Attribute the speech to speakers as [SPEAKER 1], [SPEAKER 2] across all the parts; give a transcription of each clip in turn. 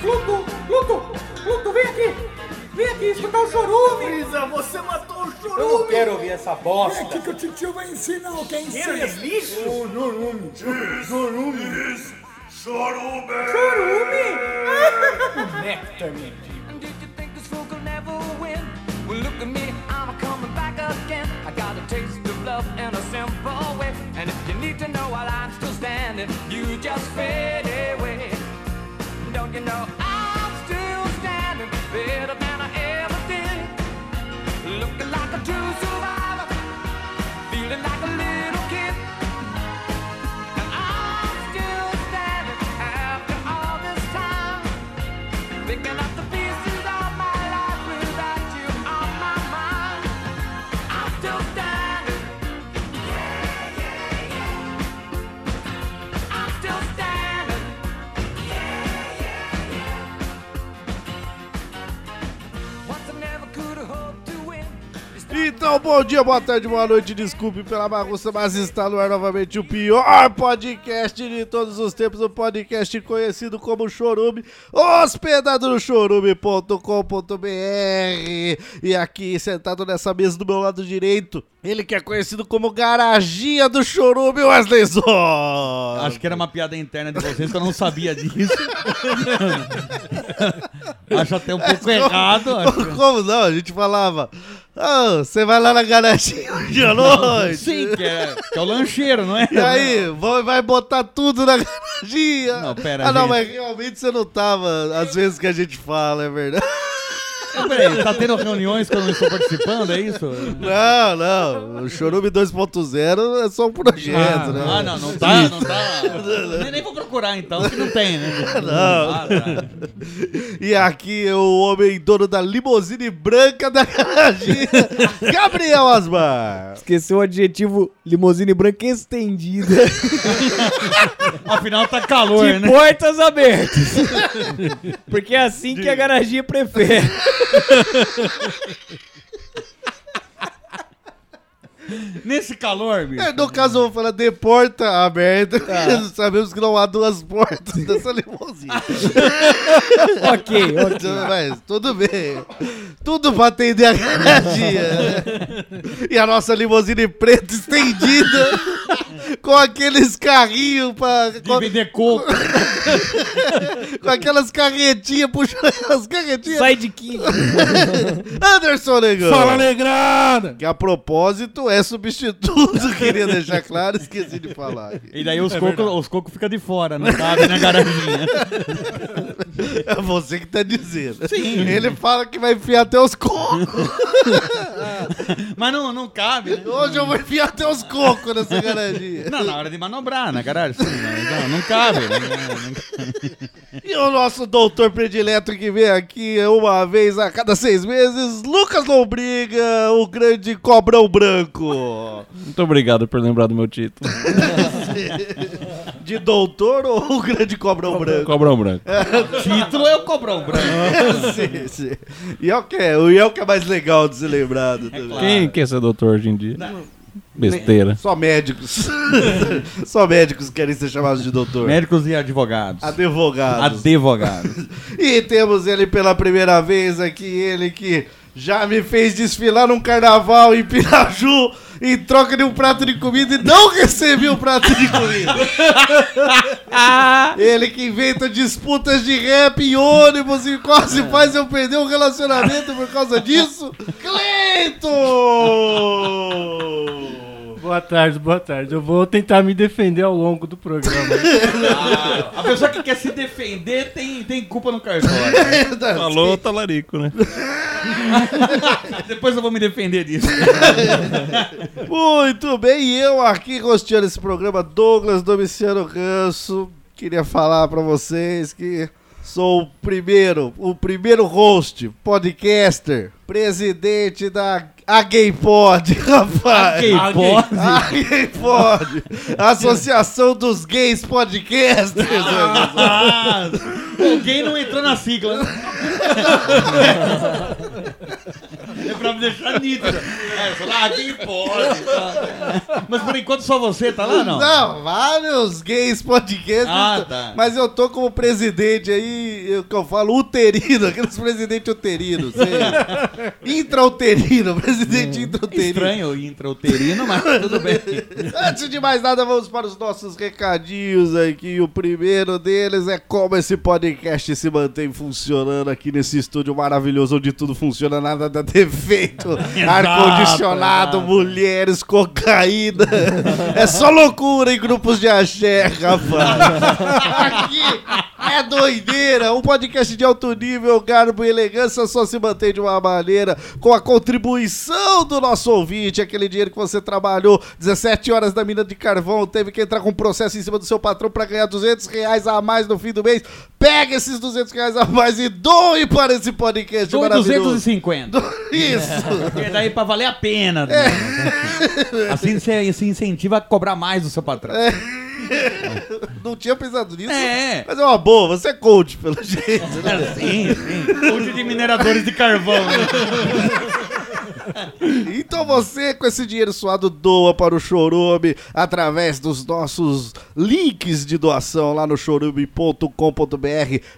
[SPEAKER 1] Pluto, Pluto, Pluto, vem aqui! Vem aqui escutar o chorume!
[SPEAKER 2] Isa, você matou o
[SPEAKER 3] Eu não
[SPEAKER 2] chorume!
[SPEAKER 3] quero ouvir essa bosta.
[SPEAKER 4] O que, que o titio vai ensinar o que é incesto?
[SPEAKER 2] lixo?
[SPEAKER 4] O Chorume. Chorume.
[SPEAKER 1] Chorume!
[SPEAKER 3] Néctar, mendigo.
[SPEAKER 5] And did you think this fool could never win? Well, look at me, I'm coming back again. I got a taste of love in a simple way. And if you need to know while I'm still standing, you just fade away. Don't you know I'm still standing better than I ever did? Looking like a true survivor, feeling like a little kid. And I'm still standing after all this time. Picking up the pieces of my life without you on my mind. I'm still standing. Yeah, yeah, yeah. I'm still standing. Yeah, yeah, yeah. Once I never could have hoped to win. It's
[SPEAKER 6] Então, bom dia, boa tarde, boa noite. Desculpe pela bagunça, mas está no ar novamente o pior podcast de todos os tempos. O podcast conhecido como Chorume, hospedado no chorume.com.br. E aqui, sentado nessa mesa do meu lado direito, ele que é conhecido como Garaginha do Chorume, Wesley Zó.
[SPEAKER 7] Acho que era uma piada interna de vocês que eu não sabia disso. acho até um pouco errado. acho.
[SPEAKER 6] Como não? A gente falava. "Ah, Você vai lá na garagem hoje à noite.
[SPEAKER 7] Sim, que é, que é o lancheiro, não é?
[SPEAKER 6] E aí, vai vai botar tudo na garagem.
[SPEAKER 7] Não, pera,
[SPEAKER 6] Ah, não,
[SPEAKER 7] gente.
[SPEAKER 6] mas realmente você não tava. Às vezes que a gente fala, é verdade.
[SPEAKER 7] Não, Peraí, tá tendo reuniões que eu não estou participando, é isso?
[SPEAKER 6] Não, não. O Chorume 2.0 é só um projeto,
[SPEAKER 7] ah,
[SPEAKER 6] né?
[SPEAKER 7] ah, não, não tá, não tá. Nem, nem vou procurar então, que não tem, né?
[SPEAKER 6] Não.
[SPEAKER 7] Ah, tá.
[SPEAKER 6] E aqui é o homem dono da limusine branca da garagem, Gabriel Osmar.
[SPEAKER 8] Esqueceu o adjetivo limusine branca estendida.
[SPEAKER 7] Afinal tá calor,
[SPEAKER 8] de
[SPEAKER 7] né?
[SPEAKER 8] portas abertas. Porque é assim que a garagia prefere.
[SPEAKER 7] Nesse calor, bicho.
[SPEAKER 6] É, No caso, eu vou falar de porta aberta.
[SPEAKER 8] Tá.
[SPEAKER 6] Sabemos que não há duas portas nessa limusine.
[SPEAKER 8] ok, ok.
[SPEAKER 6] Tudo- Mas tudo bem. Tudo pra atender a garantia. E a nossa limusine preta estendida com aqueles carrinhos pra.
[SPEAKER 7] De
[SPEAKER 6] Com,
[SPEAKER 7] vender coco.
[SPEAKER 6] com aquelas carretinhas, puxando aquelas carretinhas.
[SPEAKER 8] Sai de King.
[SPEAKER 6] Anderson Negão.
[SPEAKER 4] Fala, negrada!
[SPEAKER 6] Que a propósito é substituto, queria deixar claro, esqueci de falar.
[SPEAKER 7] E daí os cocos os coco ficam de fora, não cabe na garajinha.
[SPEAKER 6] É você que tá dizendo. Ele fala que vai enfiar até os cocos.
[SPEAKER 7] Mas não, não cabe, né?
[SPEAKER 6] Hoje eu vou enfiar até os cocos nessa garantia.
[SPEAKER 7] Não, na hora de manobrar, né, caralho? Sim, não, não cabe. né? Não-
[SPEAKER 6] E o nosso doutor predileto que vem aqui uma vez a cada seis meses, Lucas Lombriga, o grande cobrão branco.
[SPEAKER 2] Muito obrigado por lembrar do meu título.
[SPEAKER 6] De doutor ou o grande cobrão branco?
[SPEAKER 2] Cobrão branco.
[SPEAKER 7] não- Título é o cobrão branco.
[SPEAKER 6] sim, sim. E é o que é, e é o que é mais legal de ser lembrado também.
[SPEAKER 7] claro.
[SPEAKER 2] Quem quer ser doutor hoje em dia? Besteira.
[SPEAKER 6] Só médicos. Só médicos querem ser chamados de doutor.
[SPEAKER 7] Médicos e advogados.
[SPEAKER 6] Advogados.
[SPEAKER 7] Advogados.
[SPEAKER 6] E temos ele pela primeira vez aqui, ele que já me fez desfilar num carnaval em Piraju em troca de um prato de comida e não recebi o prato de comida. ele que inventa disputas de rap em ônibus e quase faz eu perder um relacionamento por causa disso. Cleiton!
[SPEAKER 4] Boa tarde, boa tarde. Eu vou tentar me defender ao longo do programa.
[SPEAKER 7] Ah, a pessoa que quer se defender tem, tem culpa no cartório. né?
[SPEAKER 2] Falou talarico, né?
[SPEAKER 7] Depois eu vou me defender disso.
[SPEAKER 6] Muito bem, e eu aqui rosteando esse programa, Douglas Domiciano Ganso. Queria falar pra vocês que sou o primeiro, o primeiro host, podcaster, presidente da A Gay Pod, rapaz.
[SPEAKER 1] Que bosta.
[SPEAKER 6] A Gay Pod, Associação dos Gays Podcasters.
[SPEAKER 7] Ah, alguém não entrou na sigla. né? É pra me deixar nítida. É, sei lá, quem pode? tá? Mas por enquanto só você tá lá, não?
[SPEAKER 6] Não, vários gays podcasters.
[SPEAKER 7] Ah, tá.
[SPEAKER 6] Mas eu tô como presidente aí, eu, que eu falo uterino, aqueles presidentes uterinos. sei. Intrauterino, presidente intrauterino.
[SPEAKER 7] Hum, Estranho, intrauterino, mas tudo bem.
[SPEAKER 6] Antes de mais nada, vamos para os nossos recadinhos aqui. O primeiro deles é como esse podcast se mantém funcionando aqui nesse estúdio maravilhoso onde tudo funciona, nada dá defeito. Ar-condicionado, mulheres, cocaína. É só loucura em grupos de axé, rapaz. Aqui é doideira. Um podcast de alto nível, garbo e elegância só se mantém de uma maneira com a contribuição do nosso ouvinte, aquele dinheiro que você trabalhou 17 horas na mina de carvão, teve que entrar com um processo em cima do seu patrão para ganhar 200 reais a mais no fim do mês. Pega esses 200 reais a mais e doe para esse podcast
[SPEAKER 7] Sou
[SPEAKER 6] maravilhoso.
[SPEAKER 7] 250.
[SPEAKER 6] Isso.
[SPEAKER 7] Porque daí pra valer a pena. né? Assim você se incentiva a cobrar mais do seu patrão. É.
[SPEAKER 6] Não tinha pensado nisso. Mas é uma boa, você é coach, pelo jeito.
[SPEAKER 7] Sim, sim. Hoje de mineradores de carvão. né?
[SPEAKER 6] Então você, com esse dinheiro suado, doa para o Chorume através dos nossos links de doação lá no chorume.com.br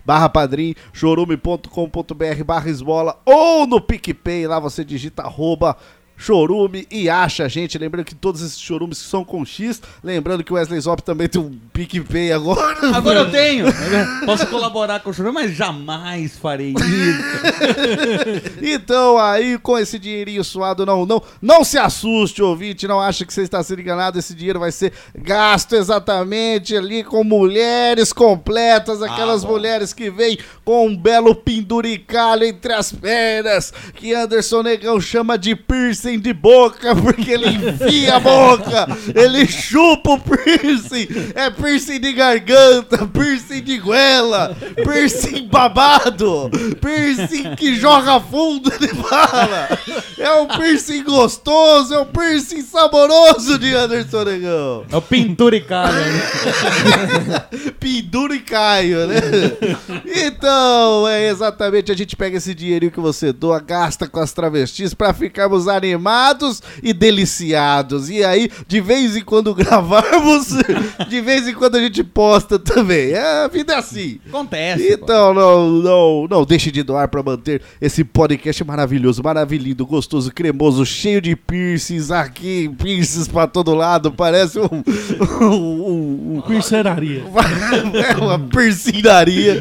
[SPEAKER 6] barra padrim, chorume.com.br barra esmola ou no PicPay, lá você digita arroba Chorume e acha, a gente. Lembrando que todos esses chorumes são com X. Lembrando que o Wesley Zop também tem um PicPay agora.
[SPEAKER 7] Agora eu tenho. Posso colaborar com o Chorão, mas jamais farei isso.
[SPEAKER 6] Então aí, com esse dinheirinho suado, não, não, não se assuste, ouvinte, não acha que você está sendo enganado, esse dinheiro vai ser gasto exatamente ali com mulheres completas, aquelas mulheres que vêm com um belo penduricalho entre as pernas, que Anderson Negão chama de piercing de boca, porque ele enfia a boca, ele chupa o piercing, é piercing de garganta, piercing de goela, piercing babado, piercing que joga fundo, ele fala. É um piercing gostoso, é um piercing saboroso de Anderson Negão.
[SPEAKER 7] É o pinturicalho. né?
[SPEAKER 6] Pendura e Caio, né? Então, é exatamente, a gente pega esse dinheirinho que você doa, gasta com as travestis pra ficarmos animados e deliciados. E aí, de vez em quando gravarmos, de vez em quando a gente posta também. É, a vida é assim.
[SPEAKER 7] Acontece.
[SPEAKER 6] Então, não, não, não deixe de doar pra manter esse podcast maravilhoso, maravilhoso, gostoso, cremoso, cheio de piercings aqui, piercings pra todo lado, parece um- um- um, um
[SPEAKER 2] Pircenaria.
[SPEAKER 6] é uma persinaria.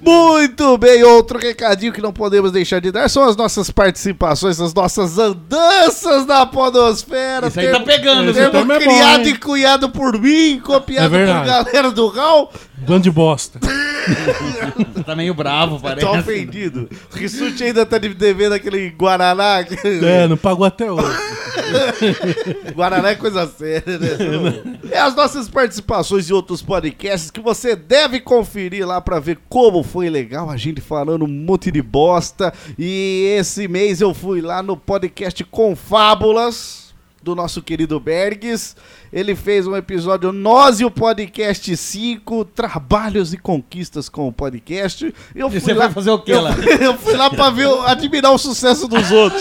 [SPEAKER 6] Muito bem, outro recadinho que não podemos deixar de dar são as nossas participações, as nossas andanças na podosfera.
[SPEAKER 7] Isso aí tá pegando,
[SPEAKER 2] Esse
[SPEAKER 6] Termo
[SPEAKER 2] tema é bom,
[SPEAKER 6] criado
[SPEAKER 2] hein?
[SPEAKER 6] e cunhado por mim, copiado
[SPEAKER 2] É
[SPEAKER 6] por
[SPEAKER 2] verdade.
[SPEAKER 6] galera do Raul.
[SPEAKER 2] Bando de bosta.
[SPEAKER 7] Você tá meio bravo, parece.
[SPEAKER 6] Tô ofendido. O Rissuti ainda tá me devendo aquele Guaraná.
[SPEAKER 2] É, não pagou até hoje.
[SPEAKER 6] Guaraná é coisa séria, né? É as nossas participações em outros podcasts que você deve conferir lá pra ver como foi legal a gente falando um monte de bosta. E esse mês eu fui lá no podcast Confábulas do nosso querido Bergs. Ele fez um episódio Nós e o Podcast 5, Trabalhos e Conquistas com o Podcast. Eu
[SPEAKER 7] E
[SPEAKER 6] fui
[SPEAKER 7] você
[SPEAKER 6] lá...
[SPEAKER 7] vai fazer o quê
[SPEAKER 6] eu,
[SPEAKER 7] lá?
[SPEAKER 6] eu fui lá pra ver, o- admirar o sucesso dos outros.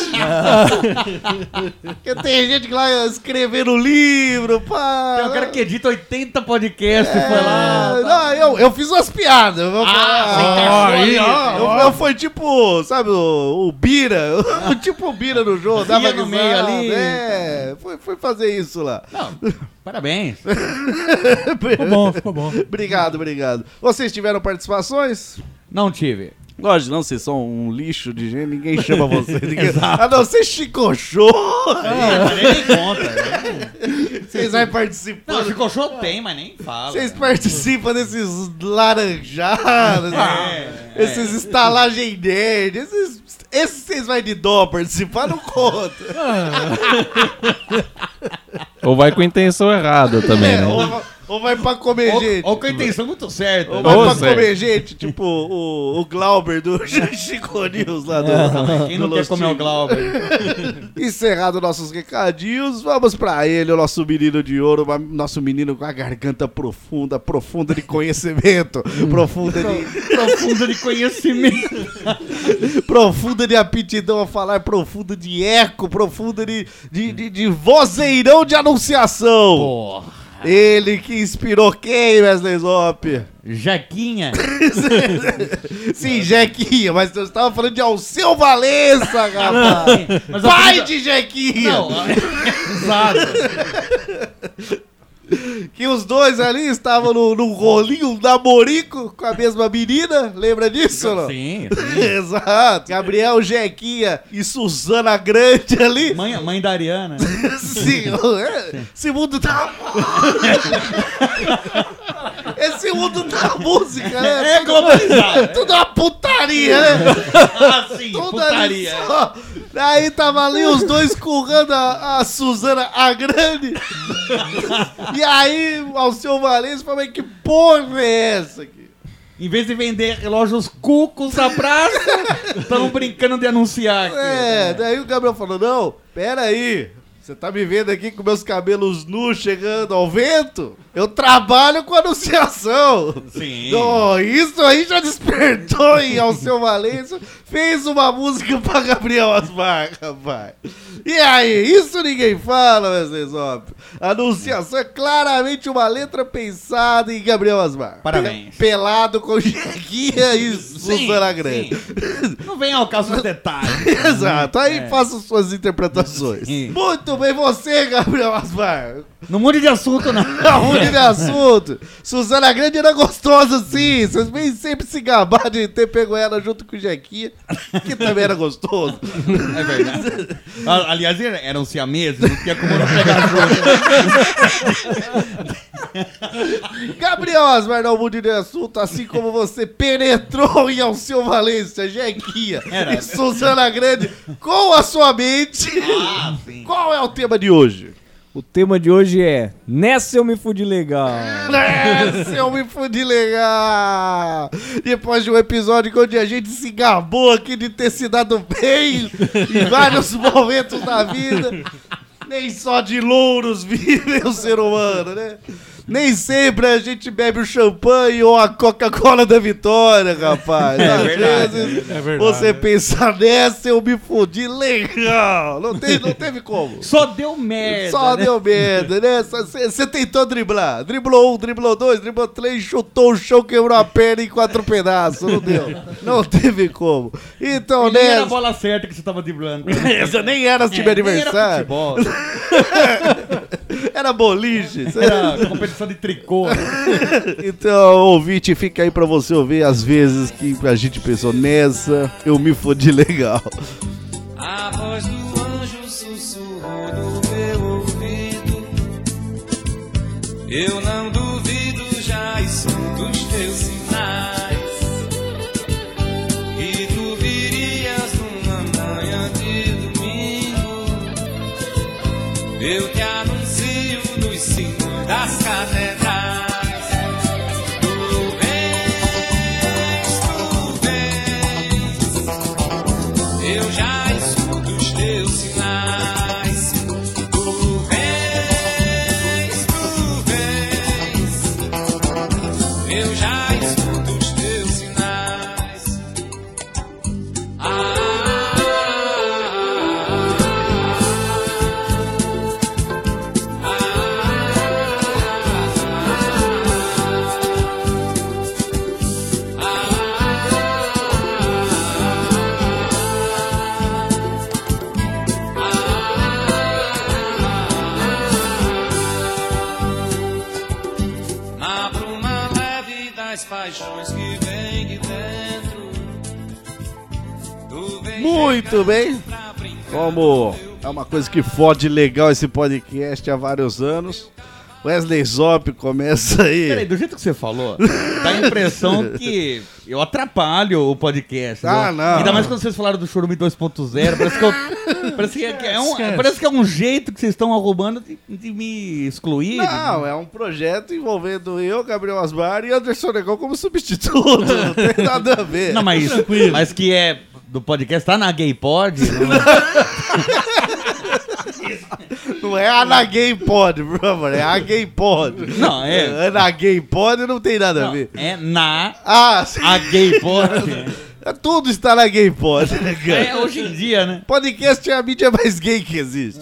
[SPEAKER 6] Porque tem gente que lá escrevendo livro, pá.
[SPEAKER 7] Tem um cara que edita 80 podcasts e foi lá. tá. Ah,
[SPEAKER 6] É, não, eu, eu fiz umas piadas. Eu, vou falar.
[SPEAKER 7] aí,
[SPEAKER 6] Ah, eu, eu fui tipo, sabe, o, o Bira. Eu, tipo o Bira no jogo. Dava
[SPEAKER 7] no meio ali.
[SPEAKER 6] É, fui, fui fazer isso lá.
[SPEAKER 7] Parabéns.
[SPEAKER 2] Ficou bom, ficou bom.
[SPEAKER 6] Obrigado, obrigado. Vocês tiveram participações?
[SPEAKER 7] Não tive.
[SPEAKER 6] Lógico, não, vocês são um lixo de gente, ninguém chama vocês. Ninguém... A não ser Chico Show,
[SPEAKER 7] Mas nem conta. né?
[SPEAKER 6] vocês vai participando.
[SPEAKER 7] Não, ficou show tem, mas nem fala.
[SPEAKER 6] Vocês participam desses laranjados,
[SPEAKER 7] É,
[SPEAKER 6] né? esses estalagem nerd, esses, esses vocês vai de dó participar, não conta.
[SPEAKER 9] Ou vai com intenção errada também,
[SPEAKER 6] É,
[SPEAKER 9] né?
[SPEAKER 6] ou, Ou vai pra comer gente.
[SPEAKER 7] Ou com a intenção muito certa.
[SPEAKER 6] Ou
[SPEAKER 7] né?
[SPEAKER 6] vai
[SPEAKER 9] Ô,
[SPEAKER 6] pra
[SPEAKER 9] sério.
[SPEAKER 6] comer gente, tipo o, o Glauber do Chico News lá do.
[SPEAKER 7] Quem
[SPEAKER 6] do
[SPEAKER 7] não quer
[SPEAKER 6] Los
[SPEAKER 7] comer o
[SPEAKER 6] Tigres.
[SPEAKER 7] Glauber?
[SPEAKER 6] Encerrado nossos recadinhos, vamos pra ele, o nosso menino de ouro, ma- nosso menino com a garganta profunda, profunda de conhecimento, profunda de,
[SPEAKER 7] Profundo de conhecimento.
[SPEAKER 6] profunda de aptidão a falar, profunda de eco, profunda de, de, de, de vozeirão de anunciação. Ele que inspirou quem, Wesley Zop?
[SPEAKER 7] Jaquinha. É.
[SPEAKER 6] Sim, Jequinha, mas eu estava falando de Alceu Valença, rapaz.
[SPEAKER 7] Mas
[SPEAKER 6] Pai
[SPEAKER 7] apelido-
[SPEAKER 6] de Jequinha!
[SPEAKER 7] Não, exato.
[SPEAKER 6] Que os dois ali estavam no, num rolinho namorico com a mesma menina, lembra disso ou não?
[SPEAKER 7] Sim.
[SPEAKER 6] Exato. Gabriel Jequinha e Suzana Grande ali.
[SPEAKER 7] Mãe, mãe da Ariana.
[SPEAKER 6] Sim, é, esse mundo tá. Esse mundo da música, né? É globalizado. Tudo uma putaria, né?
[SPEAKER 7] Ah, sim.
[SPEAKER 6] Tudo ali só. Aí tava ali os dois currando a, a Suzana, a grande. e aí ao seu Valença falou, mas que porra é essa aqui?
[SPEAKER 7] Em vez de vender relógios cucos na praça, estamos brincando de anunciar aqui.
[SPEAKER 6] É, daí o Gabriel falou, não, pera aí. Você tá me vendo aqui com meus cabelos nus chegando ao vento? Eu trabalho com anunciação.
[SPEAKER 7] Sim.
[SPEAKER 6] Oh, isso aí já despertou em Alceu Valença. Fez uma música pra Gabriel Osmar, rapaz. E aí, isso ninguém fala, Wesley Zop. Anunciação é claramente uma letra pensada em Gabriel Osmar.
[SPEAKER 7] Parabéns.
[SPEAKER 6] Pe- pelado com Jequinha e Suzana Grande.
[SPEAKER 7] sim. Não vem ao caso dos detalhes.
[SPEAKER 6] Exato, aí façam suas interpretações.
[SPEAKER 7] Sim.
[SPEAKER 6] Muito bem, você, Gabriel Osmar.
[SPEAKER 7] Não mude de assunto, não.
[SPEAKER 6] Arrume de assunto. Suzana Grande era gostosa, sim. Vocês vêm sempre se gabar de ter pego ela junto com o Jequinha, que também era gostoso.
[SPEAKER 7] É verdade. A- Aliás, era- eram-se a mesma, não tinha como não pegar junto.
[SPEAKER 6] Gabriel Asmar não mude de assunto, assim como você penetrou em Alceu Valência, Jequinha
[SPEAKER 7] Era.
[SPEAKER 6] e Suzana Grande com a sua mente.
[SPEAKER 7] Ah, sim.
[SPEAKER 6] Qual é o tema de hoje?
[SPEAKER 1] O tema de hoje é Nessa eu me fudi legal.
[SPEAKER 6] É, se eu me fudi legal! Depois de um episódio onde a gente se gabou aqui de ter se dado bem em vários momentos da vida, nem só de louros vive o ser humano, né? Nem sempre a gente bebe o champanhe ou a Coca-Cola da vitória, rapaz. É Às
[SPEAKER 7] verdade,
[SPEAKER 6] vezes
[SPEAKER 2] né?
[SPEAKER 6] você pensar nessa, eu me fudi legal. Não, tem, não teve como.
[SPEAKER 7] Só deu merda.
[SPEAKER 6] Só
[SPEAKER 7] né?
[SPEAKER 6] deu medo, né? Você tentou driblar. Driblou um, driblou dois, driblou três, chutou o chão, quebrou a perna em quatro pedaços. Não deu. Não teve como. Então,
[SPEAKER 7] E nem era a
[SPEAKER 6] né?
[SPEAKER 7] bola certa que você tava driblando.
[SPEAKER 6] Essa nem era time aniversário.
[SPEAKER 7] Futebol,
[SPEAKER 6] Era, boliche.
[SPEAKER 7] era competição de tricô.
[SPEAKER 6] Então, ouvinte, fica aí pra você ouvir as vezes que a gente pensou nessa. Eu me fodi legal.
[SPEAKER 10] A voz do anjo sussurrou no meu ouvido. Eu não duvido, já escuto os teus sinais. E tu virias numa manhã de domingo. Eu te anuncio nos sinos das catedrais. Tu vens, tu vens. Eu já escuto os teus sinais. Tu vens, tu vens. Eu já escuto os teus sinais. Ah, ah, ah, ah, ah, ah, ah, ah, ah. Na bruma leve das paixões que vem de dentro. Tu vem
[SPEAKER 6] Muito bem.
[SPEAKER 10] pra brincar.
[SPEAKER 6] Como é uma coisa que fode legal esse podcast há vários anos. Wesley Zop começa aí.
[SPEAKER 7] Peraí, do jeito que você falou, dá a impressão que eu atrapalho o podcast.
[SPEAKER 6] Ah,
[SPEAKER 7] né?
[SPEAKER 6] não.
[SPEAKER 7] Ainda mais quando vocês falaram do Chorume 2.0, parece que eu- Parece que, é, que é um, parece que é um jeito que vocês estão arrumando de, de me excluir.
[SPEAKER 6] Não, é um projeto envolvendo eu, Gabriel Asmar e Anderson Negão como substituto. Não tem nada a ver.
[SPEAKER 7] Não, mas, mas que é do podcast, tá na Gay Pod? não-
[SPEAKER 6] Não é a na gay pod, por favor. É a gay pod.
[SPEAKER 7] Não, é.
[SPEAKER 6] A na gay pod não tem nada a ver.
[SPEAKER 7] é na
[SPEAKER 6] Ah, sim.
[SPEAKER 7] a Gay Pod. Ah.
[SPEAKER 6] tudo está na gay pod. né, cara?
[SPEAKER 7] É hoje em dia, né?
[SPEAKER 6] Podcast é a mídia mais gay que existe.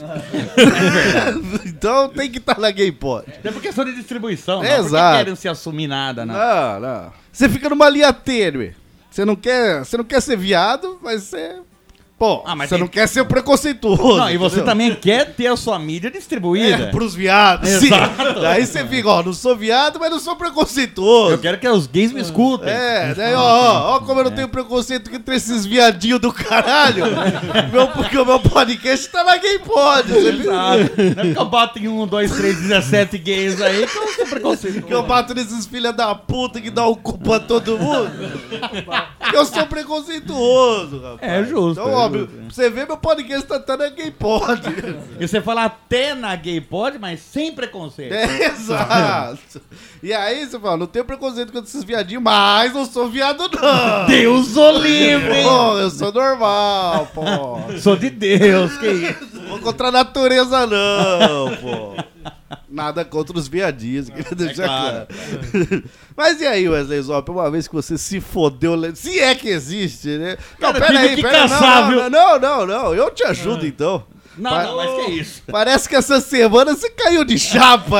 [SPEAKER 6] então tem que estar na gay pod.
[SPEAKER 7] É por questão de distribuição.
[SPEAKER 6] É
[SPEAKER 7] não porque
[SPEAKER 6] exato.
[SPEAKER 7] querem se assumir nada, né?
[SPEAKER 6] Não, não. Você fica numa linha tênue. Você não quer, você não quer ser viado, mas você Pô,
[SPEAKER 7] Ah, mas
[SPEAKER 6] você
[SPEAKER 7] tem-
[SPEAKER 6] não quer ser preconceituoso.
[SPEAKER 7] Não, e você
[SPEAKER 6] entendeu?
[SPEAKER 7] também quer ter a sua mídia distribuída.
[SPEAKER 6] É, pros viados. Sim. Aí você fica, ó, não sou viado, mas não sou preconceituoso.
[SPEAKER 7] Eu quero É. que os gays me escutem.
[SPEAKER 6] É, daí, ó, ó, ó como eu não tenho preconceito contra esses viadinhos do caralho. meu, porque o meu podcast tá na Game Pod. Você viu?
[SPEAKER 7] Sabe? Não é porque eu bato em 1, 2, 3, 17 gays aí que eu sou preconceituoso.
[SPEAKER 6] Que eu bato nesses filha da puta que dá o cu pra todo mundo. eu sou preconceituoso, rapaz.
[SPEAKER 7] É justo.
[SPEAKER 6] Então,
[SPEAKER 7] é
[SPEAKER 6] óbvio,
[SPEAKER 7] justo.
[SPEAKER 6] pra você vê meu podcast tá, tá na Game Pod.
[SPEAKER 7] E você fala até na gay pod, mas sem preconceito.
[SPEAKER 6] É, exato. E aí você fala, não tenho preconceito contra esses viadinhos, mas não sou viado não.
[SPEAKER 7] Deus o livre! hein?
[SPEAKER 6] Pô, eu sou normal, pô.
[SPEAKER 7] Sou de Deus, que isso?
[SPEAKER 6] Vou contra a natureza, não, pô. Nada contra os viadinhos,
[SPEAKER 7] É
[SPEAKER 6] queria deixar claro. Mas e aí, Wesley Zop, uma vez que você se fodeu, le- se é que existe, né? Não,
[SPEAKER 7] Cara, Ah. tive que caçar,
[SPEAKER 6] não, não,
[SPEAKER 7] viu?
[SPEAKER 6] não, não, não, eu te ajudo então.
[SPEAKER 7] Não,
[SPEAKER 6] Pa-
[SPEAKER 7] não, mas que isso?
[SPEAKER 6] Parece que essa semana você caiu de chapa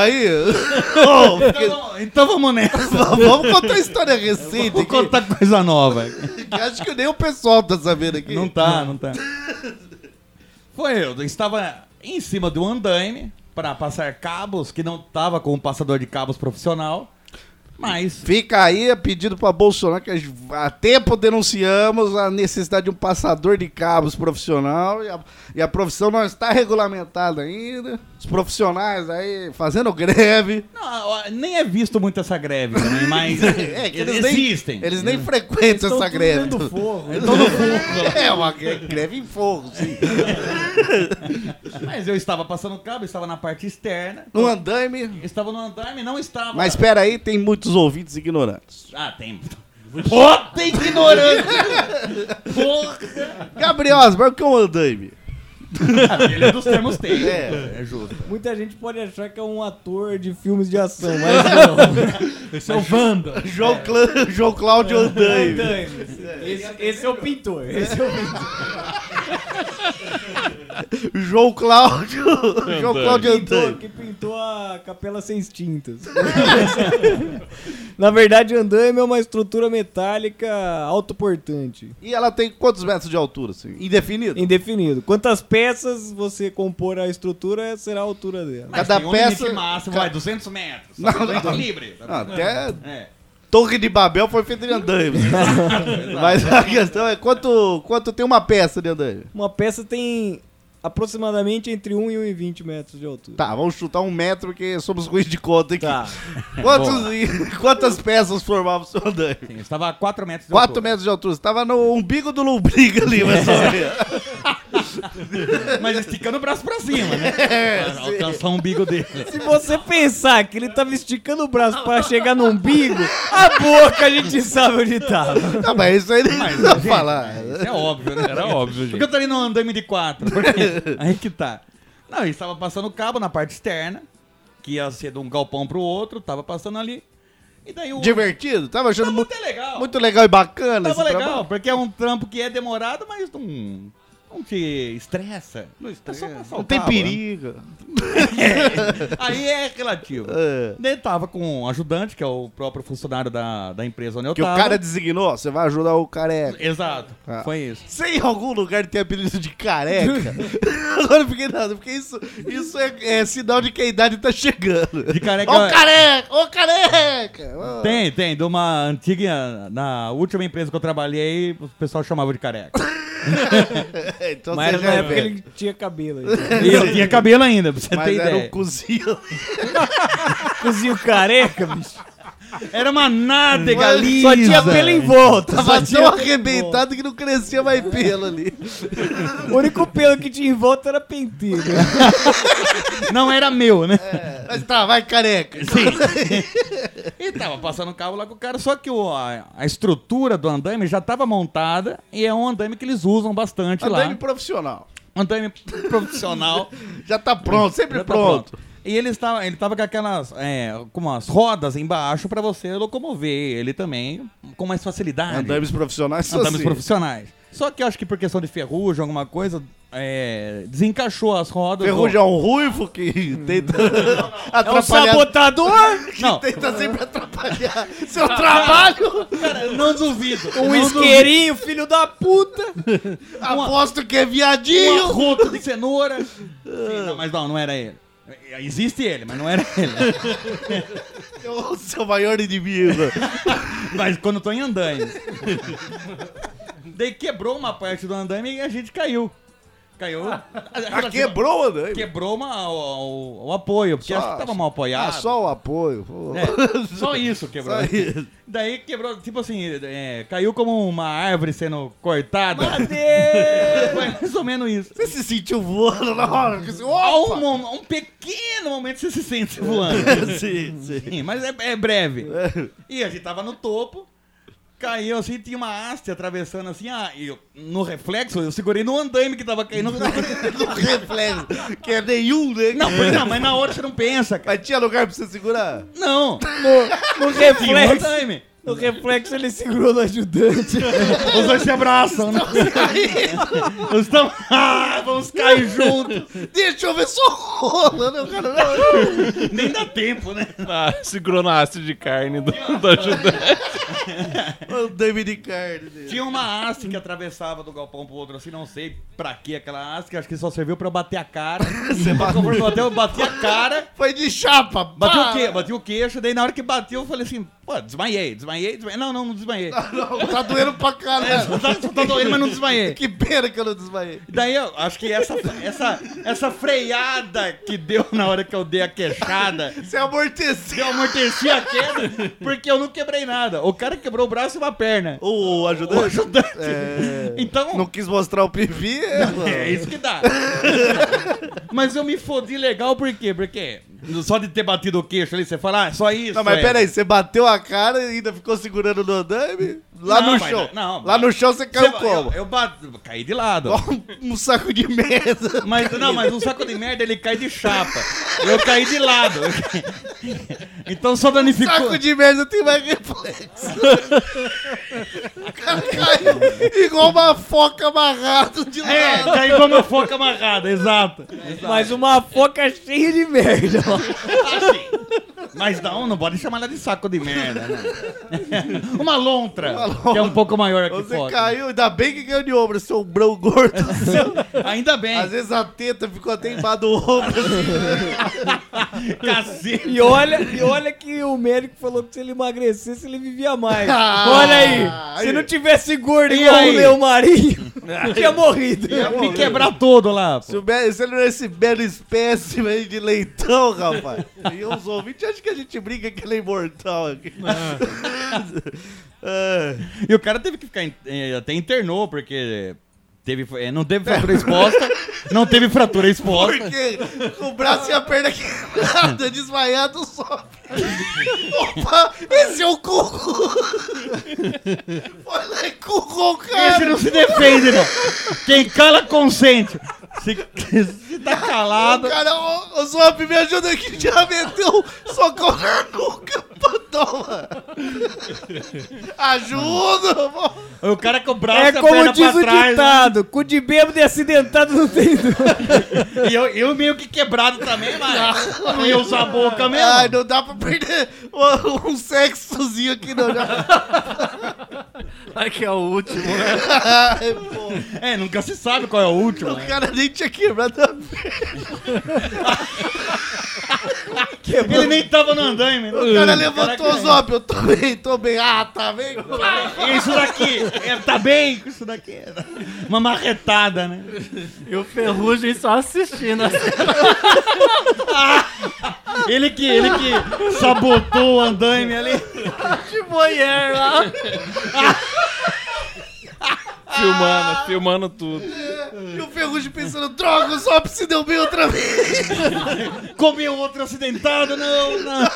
[SPEAKER 6] aí. Ô, porque-
[SPEAKER 7] Então, então vamos nessa.
[SPEAKER 6] Vamos contar a história recente
[SPEAKER 7] Vou
[SPEAKER 6] aqui,
[SPEAKER 7] contar coisa nova.
[SPEAKER 6] que acho que nem o pessoal tá sabendo aqui.
[SPEAKER 7] Não tá, não tá. Foi eu, eu estava em cima do andaime para passar cabos, que não tava com um passador de cabos profissional, mas
[SPEAKER 6] Fica aí a pedido pra Bolsonaro que a gente- há tempo denunciamos a necessidade de um passador de cabos profissional e a, e a profissão não está regulamentada ainda. Os profissionais aí fazendo greve.
[SPEAKER 7] não, ó, nem é visto muito essa greve, né? mas
[SPEAKER 6] É, que
[SPEAKER 7] eles
[SPEAKER 6] nem-
[SPEAKER 7] existem.
[SPEAKER 6] eles nem frequentam essa greve.
[SPEAKER 2] forro.
[SPEAKER 7] Então não vou.
[SPEAKER 6] É uma gre- greve em fogo, sim.
[SPEAKER 7] Mas eu estava passando cabo, estava na parte externa,
[SPEAKER 6] No Um andaime.
[SPEAKER 7] estava no andaime, não estava.
[SPEAKER 6] Mas espera aí, tem muitos ouvintes ignorantes.
[SPEAKER 7] Ah, tem. Puta ignorante! Porra!
[SPEAKER 6] Gabriel Asmar, o que é um andaime?
[SPEAKER 7] Ele é dos termos tem.
[SPEAKER 6] É.
[SPEAKER 7] é justo.
[SPEAKER 1] Muita gente pode achar que é um ator de filmes de ação, mas não.
[SPEAKER 7] Esse é o Wanda.
[SPEAKER 6] João, Clá- João Cláudio Andaime.
[SPEAKER 1] esse, esse é o pintor. Esse é o pintor.
[SPEAKER 6] João Cláudio. João Cláudio
[SPEAKER 1] é pintor
[SPEAKER 6] Andaime.
[SPEAKER 1] que pintou a Capela Sem Tintas. Na verdade, andaime é uma estrutura metálica autoportante.
[SPEAKER 6] E ela tem quantos metros de altura, assim? Indefinido?
[SPEAKER 1] Indefinido. Quantas peças você compor a estrutura, será a altura dela.
[SPEAKER 7] Mas
[SPEAKER 6] Cada
[SPEAKER 7] tem um
[SPEAKER 6] peça-
[SPEAKER 7] limite máximo,
[SPEAKER 6] ca-
[SPEAKER 7] vai, 200 metros. Não, não, livre.
[SPEAKER 6] Ah, até
[SPEAKER 7] É.
[SPEAKER 6] Torre de Babel foi feita de andaime. assim. Mas a questão é quanto, quanto tem uma peça de andaime?
[SPEAKER 1] Uma peça tem aproximadamente entre 1 e 1,20 metros de altura.
[SPEAKER 6] Tá, vamos chutar um metro porque somos ruins de conta aqui.
[SPEAKER 1] Tá.
[SPEAKER 6] Quantos, e- quantas peças formavam o seu andaime?
[SPEAKER 7] Sim, estava a 4 metros de
[SPEAKER 6] 4
[SPEAKER 7] altura.
[SPEAKER 6] metros de altura. Você tava no umbigo do lombriga ali, mas
[SPEAKER 7] É.
[SPEAKER 6] só
[SPEAKER 7] Mas esticando o braço pra cima, né?
[SPEAKER 6] É,
[SPEAKER 7] pra alcançar o umbigo dele.
[SPEAKER 1] Se você pensar que ele tava esticando o braço pra chegar no umbigo, a boca a gente sabe onde tava.
[SPEAKER 6] Não, Tá, mas isso aí não precisa falar.
[SPEAKER 7] Isso é óbvio, né?
[SPEAKER 9] Era óbvio,
[SPEAKER 7] Por que
[SPEAKER 9] gente.
[SPEAKER 7] eu tô ali no andame de 4? Porque aí que tá. Não, ele estava passando o cabo na parte externa, que ia ser de um galpão pro outro, tava passando ali. E daí o.
[SPEAKER 6] Divertido? Tava achando
[SPEAKER 7] Tava
[SPEAKER 6] mu-
[SPEAKER 7] muito legal.
[SPEAKER 6] muito legal e bacana
[SPEAKER 7] Tava
[SPEAKER 6] esse
[SPEAKER 7] legal,
[SPEAKER 6] trabalho?
[SPEAKER 7] porque é um trampo que é demorado, mas não. Não te estressa. É Não estressa.
[SPEAKER 6] Não tem
[SPEAKER 7] né?
[SPEAKER 6] perigo.
[SPEAKER 7] Aí é relativo.
[SPEAKER 6] É.
[SPEAKER 7] Daí tava com um ajudante, que é o próprio funcionário da, da empresa onde eu
[SPEAKER 6] Que
[SPEAKER 7] tava.
[SPEAKER 6] o cara designou, ó, você vai ajudar o careca.
[SPEAKER 7] Exato.
[SPEAKER 6] Ah.
[SPEAKER 7] Foi isso.
[SPEAKER 6] Sem algum lugar tem apelido de careca. Agora eu fiquei nada, porque isso, isso é, é sinal de que a idade tá chegando.
[SPEAKER 7] De careca-
[SPEAKER 6] Ô careca! Ô careca! Ó.
[SPEAKER 7] Tem, tem. De uma antiga. Na última empresa que eu trabalhei, o pessoal chamava de careca.
[SPEAKER 6] então
[SPEAKER 1] Mas
[SPEAKER 6] você
[SPEAKER 1] era
[SPEAKER 6] já
[SPEAKER 1] na
[SPEAKER 6] é
[SPEAKER 1] época
[SPEAKER 6] velho.
[SPEAKER 1] ele tinha cabelo.
[SPEAKER 7] E eu tinha cabelo ainda, pra você ter
[SPEAKER 6] Mas era
[SPEAKER 7] ideia.
[SPEAKER 6] um cozinho.
[SPEAKER 1] Cozinho careca, bicho.
[SPEAKER 7] Era uma nádega lisa.
[SPEAKER 1] Só tinha pelo em volta. só
[SPEAKER 6] Tava
[SPEAKER 1] tinha
[SPEAKER 6] tão
[SPEAKER 1] pelo em
[SPEAKER 6] arrebentado que não crescia mais pelo ali.
[SPEAKER 1] volta. O único pelo que tinha em volta era penteiro.
[SPEAKER 7] Não era meu, né?
[SPEAKER 1] É.
[SPEAKER 6] Mas tá, vai careca.
[SPEAKER 7] E tava passando o carro lá com o cara, só que o, a, a estrutura do andaime já tava montada e é um andaime que eles usam bastante
[SPEAKER 6] Andaime
[SPEAKER 7] lá.
[SPEAKER 6] Tá profissional.
[SPEAKER 7] Andaime profissional.
[SPEAKER 6] Já tá pronto, sempre
[SPEAKER 7] Já tá
[SPEAKER 6] pronto.
[SPEAKER 7] E ele estava, ele estava com aquelas, é, com umas rodas embaixo pra você locomover ele também com mais facilidade.
[SPEAKER 6] Andaimes profissionais são
[SPEAKER 7] Andames
[SPEAKER 6] assim.
[SPEAKER 7] profissionais. Só que eu acho que por questão de ferrugem, alguma coisa, é, desencaixou as rodas.
[SPEAKER 6] Ferrugem é um ruivo que tenta
[SPEAKER 1] É um
[SPEAKER 6] atrapalhar.
[SPEAKER 1] sabotador,
[SPEAKER 7] Não,
[SPEAKER 6] Tenta sempre atrapalhar seu trabalho.
[SPEAKER 7] cara, não duvido.
[SPEAKER 1] um
[SPEAKER 7] não
[SPEAKER 1] isqueirinho, filho da puta.
[SPEAKER 6] Aposto que é
[SPEAKER 7] duvido.
[SPEAKER 6] viadinho.
[SPEAKER 7] Uma rota de cenoura. Sim, não, mas não, não era ele. Existe ele, mas não era ele.
[SPEAKER 6] O seu maior inimigo.
[SPEAKER 7] Mas quando eu tô em andaime. Daí quebrou uma parte do andaime e a gente caiu. Caiu.
[SPEAKER 6] Ah, quebrou, Andaime.
[SPEAKER 7] Quebrou uma- o, o- o apoio, porque acho que tava mal apoiado.
[SPEAKER 6] Ah, só o apoio. pô.
[SPEAKER 7] É, só isso quebrou.
[SPEAKER 6] Só isso.
[SPEAKER 7] Daí quebrou, tipo assim, é, caiu como uma árvore sendo cortada. Foi mais ou menos isso.
[SPEAKER 6] Você se sentiu voando na hora? Porque assim,
[SPEAKER 7] Há um,
[SPEAKER 6] Opa!
[SPEAKER 7] mom- um pequeno momento que você se sente voando.
[SPEAKER 6] Sim, sim.
[SPEAKER 7] Sim, mas é, é breve. E a gente tava no topo, caiu assim, tinha uma haste atravessando assim, ah, e eu- no reflexo eu segurei no andaime que tava caindo.
[SPEAKER 6] No reflexo. Que é nenhum, né?
[SPEAKER 7] Não, mas, não, mas na hora você não pensa, cara.
[SPEAKER 6] Mas tinha lugar pra você segurar?
[SPEAKER 7] Não,
[SPEAKER 1] No, no
[SPEAKER 7] tinha um
[SPEAKER 1] reflexo.
[SPEAKER 7] andaime.
[SPEAKER 1] No reflexo ele segurou no ajudante.
[SPEAKER 7] Os dois se abraçam, né? Os tão... ah, vamos cair juntos.
[SPEAKER 6] Deixa eu ver só rola, né? O cara não.
[SPEAKER 7] Nem dá tempo, né?
[SPEAKER 9] Ah, segurou na haste de carne do, do ajudante.
[SPEAKER 6] O David né? Carne dele.
[SPEAKER 7] Tinha uma haste que atravessava do galpão pro outro, assim, não sei pra que aquela haste, acho que só serviu pra eu bater a cara. Você bateu. Até eu bati a cara.
[SPEAKER 6] Foi de chapa.
[SPEAKER 7] Bati
[SPEAKER 6] pá.
[SPEAKER 7] o, que, bati o queixo, daí na hora que bateu eu falei assim, pô, desmaiei, desmaiei, desmaiei. Não, não, não desmaiei.
[SPEAKER 6] Não, tá doendo pra caralho.
[SPEAKER 7] Tá, tá doendo, mas não desmaiei.
[SPEAKER 6] Que pena que eu não desmaiei.
[SPEAKER 7] Daí eu acho que essa, essa, essa freada que deu na hora que eu dei a queixada,
[SPEAKER 6] Você amorteceu.
[SPEAKER 7] eu amorteci a queda porque eu não quebrei nada. O cara quebrou o braço e uma perna.
[SPEAKER 6] O
[SPEAKER 7] O
[SPEAKER 6] ajudante
[SPEAKER 7] ajudante.
[SPEAKER 6] É.
[SPEAKER 7] Então,
[SPEAKER 6] não quis mostrar o pipi. é, mano.
[SPEAKER 7] é isso que dá. mas eu me fodi legal, por quê? Porque só de ter batido o queixo ali, você fala, ah, só isso.
[SPEAKER 6] Não, mas
[SPEAKER 7] é.
[SPEAKER 6] peraí, você bateu a cara e ainda ficou segurando no andaime? Lá
[SPEAKER 7] Não,
[SPEAKER 6] no
[SPEAKER 7] mas-
[SPEAKER 6] chão.
[SPEAKER 7] não,
[SPEAKER 6] Lá no chão você caiu
[SPEAKER 7] Você-
[SPEAKER 6] como?
[SPEAKER 7] Eu, eu bato- caí de lado.
[SPEAKER 6] Um saco de merda.
[SPEAKER 7] Mas não, mas um saco de merda ele cai de chapa. Eu caí de lado. Então só danificou.
[SPEAKER 6] Um Saco de merda tem mais reflexo. o cara caiu igual uma foca amarrado de lado.
[SPEAKER 7] É, daí igual uma foca amarrada, exato.
[SPEAKER 1] Mas uma foca cheia de merda.
[SPEAKER 7] Assim. Mas não, não pode chamar ela de saco de merda, né? Uma lontra, que é um pouco maior que
[SPEAKER 6] Você
[SPEAKER 7] foca.
[SPEAKER 6] caiu, ainda bem que ganhou de ombro, seu ombrão gordo.
[SPEAKER 7] Ainda bem.
[SPEAKER 6] Às vezes a teta ficou até embaixo do ombro.
[SPEAKER 7] Cacete.
[SPEAKER 1] E olha, e olha que o médico falou que se ele emagrecesse, ele vivia mais.
[SPEAKER 6] Ah,
[SPEAKER 1] olha aí, se não tivesse gordo
[SPEAKER 7] E
[SPEAKER 1] igual
[SPEAKER 7] aí?
[SPEAKER 1] o meu marinho, tinha morrido.
[SPEAKER 7] Me quebrar todo lá.
[SPEAKER 6] Se, o Be- se ele não é esse belo espécime aí de leitão, rapaz. e os ouvintes acham que a gente briga que ele é imortal aqui. É. Ah,
[SPEAKER 7] E o cara teve que ficar. in- eh, Até internou, porque. Teve, eh, não teve fratura exposta. Não teve fratura
[SPEAKER 1] é
[SPEAKER 7] exposta.
[SPEAKER 6] porque com o braço e a perna quebrada, desmaiado, sobe. Opa, esse é o Cucu. Olha aí, Cucu,
[SPEAKER 7] Esse
[SPEAKER 6] cara.
[SPEAKER 7] não se defende, não. Quem cala, consente. Se, se tá calado.
[SPEAKER 6] Cara, o, o Zop me ajuda aqui, já meteu um socorro na nuca, Pantoma. Ajuda, mano.
[SPEAKER 7] O cara com o braço
[SPEAKER 1] É
[SPEAKER 7] e a
[SPEAKER 1] como
[SPEAKER 7] perna
[SPEAKER 1] diz
[SPEAKER 7] pra
[SPEAKER 1] o
[SPEAKER 7] trás. né?
[SPEAKER 1] ditado, cu de bêbado e acidentado não tem dor.
[SPEAKER 7] né? E eu, eu meio que quebrado também, mas eu não ia usar a boca mesmo.
[SPEAKER 6] Ai, não dá pra perder um, um sexozinho aqui, não. Já.
[SPEAKER 2] Aqui é o último.
[SPEAKER 7] né?
[SPEAKER 6] Ai, pô.
[SPEAKER 7] É, nunca se sabe qual é o último.
[SPEAKER 6] O cara nem tinha quebrado a perna.
[SPEAKER 7] Ele nem tava no andaime. né?
[SPEAKER 6] O cara levantou os óbvios. Eu tô bem, tô bem. Ah, tá bem.
[SPEAKER 7] Isso daqui, é, tá bem com isso daqui. Uma marretada, né?
[SPEAKER 2] E o Ferrugem só assistindo.
[SPEAKER 7] Ah! Ele que, ele que sabotou o andaime ali.
[SPEAKER 2] de boyer lá.
[SPEAKER 9] Filmando, filmando tudo.
[SPEAKER 6] E o Ferrugem pensando, droga, o Zop se deu bem outra vez.
[SPEAKER 7] Comeu outro acidentado, não, não.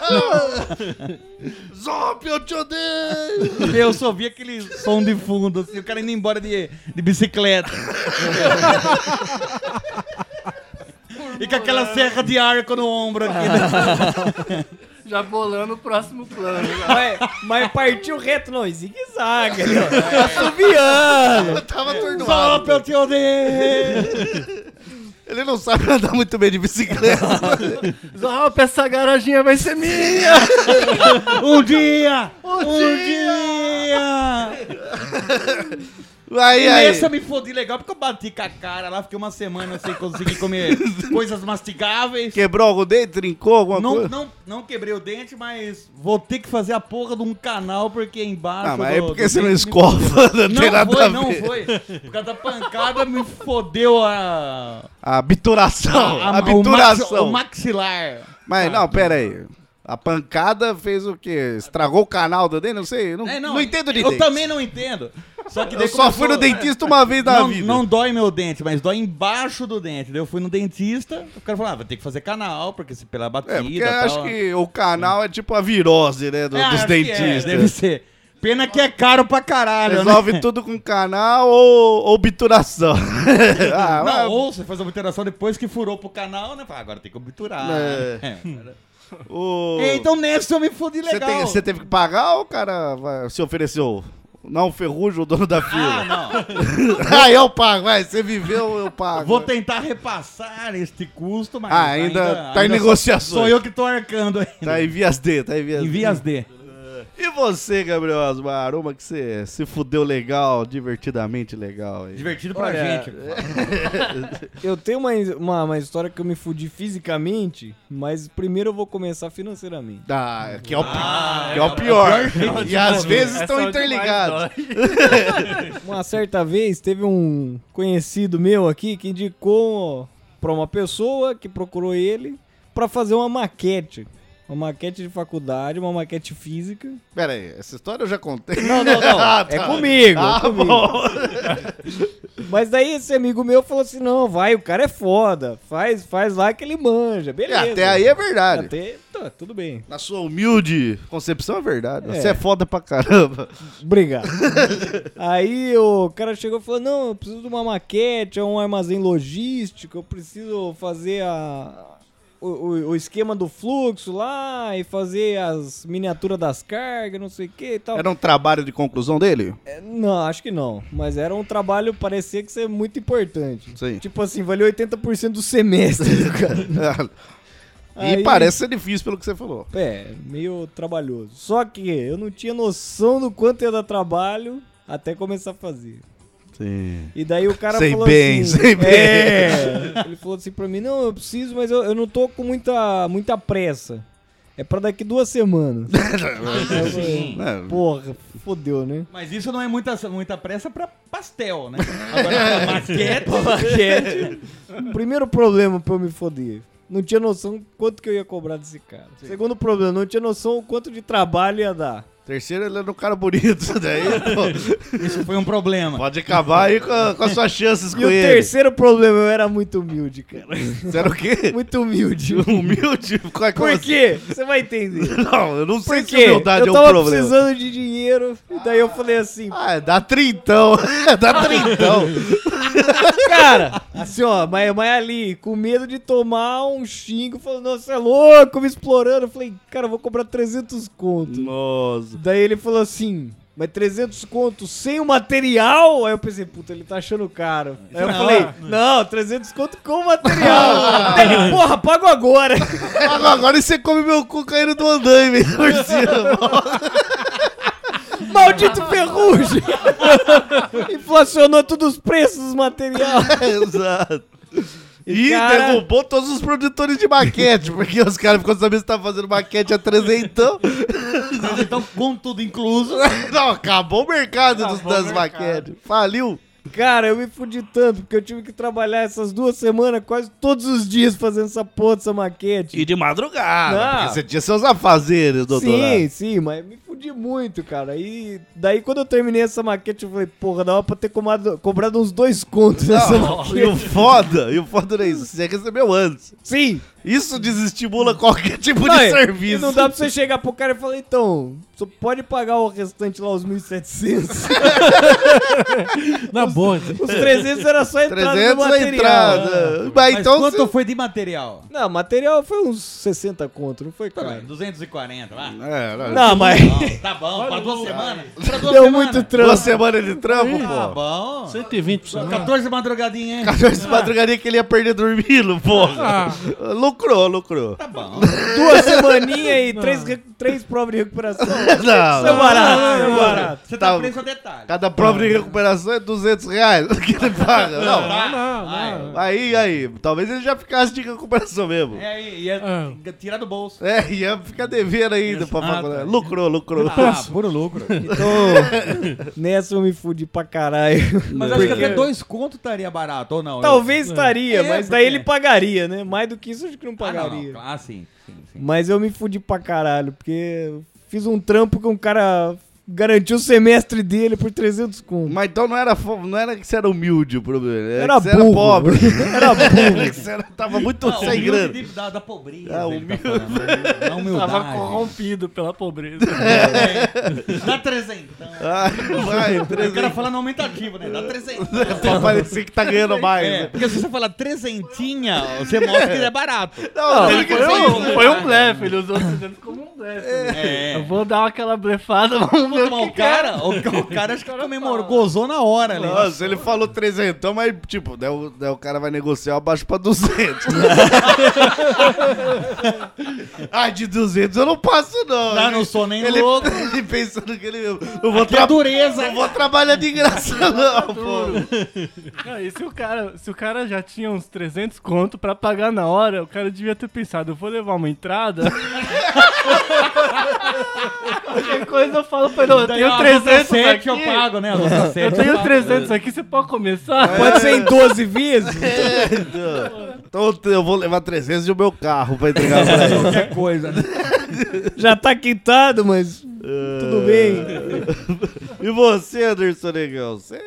[SPEAKER 6] Zop, eu te odeio.
[SPEAKER 7] Eu só vi aquele som de fundo, assim, o cara indo embora de, de bicicleta. E com aquela serra de arco no ombro aqui. né?
[SPEAKER 2] Já bolando o próximo plano.
[SPEAKER 1] Mas, mas partiu reto, não, e zigue-zague né? Tá ali,
[SPEAKER 2] É.
[SPEAKER 1] ó. Assobiando.
[SPEAKER 6] Eu tava atordoado.
[SPEAKER 7] Zop, eu te odeio.
[SPEAKER 6] Ele não sabe andar muito bem de bicicleta.
[SPEAKER 2] Zop, essa garaginha vai ser minha!
[SPEAKER 7] Um dia! Um, dia!
[SPEAKER 6] Aí,
[SPEAKER 7] E
[SPEAKER 6] aí.
[SPEAKER 7] essa me fodi legal porque eu bati com a cara lá, fiquei uma semana sem conseguir comer coisas mastigáveis.
[SPEAKER 6] Quebrou algum dente? Trincou alguma
[SPEAKER 7] Não,
[SPEAKER 6] coisa?
[SPEAKER 7] não, não quebrei o dente, mas vou ter que fazer a porra de um canal porque embaixo.
[SPEAKER 6] Ah, mas é
[SPEAKER 7] do-
[SPEAKER 6] porque
[SPEAKER 7] do
[SPEAKER 6] você não
[SPEAKER 7] dente me-
[SPEAKER 6] escova, não, tem
[SPEAKER 7] Não
[SPEAKER 6] nada
[SPEAKER 7] foi,
[SPEAKER 6] a ver.
[SPEAKER 7] não foi. Por causa da pancada me fodeu a.
[SPEAKER 6] A bituração, a,
[SPEAKER 7] a- o maxi-
[SPEAKER 6] bituração.
[SPEAKER 7] O maxilar.
[SPEAKER 6] Mas não, pera aí. A pancada fez o quê? Estragou o canal do dente? Não sei, não,
[SPEAKER 7] É,
[SPEAKER 6] não, entendo de
[SPEAKER 7] Eu
[SPEAKER 6] dente.
[SPEAKER 7] também não entendo. Só que daí
[SPEAKER 6] Eu só fui no
[SPEAKER 7] começou- é,
[SPEAKER 6] dentista uma vez na
[SPEAKER 7] não,
[SPEAKER 6] vida.
[SPEAKER 7] não dói meu dente, mas dói embaixo do dente. Daí eu fui no dentista, o cara falou, ah, vai ter que fazer canal, porque se pela batida
[SPEAKER 6] É, porque eu
[SPEAKER 7] tal.
[SPEAKER 6] acho que o canal é tipo a virose, né, do-
[SPEAKER 7] É,
[SPEAKER 6] dos
[SPEAKER 7] acho que é, deve
[SPEAKER 6] dentistas.
[SPEAKER 7] ser. Pena que é caro pra caralho,
[SPEAKER 6] Resolve
[SPEAKER 7] né?
[SPEAKER 6] tudo com canal ou, ou bituração. ah,
[SPEAKER 7] Não, ou você faz a obturação depois que furou pro canal, né? Fala, agora tem que obturar.
[SPEAKER 6] É.
[SPEAKER 7] É.
[SPEAKER 6] o-
[SPEAKER 7] É, então nessa eu me fudi
[SPEAKER 6] você,
[SPEAKER 7] legal.
[SPEAKER 6] tem- você teve que pagar ou o cara vai- se ofereceu? Não, ferrugem, o dono da
[SPEAKER 7] Ah,
[SPEAKER 6] fila.
[SPEAKER 7] não.
[SPEAKER 6] Ah, eu pago, vai, você viveu, eu pago.
[SPEAKER 7] Vou tentar repassar este custo, mas.
[SPEAKER 6] Ah, ainda tá em
[SPEAKER 7] ainda
[SPEAKER 6] negociações.
[SPEAKER 7] Sou, sou eu que tô arcando ainda.
[SPEAKER 6] Tá em vias D, tá em vias D. É.
[SPEAKER 7] Envia as D.
[SPEAKER 6] E você, Gabriel Asmar, uma que você se fudeu legal, divertidamente legal. aí.
[SPEAKER 7] Divertido pra
[SPEAKER 1] Olha,
[SPEAKER 7] gente.
[SPEAKER 6] é.
[SPEAKER 1] Eu tenho uma, uma, uma história que eu me fudi fisicamente, mas primeiro eu vou começar financeiramente.
[SPEAKER 6] Ah, que é o, pi- que é o pior. e às vezes
[SPEAKER 2] Essa
[SPEAKER 6] estão
[SPEAKER 2] é o que mais
[SPEAKER 6] interligados.
[SPEAKER 1] Uma certa vez teve um conhecido meu aqui que indicou pra uma pessoa que procurou ele pra fazer uma maquete. Uma maquete de faculdade, uma maquete física.
[SPEAKER 6] Pera aí, essa história eu já contei.
[SPEAKER 1] Não,
[SPEAKER 6] Ah,
[SPEAKER 1] não, não. É comigo, é comigo. Mas daí esse amigo meu falou assim: não, vai, o cara é foda. Faz, faz lá que ele manja.
[SPEAKER 6] E
[SPEAKER 1] Beleza.
[SPEAKER 6] até aí é verdade.
[SPEAKER 1] Até- tá, tudo bem.
[SPEAKER 6] Na sua humilde concepção é verdade.
[SPEAKER 1] É.
[SPEAKER 6] Você é foda pra caramba.
[SPEAKER 1] Obrigado. Aí o cara chegou e falou: Não, eu preciso de uma maquete, é um armazém logístico, eu preciso fazer a, o, o- o esquema do fluxo lá e fazer as miniaturas das cargas, não sei o que e tal.
[SPEAKER 6] Era um trabalho de conclusão dele?
[SPEAKER 1] É, Não, acho que não. Mas era um trabalho, parecia que ser muito importante.
[SPEAKER 6] Sim.
[SPEAKER 1] Tipo assim, valeu 80% do semestre do cara.
[SPEAKER 6] e
[SPEAKER 1] Aí-
[SPEAKER 6] parece ser difícil pelo que você falou.
[SPEAKER 1] É, meio trabalhoso. Só que eu não tinha noção do quanto ia dar trabalho até começar a fazer.
[SPEAKER 6] Sim.
[SPEAKER 1] E daí o cara
[SPEAKER 6] Sei
[SPEAKER 1] falou
[SPEAKER 6] bem,
[SPEAKER 1] assim...
[SPEAKER 6] sei bem.
[SPEAKER 1] É. Ele falou assim pra mim, não, eu preciso, mas eu, eu não tô com muita, muita pressa. É pra daqui duas semanas. Aí eu falei, Porra, fodeu, né?
[SPEAKER 7] Mas isso não é muita, muita pressa pra pastel, né? Agora, pra maquete.
[SPEAKER 1] Maquete. Primeiro problema pra eu me foder. Não tinha noção quanto que eu ia cobrar desse cara. Segundo problema, não tinha noção o quanto de trabalho ia dar.
[SPEAKER 6] Terceiro, ele era um cara bonito. Daí, pô,
[SPEAKER 7] Isso foi um problema.
[SPEAKER 6] pode acabar aí com, a- com as suas chances
[SPEAKER 1] E
[SPEAKER 6] com
[SPEAKER 1] o
[SPEAKER 6] ele.
[SPEAKER 1] terceiro problema, eu era muito humilde, cara.
[SPEAKER 6] Você era o quê?
[SPEAKER 1] Muito
[SPEAKER 6] Um
[SPEAKER 1] humilde.
[SPEAKER 6] Humilde? Qual é que
[SPEAKER 1] Por
[SPEAKER 6] você-
[SPEAKER 1] quê? Você vai entender.
[SPEAKER 6] Não, eu não sei
[SPEAKER 1] Porque
[SPEAKER 6] se humildade
[SPEAKER 1] eu
[SPEAKER 6] é um
[SPEAKER 1] tava
[SPEAKER 6] problema.
[SPEAKER 1] precisando de dinheiro, e daí eu falei assim,
[SPEAKER 6] Ah, dá trintão. dá trintão.
[SPEAKER 1] cara, assim ó, mas, mas ali, com medo de tomar um xingo, falando, nossa, é louco, me explorando. Eu falei, cara, eu vou cobrar 300 conto.
[SPEAKER 6] Nossa.
[SPEAKER 1] Daí ele falou assim, mas 300 conto sem o material? Aí eu pensei, puta, ele tá achando caro. Aí eu falei, não, 300 conto com o material. Daí ele, porra, pago agora.
[SPEAKER 6] Agora, agora você come meu cu caindo do andaime por cima.
[SPEAKER 1] Maldito ferrugem. Inflacionou todos os preços dos materiais.
[SPEAKER 6] Exato. E
[SPEAKER 1] cara-
[SPEAKER 6] derrubou todos os produtores de maquete, porque os caras ficam sabendo que você tá fazendo maquete a trezentão.
[SPEAKER 7] Então, com tudo incluso.
[SPEAKER 6] Não, acabou o mercado dos, das maquetes. Faliu.
[SPEAKER 1] Cara, eu me fudi tanto, porque eu tive que trabalhar essas duas semanas quase todos os dias fazendo essa porra dessa maquete.
[SPEAKER 6] de madrugada.
[SPEAKER 1] Não.
[SPEAKER 6] Porque você tinha seus afazeres, doutor.
[SPEAKER 1] Ah.
[SPEAKER 6] né?
[SPEAKER 1] Sim, sim, mas me fudi muito, cara. E daí quando eu terminei essa maquete, eu falei, porra, dava pra ter comado- cobrado uns dois contos nessa
[SPEAKER 6] E o
[SPEAKER 1] maquete.
[SPEAKER 6] foda, e o foda não é isso. Você recebeu antes.
[SPEAKER 1] Sim!
[SPEAKER 6] Isso desestimula qualquer tipo
[SPEAKER 1] Não,
[SPEAKER 6] de
[SPEAKER 1] é-
[SPEAKER 6] serviço.
[SPEAKER 1] E não dá pra você chegar pro cara e falar, então, você pode pagar o restante lá, os 1.700?
[SPEAKER 9] Na bonde.
[SPEAKER 2] né?
[SPEAKER 1] Os 300 era só a entrada
[SPEAKER 6] 300
[SPEAKER 1] do
[SPEAKER 6] a
[SPEAKER 1] material.
[SPEAKER 6] é entrada. Mas,
[SPEAKER 7] Mas
[SPEAKER 6] então.
[SPEAKER 7] quanto
[SPEAKER 6] você-
[SPEAKER 7] foi de material?
[SPEAKER 1] Não, material foi uns 60 conto, não foi,
[SPEAKER 7] Tá
[SPEAKER 1] cara?
[SPEAKER 7] bem, 240, lá.
[SPEAKER 6] É, não,
[SPEAKER 1] Não, mas
[SPEAKER 7] Não, tá bom, pra duas semanas. Pra duas
[SPEAKER 1] deu
[SPEAKER 7] semanas.
[SPEAKER 1] muito
[SPEAKER 6] Duas
[SPEAKER 1] trampo.
[SPEAKER 6] semanas de trampo,
[SPEAKER 7] Tá
[SPEAKER 6] pô.
[SPEAKER 7] bom.
[SPEAKER 9] 120%.
[SPEAKER 7] 14 madrugadinha, hein?
[SPEAKER 6] 14 madrugadinha que ele ia perder dormindo,
[SPEAKER 9] Ah,
[SPEAKER 6] porra. Lucrou, lucrou.
[SPEAKER 7] Tá bom.
[SPEAKER 1] Duas semaninhas e três, re- três provas de recuperação. Isso é
[SPEAKER 6] Não,
[SPEAKER 1] barato, isso é barato.
[SPEAKER 7] Você tá
[SPEAKER 6] Tá.
[SPEAKER 7] preso a detalhe.
[SPEAKER 6] cada prova de recuperação é 200 reais que ele paga. Não,
[SPEAKER 7] Tá?
[SPEAKER 9] não, não.
[SPEAKER 6] aí, aí. Talvez ele já ficasse de recuperação mesmo.
[SPEAKER 7] É, ia
[SPEAKER 9] Ah.
[SPEAKER 7] tirar do bolso.
[SPEAKER 6] É, ia ficar devendo ainda pra
[SPEAKER 7] Ah,
[SPEAKER 6] faculdade.
[SPEAKER 7] tá.
[SPEAKER 6] Lucrou, lucrou.
[SPEAKER 2] Ah,
[SPEAKER 7] puro lucro.
[SPEAKER 1] Então, nessa eu me fudi pra caralho.
[SPEAKER 7] Mas acho que até dois contos estaria barato, ou não?
[SPEAKER 1] Talvez estaria,
[SPEAKER 7] É,
[SPEAKER 1] mas
[SPEAKER 7] porque-
[SPEAKER 1] daí ele pagaria, né? Mais do que isso, acho que não
[SPEAKER 7] Eu... Ah, não,
[SPEAKER 1] pagaria.
[SPEAKER 7] não. ah, sim. sim, sim.
[SPEAKER 1] Mas eu me fudi pra caralho, porque eu fiz um trampo que um cara garantiu o semestre dele por 300 conto.
[SPEAKER 6] Mas então não era, fo- não era que você era humilde o problema. Era,
[SPEAKER 1] Era
[SPEAKER 6] é que você era
[SPEAKER 1] burro.
[SPEAKER 6] pobre.
[SPEAKER 1] Era burro.
[SPEAKER 6] Era que você era- tava muito
[SPEAKER 7] Ah,
[SPEAKER 6] sem
[SPEAKER 7] humilde
[SPEAKER 6] grana.
[SPEAKER 7] de- Da, da pobreza.
[SPEAKER 6] Ah,
[SPEAKER 7] ele tá falando. Da
[SPEAKER 2] Tava
[SPEAKER 7] humildade. né?
[SPEAKER 2] corrompido pela pobreza.
[SPEAKER 7] É. Dá 300.
[SPEAKER 6] Ah, vai,
[SPEAKER 7] Eu quero
[SPEAKER 6] 300.
[SPEAKER 7] falar no aumentativo, né? Dá 300.
[SPEAKER 6] Pra parecer que tá ganhando mais.
[SPEAKER 7] É,
[SPEAKER 6] né?
[SPEAKER 7] porque se você falar trezentinha, você mostra que é barato.
[SPEAKER 6] Não, teve que né?
[SPEAKER 2] Foi
[SPEAKER 6] ser
[SPEAKER 2] um, foi um blefe, ele usou 300 como um blefe. né?
[SPEAKER 7] É.
[SPEAKER 2] Eu vou dar aquela blefada, vamos ver o
[SPEAKER 7] Mas
[SPEAKER 2] que
[SPEAKER 7] o cara, o, ca- o cara acho que comemorou, gozou na hora ali.
[SPEAKER 6] Nossa, ele falou 300, mas tipo, daí o, daí o cara vai negociar abaixo pra 200. ah, de 200 eu não passo não.
[SPEAKER 7] Não,
[SPEAKER 6] Ele-
[SPEAKER 7] Tá, não sou nem
[SPEAKER 6] ele,
[SPEAKER 7] louco.
[SPEAKER 6] Ele pensando que ele... Não vou,
[SPEAKER 7] Que é
[SPEAKER 6] tra
[SPEAKER 7] dureza. Tá
[SPEAKER 6] não vou trabalhar de graça não, pô.
[SPEAKER 2] Não, e se o, cara, se o cara já tinha uns 300 conto pra pagar na hora, o cara devia ter pensado, eu vou levar uma entrada. Qualquer coisa eu falo pra ele, eu
[SPEAKER 7] Daí, ó,
[SPEAKER 2] tenho 300
[SPEAKER 7] nota
[SPEAKER 2] aqui.
[SPEAKER 7] sete eu pago, né? A nota
[SPEAKER 2] Eu
[SPEAKER 7] sete
[SPEAKER 2] tenho
[SPEAKER 7] pago.
[SPEAKER 2] 300 aqui, você pode começar?
[SPEAKER 1] Pode ser em 12 vezes?
[SPEAKER 6] É. Então eu vou levar 300 do meu carro pra entregar pra ele.
[SPEAKER 7] Qualquer coisa, né?
[SPEAKER 1] Já tá quitado, mas
[SPEAKER 6] É.
[SPEAKER 1] tudo bem.
[SPEAKER 6] E você, Anderson Negão? Você...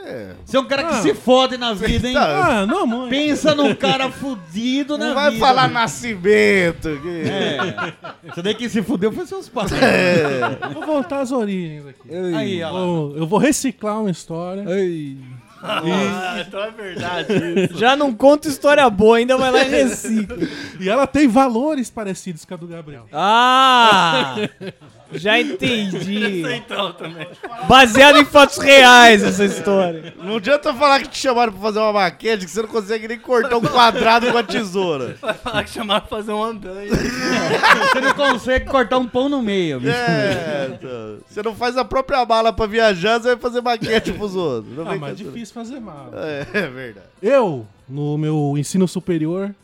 [SPEAKER 7] Você é um cara que se fode na vida, hein?
[SPEAKER 6] Tá,
[SPEAKER 9] Ah, não, mãe.
[SPEAKER 7] Pensa num cara fudido na
[SPEAKER 6] Não vai
[SPEAKER 7] vida.
[SPEAKER 6] falar nascimento. que-
[SPEAKER 7] É. Você nem que se fudeu foi seus pais.
[SPEAKER 9] Eu vou voltar às origens aqui.
[SPEAKER 7] Aí, ó.
[SPEAKER 9] Vou- eu vou reciclar uma história.
[SPEAKER 1] Já não conta história boa, ainda vai lá e recicla.
[SPEAKER 9] E ela tem valores parecidos com a do Gabriel.
[SPEAKER 1] Ah! Já entendi. Baseado em fatos reais essa história.
[SPEAKER 6] Não adianta falar que te chamaram pra fazer uma maquete que você não consegue nem cortar um quadrado com a tesoura.
[SPEAKER 2] Falar que chamaram pra fazer um andanho.
[SPEAKER 7] Você não consegue cortar um pão no meio, bicho.
[SPEAKER 6] É, então, você não faz a própria mala pra viajar, você vai fazer maquete pros outros. Não
[SPEAKER 9] Ah,
[SPEAKER 6] vem
[SPEAKER 7] é
[SPEAKER 9] mas
[SPEAKER 6] com-
[SPEAKER 9] difícil fazer mal.
[SPEAKER 6] É, é verdade.
[SPEAKER 9] Eu, no meu ensino superior,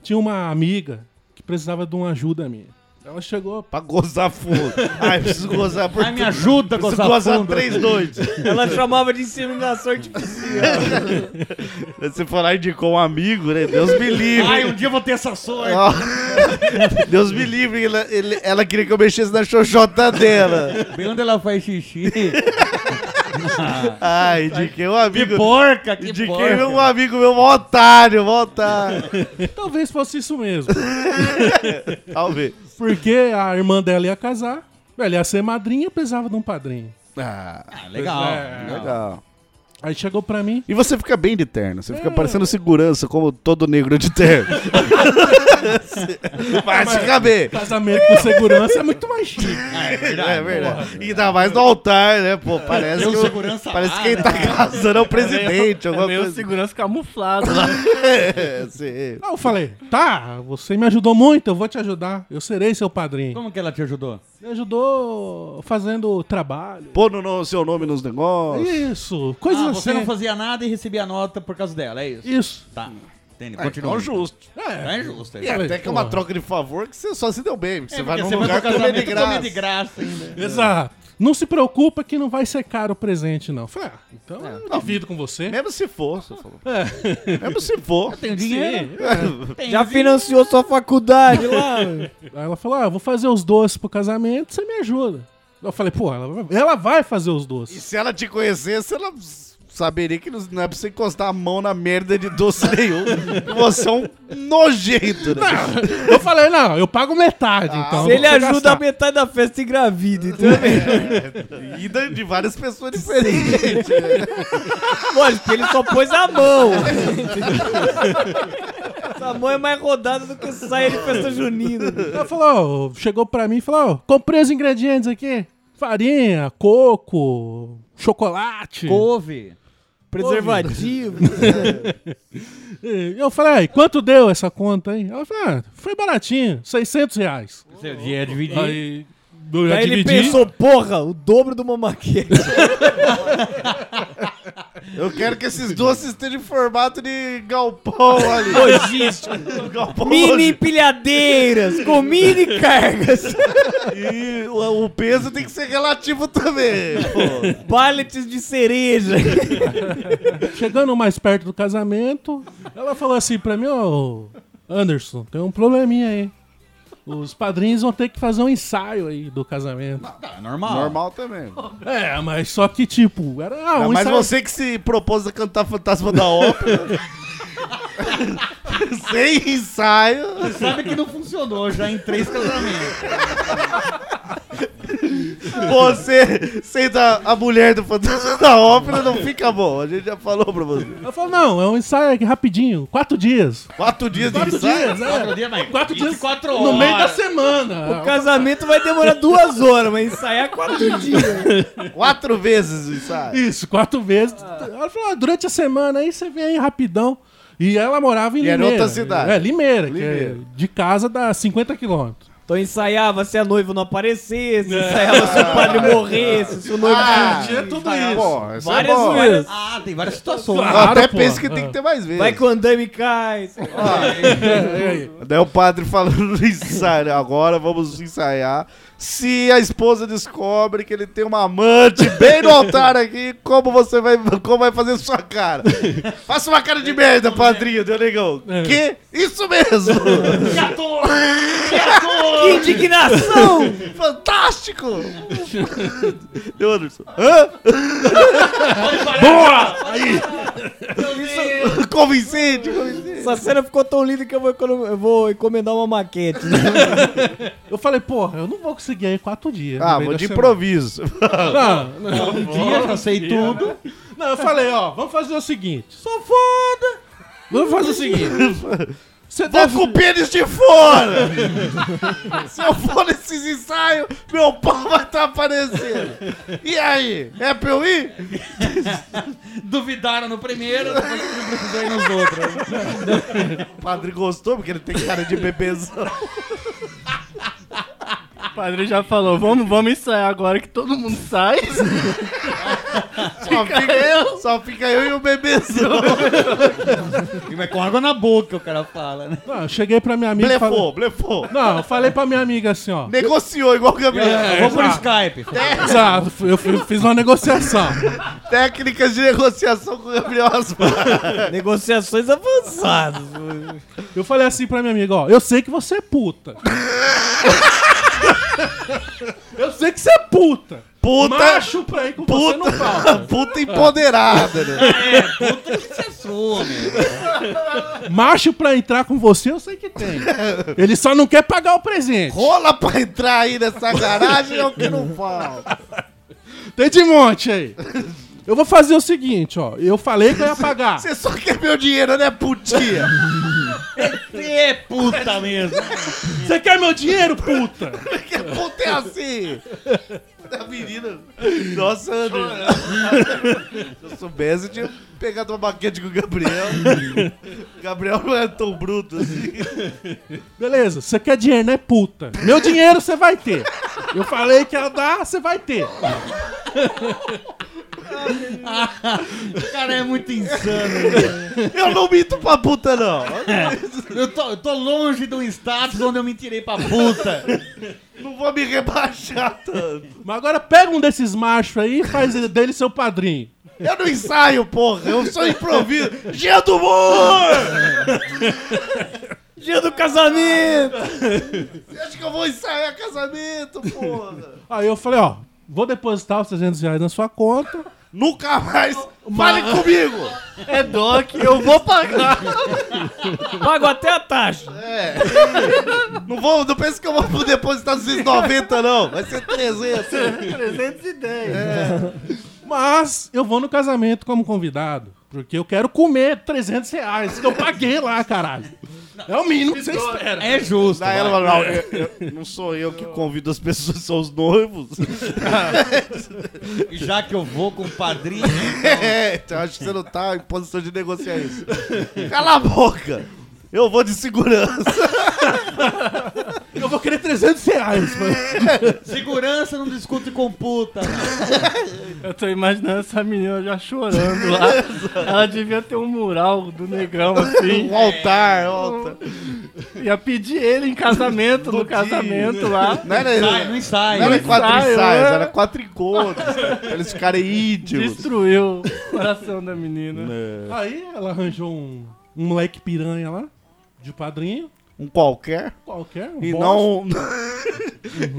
[SPEAKER 9] tinha uma amiga que precisava de uma ajuda minha. Ela chegou,
[SPEAKER 6] Pra gozar fundo. Ai, preciso gozar por
[SPEAKER 7] Ai, me
[SPEAKER 6] tudo.
[SPEAKER 7] ajuda a
[SPEAKER 6] Preciso
[SPEAKER 7] gozar
[SPEAKER 6] gozar
[SPEAKER 7] fundo.
[SPEAKER 6] É. três noites.
[SPEAKER 1] Ela chamava de inseminação artificial.
[SPEAKER 6] Aí Você foi lá e indicou um amigo, né? Deus me livre.
[SPEAKER 7] Ai, um dia eu vou ter essa sorte.
[SPEAKER 6] Ó, Deus me livre, ela, ele- ela queria que eu mexesse na xoxota dela.
[SPEAKER 7] Bem onde ela faz xixi.
[SPEAKER 6] Ai, indiquei um
[SPEAKER 7] Que
[SPEAKER 6] amigo.
[SPEAKER 7] porca, que
[SPEAKER 6] Indiquei
[SPEAKER 7] porca.
[SPEAKER 6] um amigo meu, um otário, um otário.
[SPEAKER 9] talvez fosse isso mesmo.
[SPEAKER 6] Talvez.
[SPEAKER 9] Porque a irmã dela ia casar, ela ia ser madrinha e precisava de um padrinho.
[SPEAKER 7] Ah, legal. legal.
[SPEAKER 6] Legal.
[SPEAKER 9] Aí chegou pra mim,
[SPEAKER 6] E você fica bem de terno, você fica parecendo segurança, como todo negro de terno. Mas fica bem.
[SPEAKER 9] casamento com segurança é muito mais chique.
[SPEAKER 7] Ah, é verdade.
[SPEAKER 6] É verdade. E ainda mais no altar, né, pô? Parece
[SPEAKER 7] Tem um
[SPEAKER 6] que, o-
[SPEAKER 7] segurança
[SPEAKER 6] parece
[SPEAKER 7] lá,
[SPEAKER 6] que quem
[SPEAKER 7] né?
[SPEAKER 6] tá casando é o presidente,
[SPEAKER 2] É
[SPEAKER 6] alguma
[SPEAKER 2] meio
[SPEAKER 6] coisa.
[SPEAKER 2] segurança camuflada. né?
[SPEAKER 6] É, sim.
[SPEAKER 9] Aí eu falei, tá, você me ajudou muito, eu vou te ajudar, eu serei seu padrinho.
[SPEAKER 7] Como que ela te ajudou?
[SPEAKER 9] Me ajudou fazendo trabalho.
[SPEAKER 6] Pô no, no- seu nome nos negócios.
[SPEAKER 9] Isso, coisas
[SPEAKER 7] ah,
[SPEAKER 9] assim.
[SPEAKER 7] você não fazia nada e recebia nota por causa dela, é isso?
[SPEAKER 9] Isso.
[SPEAKER 7] Tá. Entende?
[SPEAKER 6] Hum. Então, justo.
[SPEAKER 7] Não é justo.
[SPEAKER 6] E até que é uma troca de favor que você só se deu bem. porque Você vai num
[SPEAKER 7] É, você vai
[SPEAKER 6] lugar
[SPEAKER 7] pro
[SPEAKER 6] que também de
[SPEAKER 7] casamento comer
[SPEAKER 6] graça.
[SPEAKER 7] de graça ainda.
[SPEAKER 2] Exato. Não se preocupa que não vai ser caro o presente, não. Eu Falei, ah, então
[SPEAKER 1] É,
[SPEAKER 2] eu
[SPEAKER 1] tá
[SPEAKER 2] divido com você.
[SPEAKER 6] Mesmo se for, você falou. Mesmo se for.
[SPEAKER 7] É. Tem dinheiro.
[SPEAKER 1] Já financiou sua faculdade lá. mano.
[SPEAKER 2] Aí ela falou, ah, eu vou fazer os doces pro casamento, você me ajuda. Eu falei, pô, ela, vai- ela vai fazer os
[SPEAKER 6] E
[SPEAKER 2] doces.
[SPEAKER 6] se ela te conhecesse, ela saberia que não é pra você encostar a mão na merda de doce nenhum. Você é um nojento, né?
[SPEAKER 2] Eu falei, não, eu pago metade, então.
[SPEAKER 1] Ah, Se
[SPEAKER 2] eu
[SPEAKER 1] ele
[SPEAKER 2] vou
[SPEAKER 1] ajuda
[SPEAKER 2] gastar.
[SPEAKER 1] a metade da festa engravida, entendeu?
[SPEAKER 6] E da- de várias pessoas diferentes.
[SPEAKER 1] Olha, porque ele só pôs a mão. Essa mão é mais rodada do que saia de festa junina.
[SPEAKER 2] Ela falou, ó, chegou pra mim e falou, ó, comprei os ingredientes aqui. Farinha, coco, chocolate.
[SPEAKER 7] Couve.
[SPEAKER 1] Preservativo.
[SPEAKER 2] E Eu falei, ah, e quanto deu essa conta aí? Ela falou, ah, foi baratinho, 600 reais.
[SPEAKER 7] Você ia dividir.
[SPEAKER 2] Aí eu já
[SPEAKER 1] Aí ele
[SPEAKER 2] dividi.
[SPEAKER 1] pensou, porra, o dobro do mamaquete.
[SPEAKER 6] Eu quero que esses doces estejam em formato de galpão ali. Um
[SPEAKER 1] Logística.
[SPEAKER 6] galpão
[SPEAKER 1] Mini empilhadeiras, com mini cargas.
[SPEAKER 6] E o, o peso tem que ser relativo também. pô.
[SPEAKER 1] Pallets de cereja.
[SPEAKER 2] Chegando mais perto do casamento, ela falou assim pra mim, ô Anderson, tem um probleminha aí. Os padrinhos vão ter que fazer um ensaio aí do casamento.
[SPEAKER 7] Tá, normal.
[SPEAKER 6] Normal também.
[SPEAKER 2] É, mas só que tipo, era ah, um
[SPEAKER 6] Mas
[SPEAKER 2] ensaio.
[SPEAKER 6] você que se propôs a cantar Fantasma da Ópera. Sem ensaio.
[SPEAKER 7] Sabe que não funcionou já em três casamentos.
[SPEAKER 6] Você sendo a, a mulher do Fantasma da Ópera não fica bom. A gente já falou pra você.
[SPEAKER 2] Ela falou, não, é um ensaio aqui rapidinho, quatro dias.
[SPEAKER 6] Quatro dias de
[SPEAKER 2] Quatro
[SPEAKER 6] ensaio.
[SPEAKER 2] dias, é.
[SPEAKER 7] Quatro dias, mas
[SPEAKER 2] Quatro dias
[SPEAKER 7] 24
[SPEAKER 2] no
[SPEAKER 7] horas.
[SPEAKER 2] meio da semana.
[SPEAKER 1] O casamento vai demorar duas horas, mas ensaiar quatro dias.
[SPEAKER 6] Quatro vezes o ensaio.
[SPEAKER 2] Isso, quatro vezes. Ela falou, ah, durante a semana aí você vem aí rapidão. E ela morava em
[SPEAKER 6] E era
[SPEAKER 2] Limeira.
[SPEAKER 6] outra cidade.
[SPEAKER 2] É, Limeira, que é
[SPEAKER 6] Limeira.
[SPEAKER 2] de casa dá 50 quilômetros.
[SPEAKER 1] Então ensaiava se a noiva não aparecesse, ensaiava se o padre morresse, se o noivo...
[SPEAKER 2] Tinha é tudo
[SPEAKER 6] Pô, isso Ah, é
[SPEAKER 1] várias,
[SPEAKER 6] bom.
[SPEAKER 1] várias...
[SPEAKER 7] Ah, tem várias situações.
[SPEAKER 6] Eu
[SPEAKER 2] Claro,
[SPEAKER 6] até
[SPEAKER 2] pô.
[SPEAKER 6] penso que tem
[SPEAKER 2] Ah.
[SPEAKER 6] que ter mais vezes.
[SPEAKER 1] Vai que o andaime cai.
[SPEAKER 6] Daí o padre falando no ensaio, né, agora vamos ensaiar. Se a esposa descobre que ele tem uma amante bem no altar aqui, como você vai, como vai fazer sua cara? Faça uma cara de merda, padrinho, deu negão.
[SPEAKER 2] É.
[SPEAKER 6] Que? Isso mesmo!
[SPEAKER 1] Que indignação!
[SPEAKER 6] Fantástico! Deu, Anderson. Hã? Boa! Aí! Convincente, convincente.
[SPEAKER 1] Essa cena ficou tão linda que eu vou, econom- eu vou encomendar uma maquete.
[SPEAKER 2] Eu falei, porra, eu não vou conseguir aí quatro dias. no
[SPEAKER 6] Ah,
[SPEAKER 2] meio
[SPEAKER 6] vou
[SPEAKER 2] da
[SPEAKER 6] de
[SPEAKER 2] semana.
[SPEAKER 6] improviso.
[SPEAKER 2] Não, não,
[SPEAKER 7] Um dia, já sei tudo.
[SPEAKER 2] não, eu falei, ó, vamos fazer o seguinte. Sou foda! Vamos fazer o seguinte. Você
[SPEAKER 6] Vou
[SPEAKER 2] deve...
[SPEAKER 6] com o pênis de fora! Se eu for nesses ensaios, meu pau vai estar aparecendo! E aí? É pra eu ir?
[SPEAKER 7] Duvidaram no primeiro, depois não precisou ir nos outros.
[SPEAKER 6] O padre gostou porque ele tem cara de bebezão.
[SPEAKER 11] O padre já falou, vamos, vamos ensaiar agora que todo mundo sai.
[SPEAKER 6] Só fica eu, só fica eu e o bebezão.
[SPEAKER 7] Mas com água na boca o cara fala, né?
[SPEAKER 2] Não, eu cheguei pra minha amiga e falei...
[SPEAKER 6] Blefou, Né? blefou.
[SPEAKER 2] Não, eu falei pra minha amiga assim, ó.
[SPEAKER 6] Negociou igual o
[SPEAKER 11] É.
[SPEAKER 6] Gabriel.
[SPEAKER 7] Vou por Skype.
[SPEAKER 2] Exato, eu fui- fiz uma negociação.
[SPEAKER 6] Técnicas de negociação com o Gabriel Asmar.
[SPEAKER 1] Negociações avançadas.
[SPEAKER 2] Eu falei assim pra minha amiga, ó, eu sei que você é puta. eu sei que você é puta.
[SPEAKER 6] Puta,
[SPEAKER 2] Macho pra ir com você não falta.
[SPEAKER 6] puta empoderada, né?
[SPEAKER 2] Macho pra entrar com você eu sei que tem. Ele só não quer pagar o presente.
[SPEAKER 6] Rola pra entrar aí nessa garagem é o que não falta.
[SPEAKER 2] Tem de monte aí. Eu vou fazer o seguinte, ó. Eu falei que eu ia pagar.
[SPEAKER 6] Você só quer meu dinheiro, né, putinha?
[SPEAKER 7] É puta mesmo.
[SPEAKER 2] Você quer meu dinheiro, puta?
[SPEAKER 6] Que puta é assim? A menina. Nossa, André. Se eu soubesse, eu tinha pegado uma maquete com o Gabriel. O Gabriel não é tão bruto assim.
[SPEAKER 2] Beleza, você quer dinheiro, né, puta? Meu dinheiro você vai ter. Eu falei que ia dar, você vai ter.
[SPEAKER 7] O cara é muito insano.
[SPEAKER 6] Eu não minto pra puta, não.
[SPEAKER 7] Eu tô, eu tô longe de um status onde eu me tirei pra puta.
[SPEAKER 6] Não vou me rebaixar tanto.
[SPEAKER 9] Mas agora pega um desses machos aí e faz ele- dele seu padrinho.
[SPEAKER 6] Eu não ensaio, porra. Eu sou improviso. Dia do humor!
[SPEAKER 1] Dia do casamento!
[SPEAKER 6] Você acha que eu vou ensaiar casamento, porra?
[SPEAKER 9] Aí eu falei, ó, vou depositar os 300 reais na sua conta.
[SPEAKER 6] Nunca mais fale comigo!
[SPEAKER 2] É Doc, eu vou pagar.
[SPEAKER 1] Pago até a taxa.
[SPEAKER 6] É. Não vou, não penso que eu vou depositar 290, não. Vai ser É. 300.
[SPEAKER 2] 310.
[SPEAKER 9] Mas eu vou no casamento como convidado. Porque eu quero comer 300 reais que eu paguei lá, caralho. É o mínimo que você espera.
[SPEAKER 7] É justo.
[SPEAKER 6] Daí ela
[SPEAKER 7] vai.
[SPEAKER 6] fala, não, eu- eu- não sou eu que convido as pessoas, são os noivos.
[SPEAKER 7] Já que eu vou com o padrinho, então,
[SPEAKER 6] É, então acho que você não tá em posição de negociar isso. Cala a boca! Eu vou de segurança.
[SPEAKER 9] Eu vou querer 300 reais. mano.
[SPEAKER 7] segurança não discute com puta.
[SPEAKER 2] Eu tô imaginando essa menina já chorando lá. Ela devia ter um mural do negão assim.
[SPEAKER 6] Um altar, um altar.
[SPEAKER 2] Ia pedir ele em casamento,
[SPEAKER 9] né?
[SPEAKER 2] no casamento lá.
[SPEAKER 6] Não era,
[SPEAKER 7] Sai,
[SPEAKER 6] não
[SPEAKER 7] não sai.
[SPEAKER 6] era quatro
[SPEAKER 2] ensaio,
[SPEAKER 6] ensaios,
[SPEAKER 2] né?
[SPEAKER 6] era quatro encontros. Pra eles ficarem íntimos.
[SPEAKER 2] Destruiu o coração da menina.
[SPEAKER 9] Aí ela arranjou um, um moleque piranha lá, de padrinho,
[SPEAKER 6] Um qualquer.
[SPEAKER 9] qualquer. Um
[SPEAKER 6] E
[SPEAKER 9] bosta.
[SPEAKER 6] não um...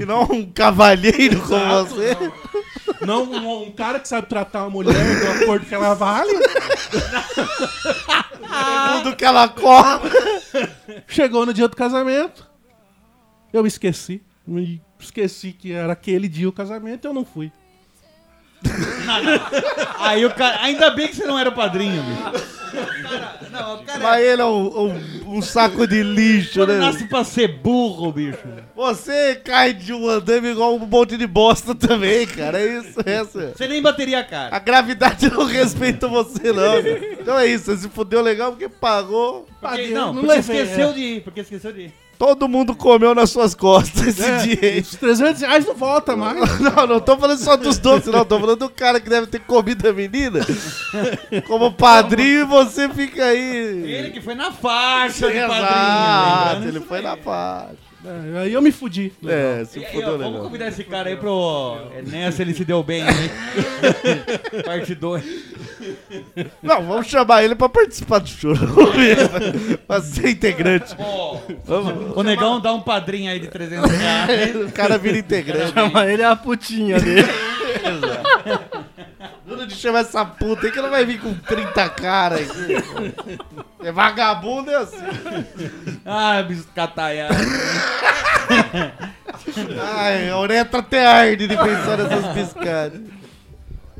[SPEAKER 6] e não um cavalheiro como você.
[SPEAKER 9] Não um, um cara que sabe tratar uma mulher do acordo que ela vale.
[SPEAKER 6] Tudo Um que ela cobra.
[SPEAKER 9] Chegou no dia do casamento. Eu esqueci. Me esqueci que era aquele dia o casamento eu não fui.
[SPEAKER 7] Aí o cara. Ainda bem que você não era o padrinho, bicho.
[SPEAKER 6] Mas ele é um, um- um saco de lixo,
[SPEAKER 7] Quando
[SPEAKER 6] né?
[SPEAKER 7] nasce pra ser burro, bicho.
[SPEAKER 6] Você cai de um andame igual um monte de bosta também, cara. É isso, é isso.
[SPEAKER 7] Você nem bateria a cara.
[SPEAKER 6] A gravidade não respeita você, não. cara. Então é isso, você se fudeu legal porque pagou.
[SPEAKER 7] Porque,
[SPEAKER 9] Paguei,
[SPEAKER 7] não,
[SPEAKER 9] não
[SPEAKER 7] porque
[SPEAKER 9] levei,
[SPEAKER 7] esqueceu
[SPEAKER 9] é.
[SPEAKER 7] de ir, porque esqueceu de ir.
[SPEAKER 6] Todo mundo comeu nas suas costas esse
[SPEAKER 7] É.
[SPEAKER 6] dia.
[SPEAKER 9] É, Os 300 reais não volta mais.
[SPEAKER 6] Não, não tô falando só dos doces, não. Tô falando do cara que deve ter comido a menina. Como padrinho, e você fica aí.
[SPEAKER 7] Ele que foi na faixa de né?
[SPEAKER 6] Exato,
[SPEAKER 7] padrinho.
[SPEAKER 6] ele foi na parte.
[SPEAKER 9] É, aí eu me fudi.
[SPEAKER 6] É, se
[SPEAKER 7] Aí, ó,
[SPEAKER 6] fudeu
[SPEAKER 7] vamos
[SPEAKER 6] legal.
[SPEAKER 7] convidar esse cara aí pro. É nessa ele se deu bem, hein? Parte 2.
[SPEAKER 6] Não, vamos chamar ele pra participar do chorão mesmo. Pra ser integrante.
[SPEAKER 7] O negão dá um padrinho aí de 300 reais.
[SPEAKER 6] O cara vira integrante.
[SPEAKER 2] Chama ele é a putinha dele.
[SPEAKER 6] Duro de chamar essa puta aí que ela vai vir com 30 caras aqui. É vagabundo é assim.
[SPEAKER 7] Ah, bicho cataia.
[SPEAKER 6] Ai, a uretra até arde de pensar nessas piscadas.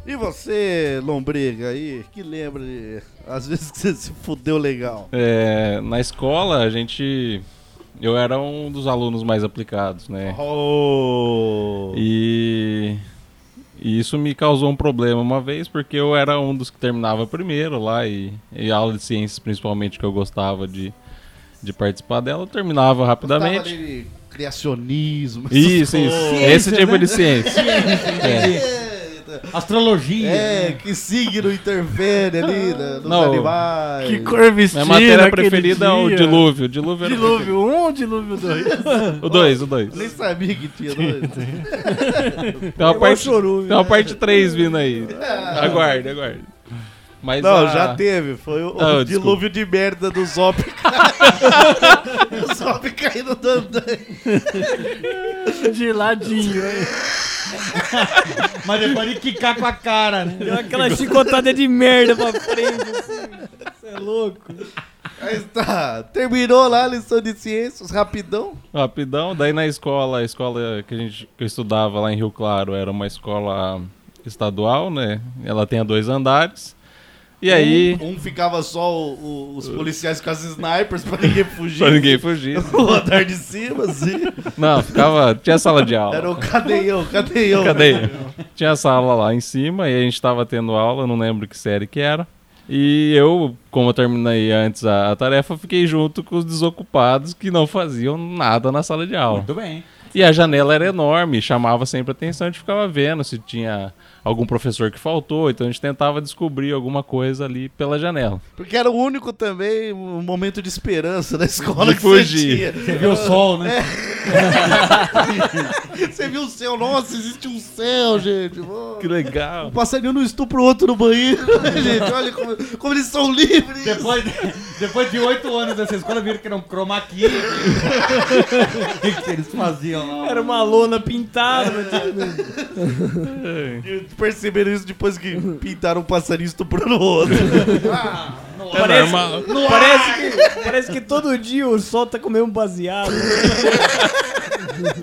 [SPEAKER 6] E você, lombriga aí, que lembra de... Às vezes que você se fudeu legal.
[SPEAKER 12] É, na escola, a gente. Eu era um dos alunos mais aplicados, né?
[SPEAKER 6] Oh.
[SPEAKER 12] E. e isso me causou um problema uma vez, porque eu era um dos que terminava primeiro lá, e, e a aula de ciências, principalmente, que eu gostava de, de participar dela, eu terminava
[SPEAKER 6] Tava
[SPEAKER 12] rapidamente.
[SPEAKER 6] de criacionismo. essas
[SPEAKER 12] Isso, isso. Esse tipo de ciência.
[SPEAKER 7] Astrologia.
[SPEAKER 6] É, que signo interfere ali né, nos
[SPEAKER 12] Não.
[SPEAKER 6] animais.
[SPEAKER 2] Que cor vestida.
[SPEAKER 12] Minha matéria
[SPEAKER 2] aquele
[SPEAKER 12] preferida é o
[SPEAKER 2] dia.
[SPEAKER 12] dilúvio. O Dilúvio era
[SPEAKER 2] Dilúvio 1 ou dilúvio 2?
[SPEAKER 12] o 2, o 2.
[SPEAKER 6] Nem sabia que tinha dois.
[SPEAKER 12] Tem uma parte, tem uma parte 3 vindo aí. Aguarde, aguarde. Mas
[SPEAKER 6] Não,
[SPEAKER 12] a-
[SPEAKER 6] já teve. Foi o, o
[SPEAKER 12] Ah,
[SPEAKER 6] dilúvio de merda do Zop. o Zop caindo do andaime.
[SPEAKER 2] De ladinho. hein?
[SPEAKER 7] Mas depois de quicar com a cara, né?
[SPEAKER 1] Deu aquela chicotada de merda pra frente, assim. Você é louco.
[SPEAKER 6] Aí está. Terminou lá a lição de ciências, rapidão.
[SPEAKER 12] Rapidão, daí na escola, a escola que, a gente, que eu estudava lá em Rio Claro era uma escola estadual, né? Ela tinha dois andares. E aí,
[SPEAKER 6] Um ficava só o- o- os policiais com as snipers pra ninguém fugir.
[SPEAKER 12] pra ninguém fugir.
[SPEAKER 6] O andar de cima, assim.
[SPEAKER 12] Não, ficava. Tinha sala de aula.
[SPEAKER 6] Era o cadeião, cadeião.
[SPEAKER 12] Cadê? Tinha a sala lá em cima e a gente tava tendo aula, não lembro que série que era. E eu, como eu terminei antes a, a tarefa, fiquei junto com os desocupados que não faziam nada na sala de aula.
[SPEAKER 7] Muito bem.
[SPEAKER 12] E a janela era enorme, chamava sempre atenção, a gente ficava vendo se tinha algum professor que faltou, então a gente tentava descobrir alguma coisa ali pela janela.
[SPEAKER 6] Porque era o único também um momento de esperança da escola
[SPEAKER 12] De
[SPEAKER 6] que você
[SPEAKER 12] fugir.
[SPEAKER 6] tinha.
[SPEAKER 12] Você viu o sol, né?
[SPEAKER 6] É. você viu o céu. Nossa, existe um céu, gente. Pô.
[SPEAKER 12] Que legal.
[SPEAKER 6] Um passarinho não estupra o outro no banheiro, né, gente. Olha como, como eles são livres.
[SPEAKER 7] Depois, depois de oito anos dessa escola, viram que era um chroma key. O que, que eles faziam lá?
[SPEAKER 1] Era uma lona pintada.
[SPEAKER 6] E Perceberam isso depois que pintaram um passarinho estuprando o outro.
[SPEAKER 1] Parece,
[SPEAKER 12] normal.
[SPEAKER 1] parece, que, parece que todo dia o sol tá comendo um baseado.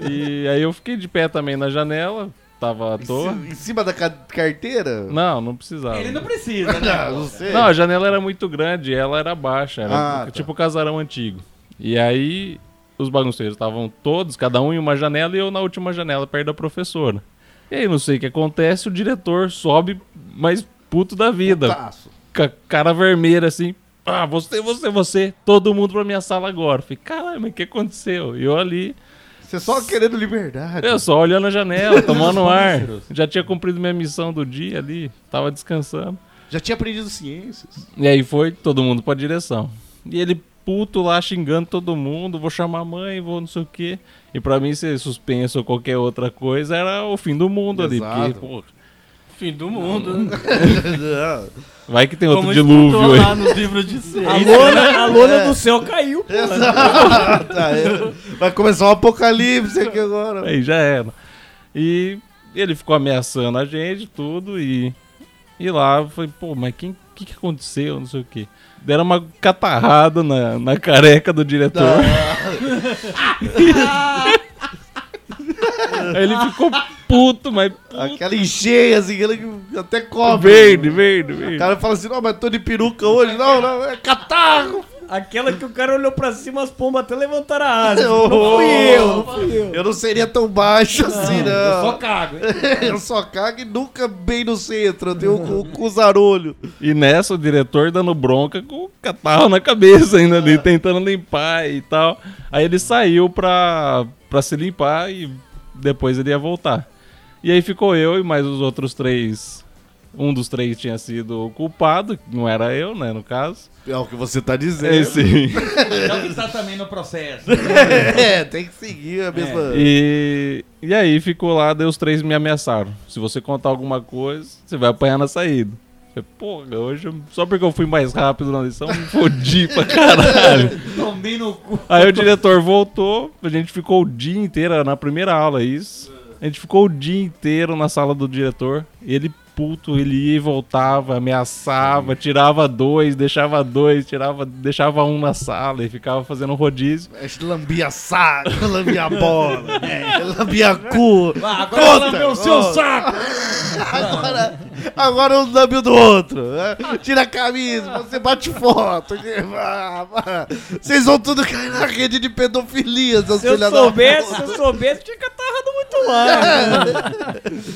[SPEAKER 12] E aí eu fiquei de pé também na janela, tava à toa.
[SPEAKER 6] Em cima da ca- carteira?
[SPEAKER 12] Não, não precisava.
[SPEAKER 7] Ele não precisa, né?
[SPEAKER 6] Ah, Não, não sei.
[SPEAKER 12] Não, a janela era muito grande, ela era baixa, era
[SPEAKER 6] Ah, tá.
[SPEAKER 12] tipo o casarão antigo. E aí os bagunceiros estavam todos, cada um em uma janela e eu na última janela, perto da professora. E aí não sei o que acontece, o diretor sobe, mas puto da vida.
[SPEAKER 6] Putaço.
[SPEAKER 12] Ca- cara vermelha assim. Ah, você, você, você, todo mundo pra minha sala agora. Falei, caralho, mas o que aconteceu? E eu ali,
[SPEAKER 6] Você só querendo liberdade.
[SPEAKER 12] eu só olhando a janela, tomando ar. Já tinha cumprido minha missão do dia ali, tava descansando.
[SPEAKER 6] Já tinha aprendido ciências.
[SPEAKER 12] E aí foi todo mundo pra direção. E ele puto lá xingando todo mundo, vou chamar a mãe, vou não sei o quê. E pra mim ser suspenso ou qualquer outra coisa era o fim do mundo ali,
[SPEAKER 6] Exato.
[SPEAKER 12] porque pô,
[SPEAKER 2] Fim do mundo. né?
[SPEAKER 6] Não.
[SPEAKER 12] vai que tem outro
[SPEAKER 2] Como
[SPEAKER 12] dilúvio
[SPEAKER 2] escutou
[SPEAKER 12] aí.
[SPEAKER 2] lá nos livros de
[SPEAKER 1] A
[SPEAKER 2] ciência.
[SPEAKER 1] lona, a lona do céu caiu. pô.
[SPEAKER 6] Tá, é. Vai começar um apocalipse aqui agora.
[SPEAKER 12] Aí já era. E ele ficou ameaçando a gente, tudo, e. E lá eu falei, pô, mas quem que, que aconteceu? Não sei o quê. Deram uma catarrada na, na careca do diretor. Aí ele ficou puto, mas puto,
[SPEAKER 6] Aquela encheia, assim, aquela que até cobre.
[SPEAKER 12] verde, verde, verde.
[SPEAKER 6] O cara fala assim, não, mas tô de peruca hoje. Não, não, é catarro.
[SPEAKER 1] Aquela que o cara olhou pra cima, as pombas até levantaram a asa.
[SPEAKER 6] Ô,
[SPEAKER 1] Não fui eu, não fui eu.
[SPEAKER 6] Eu não seria tão baixo assim, não.
[SPEAKER 7] Eu só cago. hein?
[SPEAKER 6] Eu só cago e nunca bem no centro. Eu tenho o, o cusarolho.
[SPEAKER 12] E nessa, o diretor dando bronca com o catarro na cabeça ainda ali, tentando limpar e tal. Aí ele saiu pra, pra se limpar e depois ele ia voltar. E aí ficou eu e mais os outros três. Um dos três tinha sido o culpado, que não era eu, né, no caso.
[SPEAKER 6] É o que você tá dizendo.
[SPEAKER 12] Esse.
[SPEAKER 7] Então que está também no processo.
[SPEAKER 6] É, tem que seguir a mesma.
[SPEAKER 12] E, e aí ficou lá, daí os três me ameaçaram. Se você contar alguma coisa, você vai apanhar na saída. Eu Falei, Porra, hoje, eu- só porque eu fui mais rápido na lição, me fodi pra caralho.
[SPEAKER 7] Tomei no cu.
[SPEAKER 12] Aí o diretor voltou, a gente ficou o dia inteiro, era na primeira aula isso. A gente ficou o dia inteiro na sala do diretor. E ele puto, ele ia e voltava, ameaçava, tirava dois, deixava dois, tirava, deixava um na sala e ficava fazendo um rodízio.
[SPEAKER 6] Lambia saco, lambia bola, lambia cu.
[SPEAKER 7] Ah, É. agora eu lambei o seu saco.
[SPEAKER 6] Agora, agora um lambe o do outro. né? Tira a camisa, você bate foto. Ah, ah. Vocês vão tudo cair na rede de pedofilia, seus
[SPEAKER 1] Se eu
[SPEAKER 6] filha da
[SPEAKER 1] soubesse,
[SPEAKER 6] puta.
[SPEAKER 1] se eu soubesse, tinha catarrado muito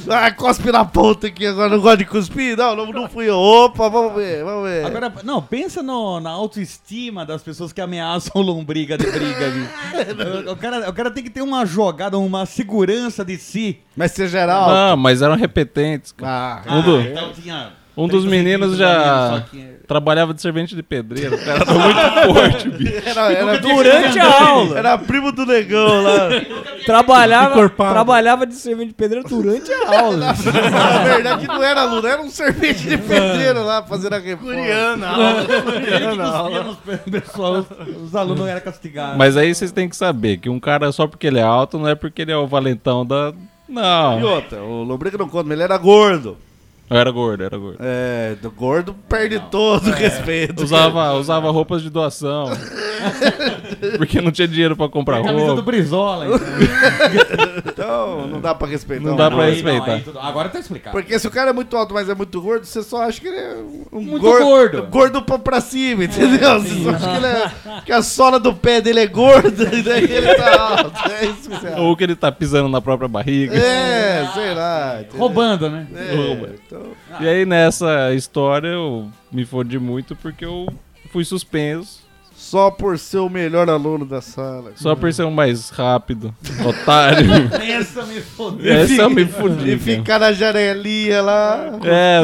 [SPEAKER 1] lá.
[SPEAKER 6] Ah, cospe na ponta aqui agora, não gosta de cuspir? Não, não, não fui eu. Opa, vamos ver, vamos ver.
[SPEAKER 7] Agora, não, pensa no- na autoestima das pessoas que ameaçam lombriga de briga ali. o, o cara, o cara tem que ter uma jogada, uma segurança de si.
[SPEAKER 6] Mas ser geral.
[SPEAKER 12] Ah, mas eram repetentes, cara.
[SPEAKER 6] Ah,
[SPEAKER 12] Um do-
[SPEAKER 7] então tinha
[SPEAKER 12] Um dos
[SPEAKER 7] 30
[SPEAKER 12] meninos
[SPEAKER 7] centímetros a
[SPEAKER 12] já
[SPEAKER 7] menos,
[SPEAKER 12] tá
[SPEAKER 7] só que-
[SPEAKER 12] trabalhava de servente de pedreiro. O cara era muito forte, bicho.
[SPEAKER 6] era, era,
[SPEAKER 1] Durante a aula.
[SPEAKER 6] era primo do negão lá.
[SPEAKER 1] Trabalhava,
[SPEAKER 9] Encorpado.
[SPEAKER 1] trabalhava de servente de pedreiro durante a aula.
[SPEAKER 6] Na verdade, é não era aluno, era um sorvete de pedreiro lá fazendo a reforma.
[SPEAKER 7] Ele que cuspia nos- pessoal, os, os alunos eram castigados.
[SPEAKER 12] Mas aí vocês têm que saber que um cara só porque ele é alto não é porque ele é o valentão da.
[SPEAKER 6] E
[SPEAKER 12] Não.
[SPEAKER 6] outra, o Lombriga não conta, mas ele era gordo.
[SPEAKER 12] Eu era gordo, eu era gordo.
[SPEAKER 6] É, do gordo perde todo o respeito.
[SPEAKER 12] É. Usava, usava roupas de doação. é Porque não tinha dinheiro pra comprar
[SPEAKER 7] Camisa do
[SPEAKER 12] roupa.
[SPEAKER 7] Brizola. então.
[SPEAKER 6] Então, não dá pra respeitar.
[SPEAKER 12] Não dá pra
[SPEAKER 7] Aí,
[SPEAKER 12] respeitar.
[SPEAKER 7] não, aí tudo- agora tá explicado.
[SPEAKER 6] Porque se o cara é muito alto, mas é muito gordo, você só acha que ele é um
[SPEAKER 7] Muito
[SPEAKER 6] gordo.
[SPEAKER 7] gordo.
[SPEAKER 6] Gordo pra, pra cima, entendeu? você só acha que, ele é, que a sola do pé dele é gorda e daí ele tá alto. É isso que você acha.
[SPEAKER 12] Ou que ele tá pisando na própria barriga.
[SPEAKER 6] É, sei lá. entendeu?
[SPEAKER 7] Roubando, né?
[SPEAKER 6] É, então,
[SPEAKER 12] E aí nessa história eu me fodi muito porque eu fui suspenso.
[SPEAKER 6] Só por ser o melhor aluno da sala.
[SPEAKER 12] Só por ser o mais rápido, otário.
[SPEAKER 6] Essa me fodeu.
[SPEAKER 12] Essa eu me
[SPEAKER 6] E
[SPEAKER 12] fudi. cara.
[SPEAKER 6] ficar na janelinha lá.
[SPEAKER 12] É,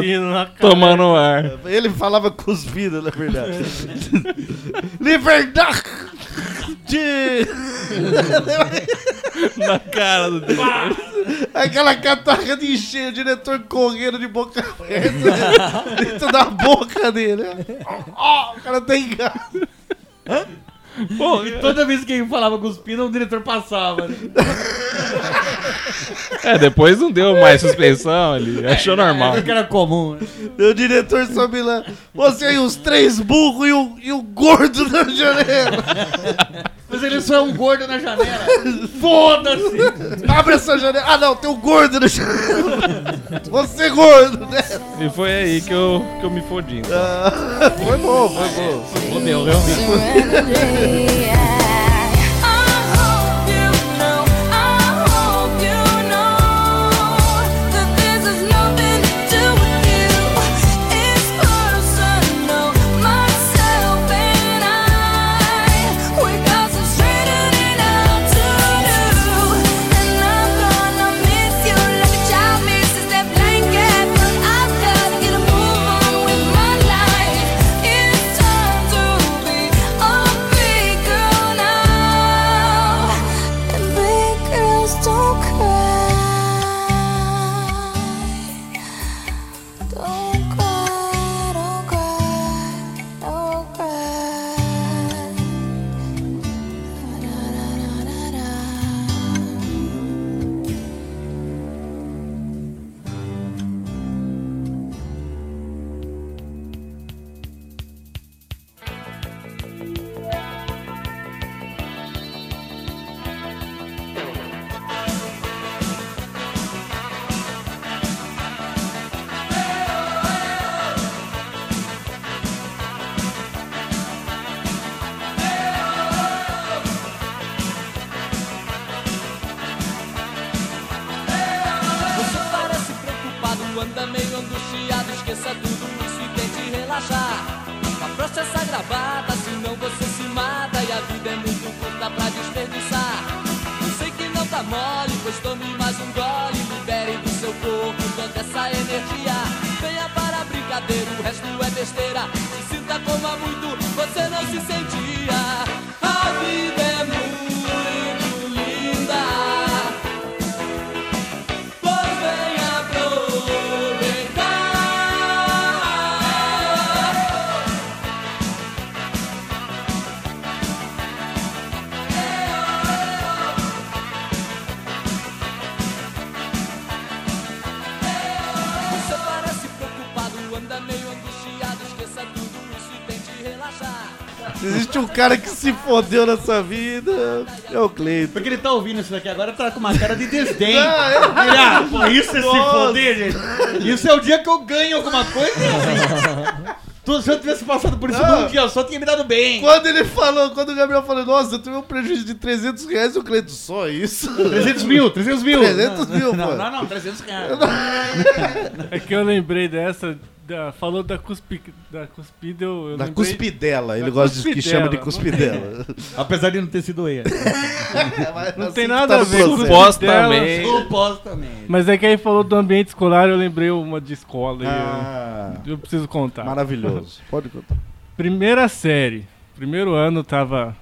[SPEAKER 12] tomando um ar.
[SPEAKER 6] Ele falava cuspida, na verdade. Liberdade!
[SPEAKER 12] Na cara do diretor.
[SPEAKER 6] Aquela catarra de encher, o diretor correndo de boca aberta dentro da boca dele. Ó, o cara tá engasgado.
[SPEAKER 7] Pô, e toda vez que ele falava cuspindo, o diretor passava. Né?
[SPEAKER 12] É, depois não deu mais suspensão ele Achou normal.
[SPEAKER 7] Porque era comum.
[SPEAKER 6] O diretor sobe lá. Você e os três burros e o, e o gordo na janela.
[SPEAKER 7] Mas ele só é um gordo na janela. Foda-se!
[SPEAKER 6] Abre essa janela. Ah, não, tem um gordo na janela. Você gordo, né?
[SPEAKER 12] E foi aí que eu, que eu me fodi. então.
[SPEAKER 6] Foi bom, foi bom.
[SPEAKER 12] Fodeu, realmente.
[SPEAKER 5] Don't cry. Don't cry, don't cry, don't cry.
[SPEAKER 10] Você parece preocupado, anda meio angustiado, esqueça tudo isso e tente relaxar. Afrouxe essa gravata, senão você se mata e a vida é muito curta pra desperdiçar. Eu sei que não tá mole, pois tome mais um gole, libere do seu corpo toda essa energia. Venha para a brincadeira, o resto é besteira. Se sinta como há muito, você não se sentia. A vida é muito linda. Pois vem aproveitar. Você parece preocupado, anda meio angustiado, esqueça tudo isso e tente relaxar.
[SPEAKER 6] Existe um cara que se fodeu nessa vida. É o Cleiton.
[SPEAKER 7] Porque ele tá ouvindo isso daqui agora, tá com uma cara de desdém.
[SPEAKER 6] Ah, eu-
[SPEAKER 7] Ele, ah, pô, isso é se
[SPEAKER 6] Nossa.
[SPEAKER 7] foder, gente. Isso é o dia que eu ganho alguma coisa. é assim. Tu- Se eu tivesse passado por isso
[SPEAKER 6] Não.
[SPEAKER 7] num dia só, tinha me dado bem.
[SPEAKER 6] Quando ele falou, quando o Gabriel falou, nossa, eu tive um prejuízo de 300 reais, o Cleiton, só isso?
[SPEAKER 7] 300 mil, 300 mil.
[SPEAKER 6] 300 mil,
[SPEAKER 7] não,
[SPEAKER 6] mano.
[SPEAKER 7] não, não, 300 reais.
[SPEAKER 2] É que eu lembrei dessa. da- falou da, cuspi, da cuspida, eu, eu
[SPEAKER 6] Da
[SPEAKER 2] lembrei-
[SPEAKER 6] cuspidela, ele
[SPEAKER 2] da
[SPEAKER 6] gosta de que
[SPEAKER 2] cuspidela,
[SPEAKER 6] chama de
[SPEAKER 2] não-
[SPEAKER 6] cuspidela.
[SPEAKER 7] Apesar de não ter sido ele.
[SPEAKER 2] Não tem
[SPEAKER 6] que
[SPEAKER 2] nada
[SPEAKER 6] tá
[SPEAKER 2] a
[SPEAKER 6] no
[SPEAKER 2] ver
[SPEAKER 6] processo.
[SPEAKER 2] supostamente.
[SPEAKER 7] Supostamente.
[SPEAKER 2] Mas é que aí falou do ambiente escolar, eu lembrei uma de escola. e eu-
[SPEAKER 6] Ah.
[SPEAKER 2] eu, preciso contar.
[SPEAKER 6] Maravilhoso. Pode
[SPEAKER 7] É,
[SPEAKER 6] contar.
[SPEAKER 2] Primeira série. Primeiro ano eu tava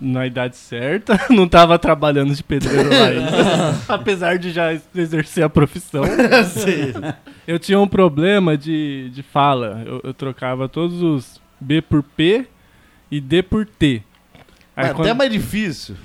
[SPEAKER 2] na idade certa, não tava trabalhando de pedreiro lá ainda. Apesar de já exercer a profissão.
[SPEAKER 6] Sim.
[SPEAKER 2] Eu tinha um problema de, de fala. Eu, eu trocava todos os B por P e D por T. Aí
[SPEAKER 6] Mas
[SPEAKER 2] quando-
[SPEAKER 6] Até mais difícil.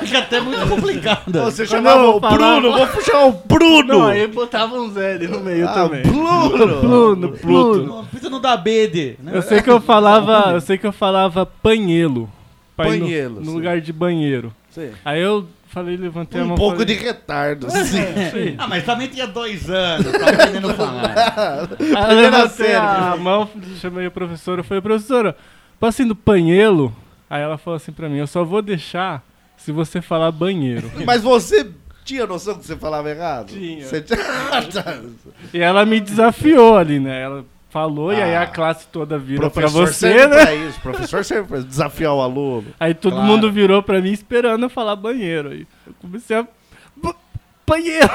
[SPEAKER 7] Fica É até muito complicado.
[SPEAKER 6] Pô, Você
[SPEAKER 2] Quando
[SPEAKER 6] chamava
[SPEAKER 2] eu
[SPEAKER 6] o
[SPEAKER 2] falava-
[SPEAKER 6] Bruno, vou puxar o Bruno.
[SPEAKER 2] Não, aí botava um L no meio
[SPEAKER 6] Ah,
[SPEAKER 2] também.
[SPEAKER 6] Bruno.
[SPEAKER 2] Bruno, Bruno.
[SPEAKER 7] Não precisa não dar BD. Né?
[SPEAKER 2] Eu sei que eu falava, eu sei que eu falava panhelo. Pai, no-
[SPEAKER 6] Banhelo,
[SPEAKER 2] No,
[SPEAKER 6] sim.
[SPEAKER 2] lugar de banheiro.
[SPEAKER 6] Sim.
[SPEAKER 2] Aí eu falei, levantei a
[SPEAKER 6] Um
[SPEAKER 2] mão.
[SPEAKER 6] pouco
[SPEAKER 2] falei,
[SPEAKER 6] de retardo. Sim.
[SPEAKER 2] Sim.
[SPEAKER 7] Ah, mas também tinha dois anos, tava aprendendo a falar.
[SPEAKER 2] Aí eu levantei a mão, chamei a professora, eu falei, professora, passei no banheiro. Aí ela falou assim pra mim, eu só vou deixar se você falar banheiro.
[SPEAKER 6] Mas você tinha noção que você Ah, tá. falava errado?
[SPEAKER 2] Tinha.
[SPEAKER 6] Você tinha...
[SPEAKER 2] e ela me desafiou ali, né? Ela falou, e aí
[SPEAKER 6] Ah.
[SPEAKER 2] a classe toda vira pra
[SPEAKER 6] professor
[SPEAKER 2] você,
[SPEAKER 6] serve
[SPEAKER 2] né?
[SPEAKER 6] pra isso, professor serve pra desafiar o aluno.
[SPEAKER 2] Aí todo
[SPEAKER 6] Claro.
[SPEAKER 2] mundo virou pra mim esperando eu falar banheiro. Aí eu comecei a. "Ba- Banheiro!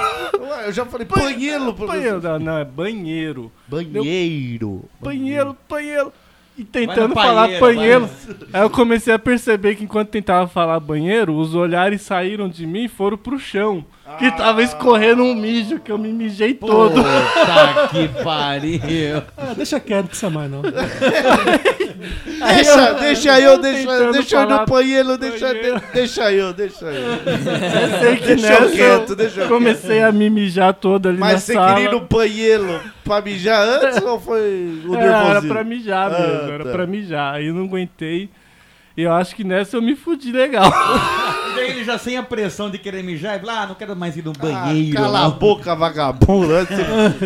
[SPEAKER 6] eu já falei banheiro,
[SPEAKER 2] banheiro. Não, não, é banheiro.
[SPEAKER 6] Banheiro.
[SPEAKER 2] Banheiro, banheiro. E
[SPEAKER 7] Vai
[SPEAKER 2] tentando
[SPEAKER 7] no
[SPEAKER 2] falar
[SPEAKER 7] banheiro,
[SPEAKER 2] banheiro.
[SPEAKER 7] vai.
[SPEAKER 2] Aí eu comecei a perceber que enquanto tentava falar banheiro, os olhares saíram de mim e foram pro chão.
[SPEAKER 9] Ah.
[SPEAKER 2] Que tava escorrendo um mijo, que eu me mijei todo.
[SPEAKER 7] Puta que pariu.
[SPEAKER 9] Ah, deixa quieto que isso é mais não.
[SPEAKER 6] Deixa, deixa eu, deixa,
[SPEAKER 9] tentando
[SPEAKER 6] deixa eu ir
[SPEAKER 9] falar
[SPEAKER 6] no banheiro, deixa, de- deixa eu, deixa eu.
[SPEAKER 2] Eu sei que
[SPEAKER 6] deixa
[SPEAKER 2] nessa
[SPEAKER 6] eu quieto, deixa eu
[SPEAKER 2] comecei
[SPEAKER 6] quieto.
[SPEAKER 2] a me mijar todo ali na
[SPEAKER 6] Mas você
[SPEAKER 2] sala.
[SPEAKER 6] queria ir no banheiro pra mijar antes ou foi o
[SPEAKER 2] É,
[SPEAKER 6] nervosinho?
[SPEAKER 2] era pra mijar
[SPEAKER 6] Ah,
[SPEAKER 2] mesmo, era
[SPEAKER 6] tá.
[SPEAKER 2] pra mijar. Aí eu não aguentei. E eu acho que nessa eu me fudi legal.
[SPEAKER 7] E daí ele já sem a pressão de querer mijar, ele fala, ah, não quero mais ir no banheiro.
[SPEAKER 2] né?
[SPEAKER 6] cala a
[SPEAKER 7] não.
[SPEAKER 6] boca, vagabundo.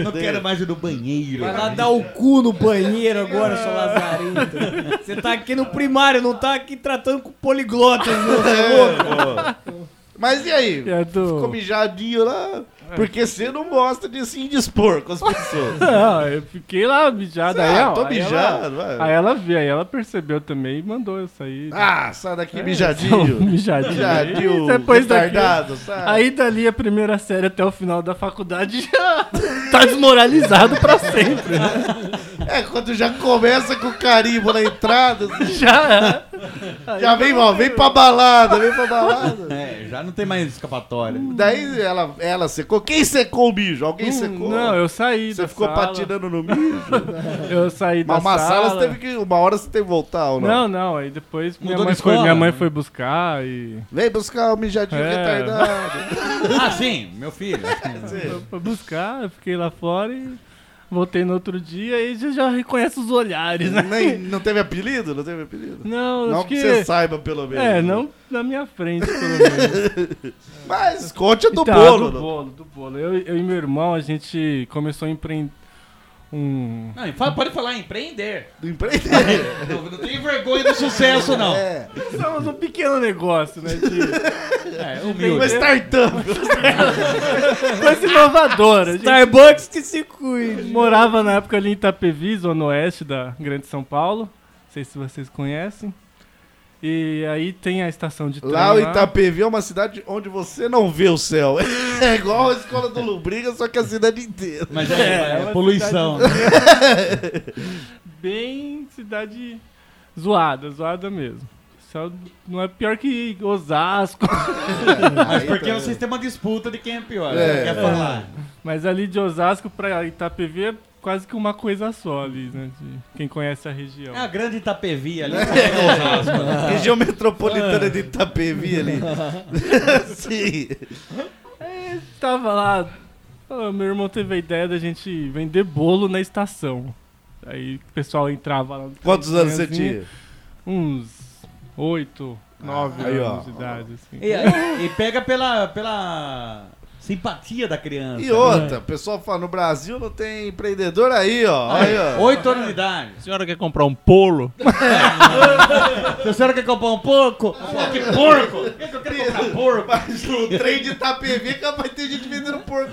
[SPEAKER 7] Não quero mais ir no banheiro.
[SPEAKER 1] Vai lá dar o cu no banheiro agora, seu lazarento. Você tá aqui no primário, não tá aqui tratando com poliglotas,
[SPEAKER 2] um
[SPEAKER 1] não, seu louco.
[SPEAKER 6] Mas e aí?
[SPEAKER 2] É do-
[SPEAKER 6] Ficou mijadinho lá?
[SPEAKER 2] É.
[SPEAKER 6] Porque você não gosta de se indispor com as pessoas.
[SPEAKER 2] Não, eu fiquei lá mijado.
[SPEAKER 6] Ah,
[SPEAKER 2] aí, ó,
[SPEAKER 6] tô
[SPEAKER 2] é aí
[SPEAKER 6] mijado,
[SPEAKER 2] ela-
[SPEAKER 6] vai.
[SPEAKER 2] Aí ela viu, aí ela percebeu também e mandou eu sair.
[SPEAKER 6] Ah, sai daqui,
[SPEAKER 2] É,
[SPEAKER 6] mijadinho.
[SPEAKER 2] mijadinho.
[SPEAKER 6] Mijadinho,
[SPEAKER 2] E depois daqui,
[SPEAKER 6] retardado, sai.
[SPEAKER 2] Aí dali a primeira série até o final da faculdade já tá desmoralizado pra sempre.
[SPEAKER 6] É, quando já começa com o carimbo na entrada, assim,
[SPEAKER 2] Já é.
[SPEAKER 6] já vem, ó, vem pra balada, vem pra balada.
[SPEAKER 7] É, já não tem mais escapatória.
[SPEAKER 6] Daí ela, ela secou. Quem secou o mijo? Alguém
[SPEAKER 2] Hum,
[SPEAKER 6] secou?
[SPEAKER 2] Não, eu saí
[SPEAKER 6] Você
[SPEAKER 2] da
[SPEAKER 6] ficou
[SPEAKER 2] sala.
[SPEAKER 6] patinando no mijo?
[SPEAKER 2] Eu saí da
[SPEAKER 6] Mas uma sala,
[SPEAKER 2] sala
[SPEAKER 6] você teve que. Uma hora você teve que voltar ou não?
[SPEAKER 2] Não, não, aí depois minha
[SPEAKER 7] Mudou de
[SPEAKER 2] mãe, foi,
[SPEAKER 7] escola?
[SPEAKER 2] minha mãe foi buscar e.
[SPEAKER 6] Vem buscar o mijadinho
[SPEAKER 2] É.
[SPEAKER 6] retardado.
[SPEAKER 7] Ah, sim, meu filho. assim,
[SPEAKER 2] Foi buscar, eu fiquei lá fora e voltei no outro dia e já, já reconhece os olhares, né?
[SPEAKER 6] Nem, não teve apelido? Não teve apelido?
[SPEAKER 2] Não,
[SPEAKER 6] não
[SPEAKER 2] acho
[SPEAKER 6] que...
[SPEAKER 2] que.
[SPEAKER 6] você saiba, pelo menos.
[SPEAKER 2] É, não na minha frente, pelo menos.
[SPEAKER 6] Mas conte a do
[SPEAKER 2] Tá,
[SPEAKER 6] bolo.
[SPEAKER 2] Do
[SPEAKER 6] não.
[SPEAKER 2] bolo, do bolo. Eu, eu e meu irmão, a gente começou a empreender. Um...
[SPEAKER 7] Não, e fala- pode falar empreender.
[SPEAKER 6] Do
[SPEAKER 2] Tá,
[SPEAKER 6] empreender.
[SPEAKER 7] Não, não tem vergonha do sucesso, não.
[SPEAKER 6] É.
[SPEAKER 2] Somos um pequeno negócio, né? De
[SPEAKER 7] É,
[SPEAKER 6] Uma
[SPEAKER 7] humilde.
[SPEAKER 6] startup.
[SPEAKER 2] coisa inovadora. A gente
[SPEAKER 1] Starbucks que se cuide.
[SPEAKER 2] morava na época ali em Itapevi, zona oeste da Grande São Paulo. Não sei se vocês conhecem. E aí tem a estação de trem.
[SPEAKER 6] Lá o Itapevi é uma cidade onde você não vê o céu. É igual a escola do Lubriga, só que a cidade inteira.
[SPEAKER 7] Mas é, é poluição.
[SPEAKER 2] Bem cidade zoada, zoada mesmo. Só não é pior que Osasco.
[SPEAKER 7] Mas né? porque vocês têm uma disputa de quem é pior.
[SPEAKER 6] É.
[SPEAKER 7] Quer falar?
[SPEAKER 2] Mas ali de Osasco pra Itapevi é quase que uma coisa só ali, né? De quem conhece a região.
[SPEAKER 7] É
[SPEAKER 12] Ah.
[SPEAKER 7] a grande Itapevi ali.
[SPEAKER 6] Região metropolitana de Itapevi ali. Sim.
[SPEAKER 2] Tava lá. ah, meu irmão teve a ideia da gente vender bolo na estação. Aí o pessoal entrava lá. no
[SPEAKER 6] Quantos anos você
[SPEAKER 2] trenzinho,
[SPEAKER 6] tinha?
[SPEAKER 2] Uns oito, nove
[SPEAKER 6] aí, ó.
[SPEAKER 2] anos de idade, assim.
[SPEAKER 7] E, e- e pega pela, pela simpatia da criança.
[SPEAKER 6] E outra, o pessoal fala, no Brasil não tem empreendedor aí, ó. Aí, ó.
[SPEAKER 7] Oito anos de idade.
[SPEAKER 12] A senhora quer comprar um polo?
[SPEAKER 7] Se a senhora quer comprar um porco? Pô, que porco! Quer que eu quero comprar porco?
[SPEAKER 6] Mas no trem de Itapevi capaz de ter gente vendendo porco.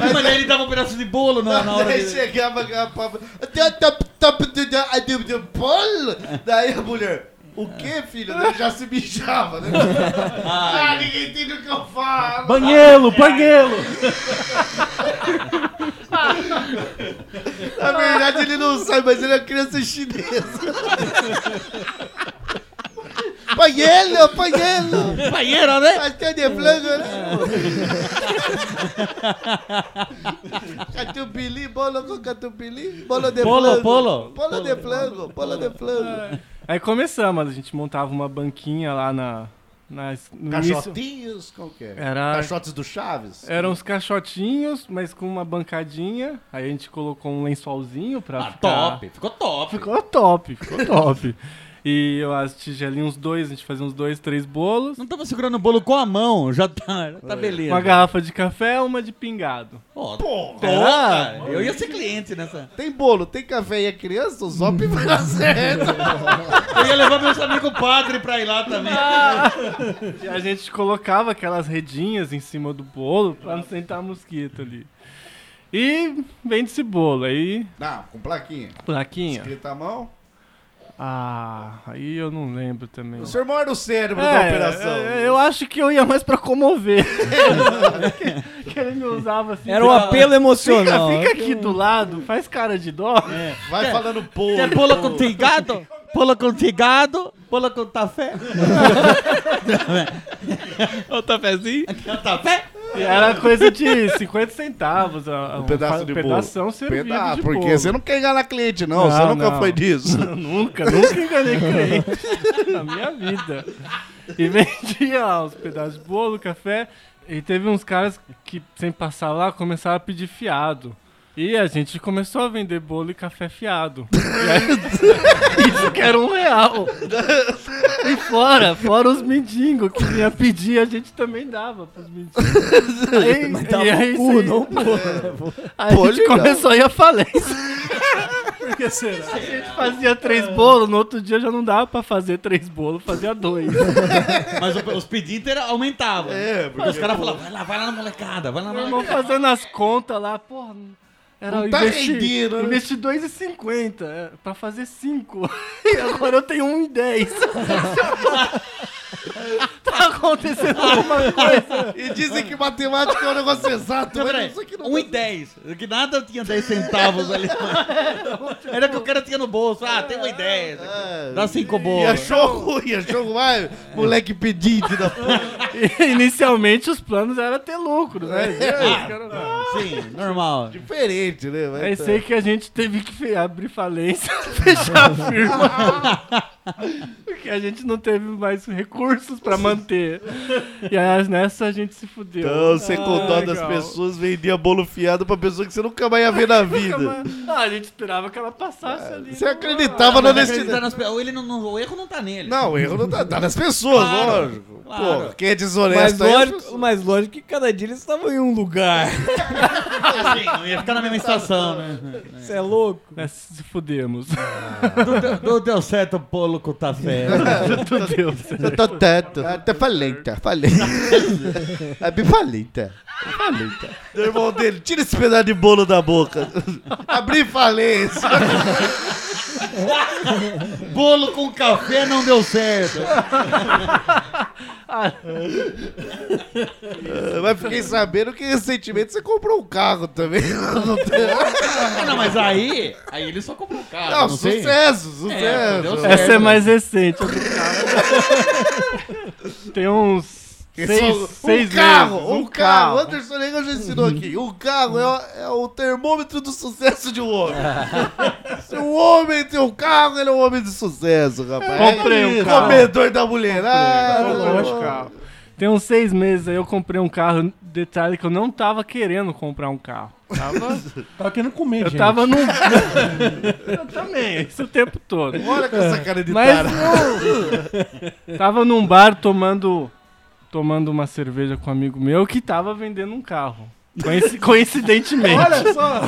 [SPEAKER 7] Mas é- daí ele dava um pedaço de bolo na, na hora
[SPEAKER 6] Daí
[SPEAKER 7] de...
[SPEAKER 6] chegava a papo. Tem top, top de, de, de, de bolo? Daí a mulher. O que, filho? Daí já se mijava, né? ah, ninguém entende o que eu falo.
[SPEAKER 2] Banheiro, banheiro!
[SPEAKER 6] Na verdade, ele não sabe, mas ele é uma criança chinesa. Panhelo, panhelo!
[SPEAKER 7] Banheiro, né?
[SPEAKER 6] Pastel de frango, né? Catupili, bolo com catupili, bolo de
[SPEAKER 7] Polo,
[SPEAKER 6] frango.
[SPEAKER 7] polo.
[SPEAKER 6] Bolo de frango, bolo de frango.
[SPEAKER 2] Aí começamos, a gente montava uma banquinha lá na. na no início.
[SPEAKER 6] Caixotinhos, qual que é?
[SPEAKER 2] Era-
[SPEAKER 6] Caixotes do Chaves?
[SPEAKER 2] Eram uns caixotinhos, mas com uma bancadinha. Aí a gente colocou um lençolzinho pra
[SPEAKER 7] Ah,
[SPEAKER 2] ficar...
[SPEAKER 7] top. Ficou top.
[SPEAKER 2] Ficou top, ficou top. E eu as tigelinhas, uns dois, a gente fazia uns dois, três bolos.
[SPEAKER 7] Não tava segurando o bolo com a mão, já tá, já tá beleza.
[SPEAKER 2] Uma garrafa de café, uma de pingado.
[SPEAKER 7] Ó,
[SPEAKER 6] Porra!
[SPEAKER 7] Pera, eu ia ser cliente nessa.
[SPEAKER 6] Tem bolo, tem café e a criança, o Zop vai dar certo.
[SPEAKER 7] Eu ia levar meus amigos padre pra ir lá também.
[SPEAKER 2] E a gente colocava aquelas redinhas em cima do bolo pra não sentar mosquito ali. E vende esse bolo aí.
[SPEAKER 6] Não, com plaquinha.
[SPEAKER 2] Plaquinha.
[SPEAKER 6] Escrita à mão.
[SPEAKER 2] Ah, aí eu não lembro também.
[SPEAKER 6] O senhor mora no cérebro da operação. né?
[SPEAKER 2] é, Eu acho que eu ia mais pra comover. que, que ele me usava assim.
[SPEAKER 1] Era um
[SPEAKER 2] pra-
[SPEAKER 1] apelo emocional.
[SPEAKER 2] Fica, fica aqui do lado, faz cara de dó.
[SPEAKER 6] Vai falando pô.
[SPEAKER 7] Quer pula com tigado? Pula com tigado? Pula com tafé?
[SPEAKER 12] Ô, Tafezinho.
[SPEAKER 7] Quer tafé?
[SPEAKER 2] E Era coisa de 50 centavos. a- a-
[SPEAKER 6] Um pedaço
[SPEAKER 2] um
[SPEAKER 6] de
[SPEAKER 2] pedação
[SPEAKER 6] bolo.
[SPEAKER 2] servido
[SPEAKER 6] Pedaço,
[SPEAKER 2] de
[SPEAKER 6] ah, porque
[SPEAKER 2] bolo.
[SPEAKER 6] você não quer enganar cliente, não. você nunca foi disso.
[SPEAKER 2] nunca, nunca enganei cliente na minha vida. E vendia os pedaços de bolo, café. E teve uns caras que, sem passar lá, começaram a pedir fiado. E a gente começou a vender bolo e café fiado. E aí- isso que era um real. E fora, fora os mendigos que vinha pedir, a gente também dava pros mendigos. Aí,
[SPEAKER 1] Mas dava
[SPEAKER 2] e aí,
[SPEAKER 1] o cu,
[SPEAKER 2] isso
[SPEAKER 1] não o
[SPEAKER 2] aí,
[SPEAKER 1] bolo, né, pô?
[SPEAKER 2] aí a
[SPEAKER 6] Pô,
[SPEAKER 2] gente
[SPEAKER 6] legal.
[SPEAKER 2] começou a ir à falência.
[SPEAKER 9] Por que será?
[SPEAKER 2] A gente fazia três bolos, no outro dia já não dava pra fazer três bolos, fazia dois.
[SPEAKER 7] Mas o- os pedidos era- aumentavam. É, porque os caras falavam, vai lá, vai lá na molecada, vai lá na
[SPEAKER 2] Meu irmão
[SPEAKER 7] molecada.
[SPEAKER 2] fazendo as contas lá, porra. Era
[SPEAKER 6] Não
[SPEAKER 2] o
[SPEAKER 6] tá
[SPEAKER 2] investi,
[SPEAKER 6] rendendo, né?
[SPEAKER 2] investi 2,50 é, pra fazer 5. E agora eu tenho 1,10. tá acontecendo alguma coisa.
[SPEAKER 6] E dizem que matemática é um negócio exato.
[SPEAKER 7] Não,
[SPEAKER 6] mas
[SPEAKER 7] peraí,
[SPEAKER 6] isso aqui não é.
[SPEAKER 7] 1 e 10. Que nada tinha 10 centavos ali. Era que o cara tinha no bolso. Ah, tem 1 e 10. Dá 5
[SPEAKER 6] E
[SPEAKER 7] bolas.
[SPEAKER 6] achou ruim, achou ruim. Moleque pedinte da porra.
[SPEAKER 2] E, inicialmente os planos eram ter lucro, né?
[SPEAKER 7] Sim, normal.
[SPEAKER 6] É, Diferente, né? Mas
[SPEAKER 2] Aí
[SPEAKER 6] tá.
[SPEAKER 2] sei que a gente teve que fe- abrir falência, fechar a firma. Porque a gente não teve mais recursos pra manter. E aí nessa a gente se fudeu.
[SPEAKER 6] Então, você com dó das
[SPEAKER 2] legal.
[SPEAKER 6] pessoas vendia bolo fiado pra pessoa que você nunca mais ia ver na vida.
[SPEAKER 2] Ah, a gente esperava que ela passasse ali.
[SPEAKER 6] é,
[SPEAKER 2] né?
[SPEAKER 6] Você acreditava na
[SPEAKER 7] Mas acreditar
[SPEAKER 6] honestidade.
[SPEAKER 7] nas pe- ou ele não, não- o erro não tá nele.
[SPEAKER 6] Não, o erro não tá, tá nas pessoas,
[SPEAKER 7] Claro,
[SPEAKER 6] lógico.
[SPEAKER 7] claro.
[SPEAKER 6] Pô, quem é
[SPEAKER 1] Mas
[SPEAKER 6] desonesto aí é as
[SPEAKER 1] lógico,
[SPEAKER 6] pessoas.
[SPEAKER 1] mas lógico que cada dia eles estavam em um lugar.
[SPEAKER 7] Assim, não ia ficar na mesma estação, né?
[SPEAKER 1] Você é louco?
[SPEAKER 2] Nós se fudemos.
[SPEAKER 7] Não deu, não deu certo o bolo com o café.
[SPEAKER 2] Meu Deus.
[SPEAKER 6] Eu tô tanto. Até falenta, falenta. É bem falenta. Falenta. Do irmão dele, tira esse pedaço de bolo da boca. Abri falência.
[SPEAKER 7] Bolo com café não deu certo.
[SPEAKER 6] Mas fiquei sabendo que recentemente você comprou um carro também. Não, tem-
[SPEAKER 7] Ah, não, mas aí. Aí ele só comprou o carro.
[SPEAKER 6] Não,
[SPEAKER 7] Não, sei.
[SPEAKER 6] sucesso,
[SPEAKER 7] É, deu
[SPEAKER 6] sucesso.
[SPEAKER 7] certo.
[SPEAKER 2] Essa é mais recente. a do carro. Tem uns
[SPEAKER 6] Esse é
[SPEAKER 2] seis,
[SPEAKER 6] o-
[SPEAKER 2] seis
[SPEAKER 6] um carro,
[SPEAKER 2] meses,
[SPEAKER 6] um, carro. Anderson Negão já ensinou aqui. Um carro é, o- é o termômetro do sucesso de um homem. Se um homem tem um carro, ele é um homem de sucesso, rapaz.
[SPEAKER 2] Comprei um
[SPEAKER 6] É
[SPEAKER 2] carro.
[SPEAKER 6] Comedor da mulherada.
[SPEAKER 2] Eu gosto de carro. Tem uns seis meses aí eu comprei um carro. Detalhe que eu não tava querendo comprar um carro. Tava-
[SPEAKER 9] Tava querendo comer,
[SPEAKER 2] eu
[SPEAKER 9] gente.
[SPEAKER 2] tava num. eu também, isso o tempo todo.
[SPEAKER 6] Ah, Olha com essa cara de
[SPEAKER 2] Mas
[SPEAKER 6] tarado.
[SPEAKER 2] não. tava num bar tomando tomando uma cerveja com um amigo meu que tava vendendo um carro. Coinci- coincidentemente. Olha só.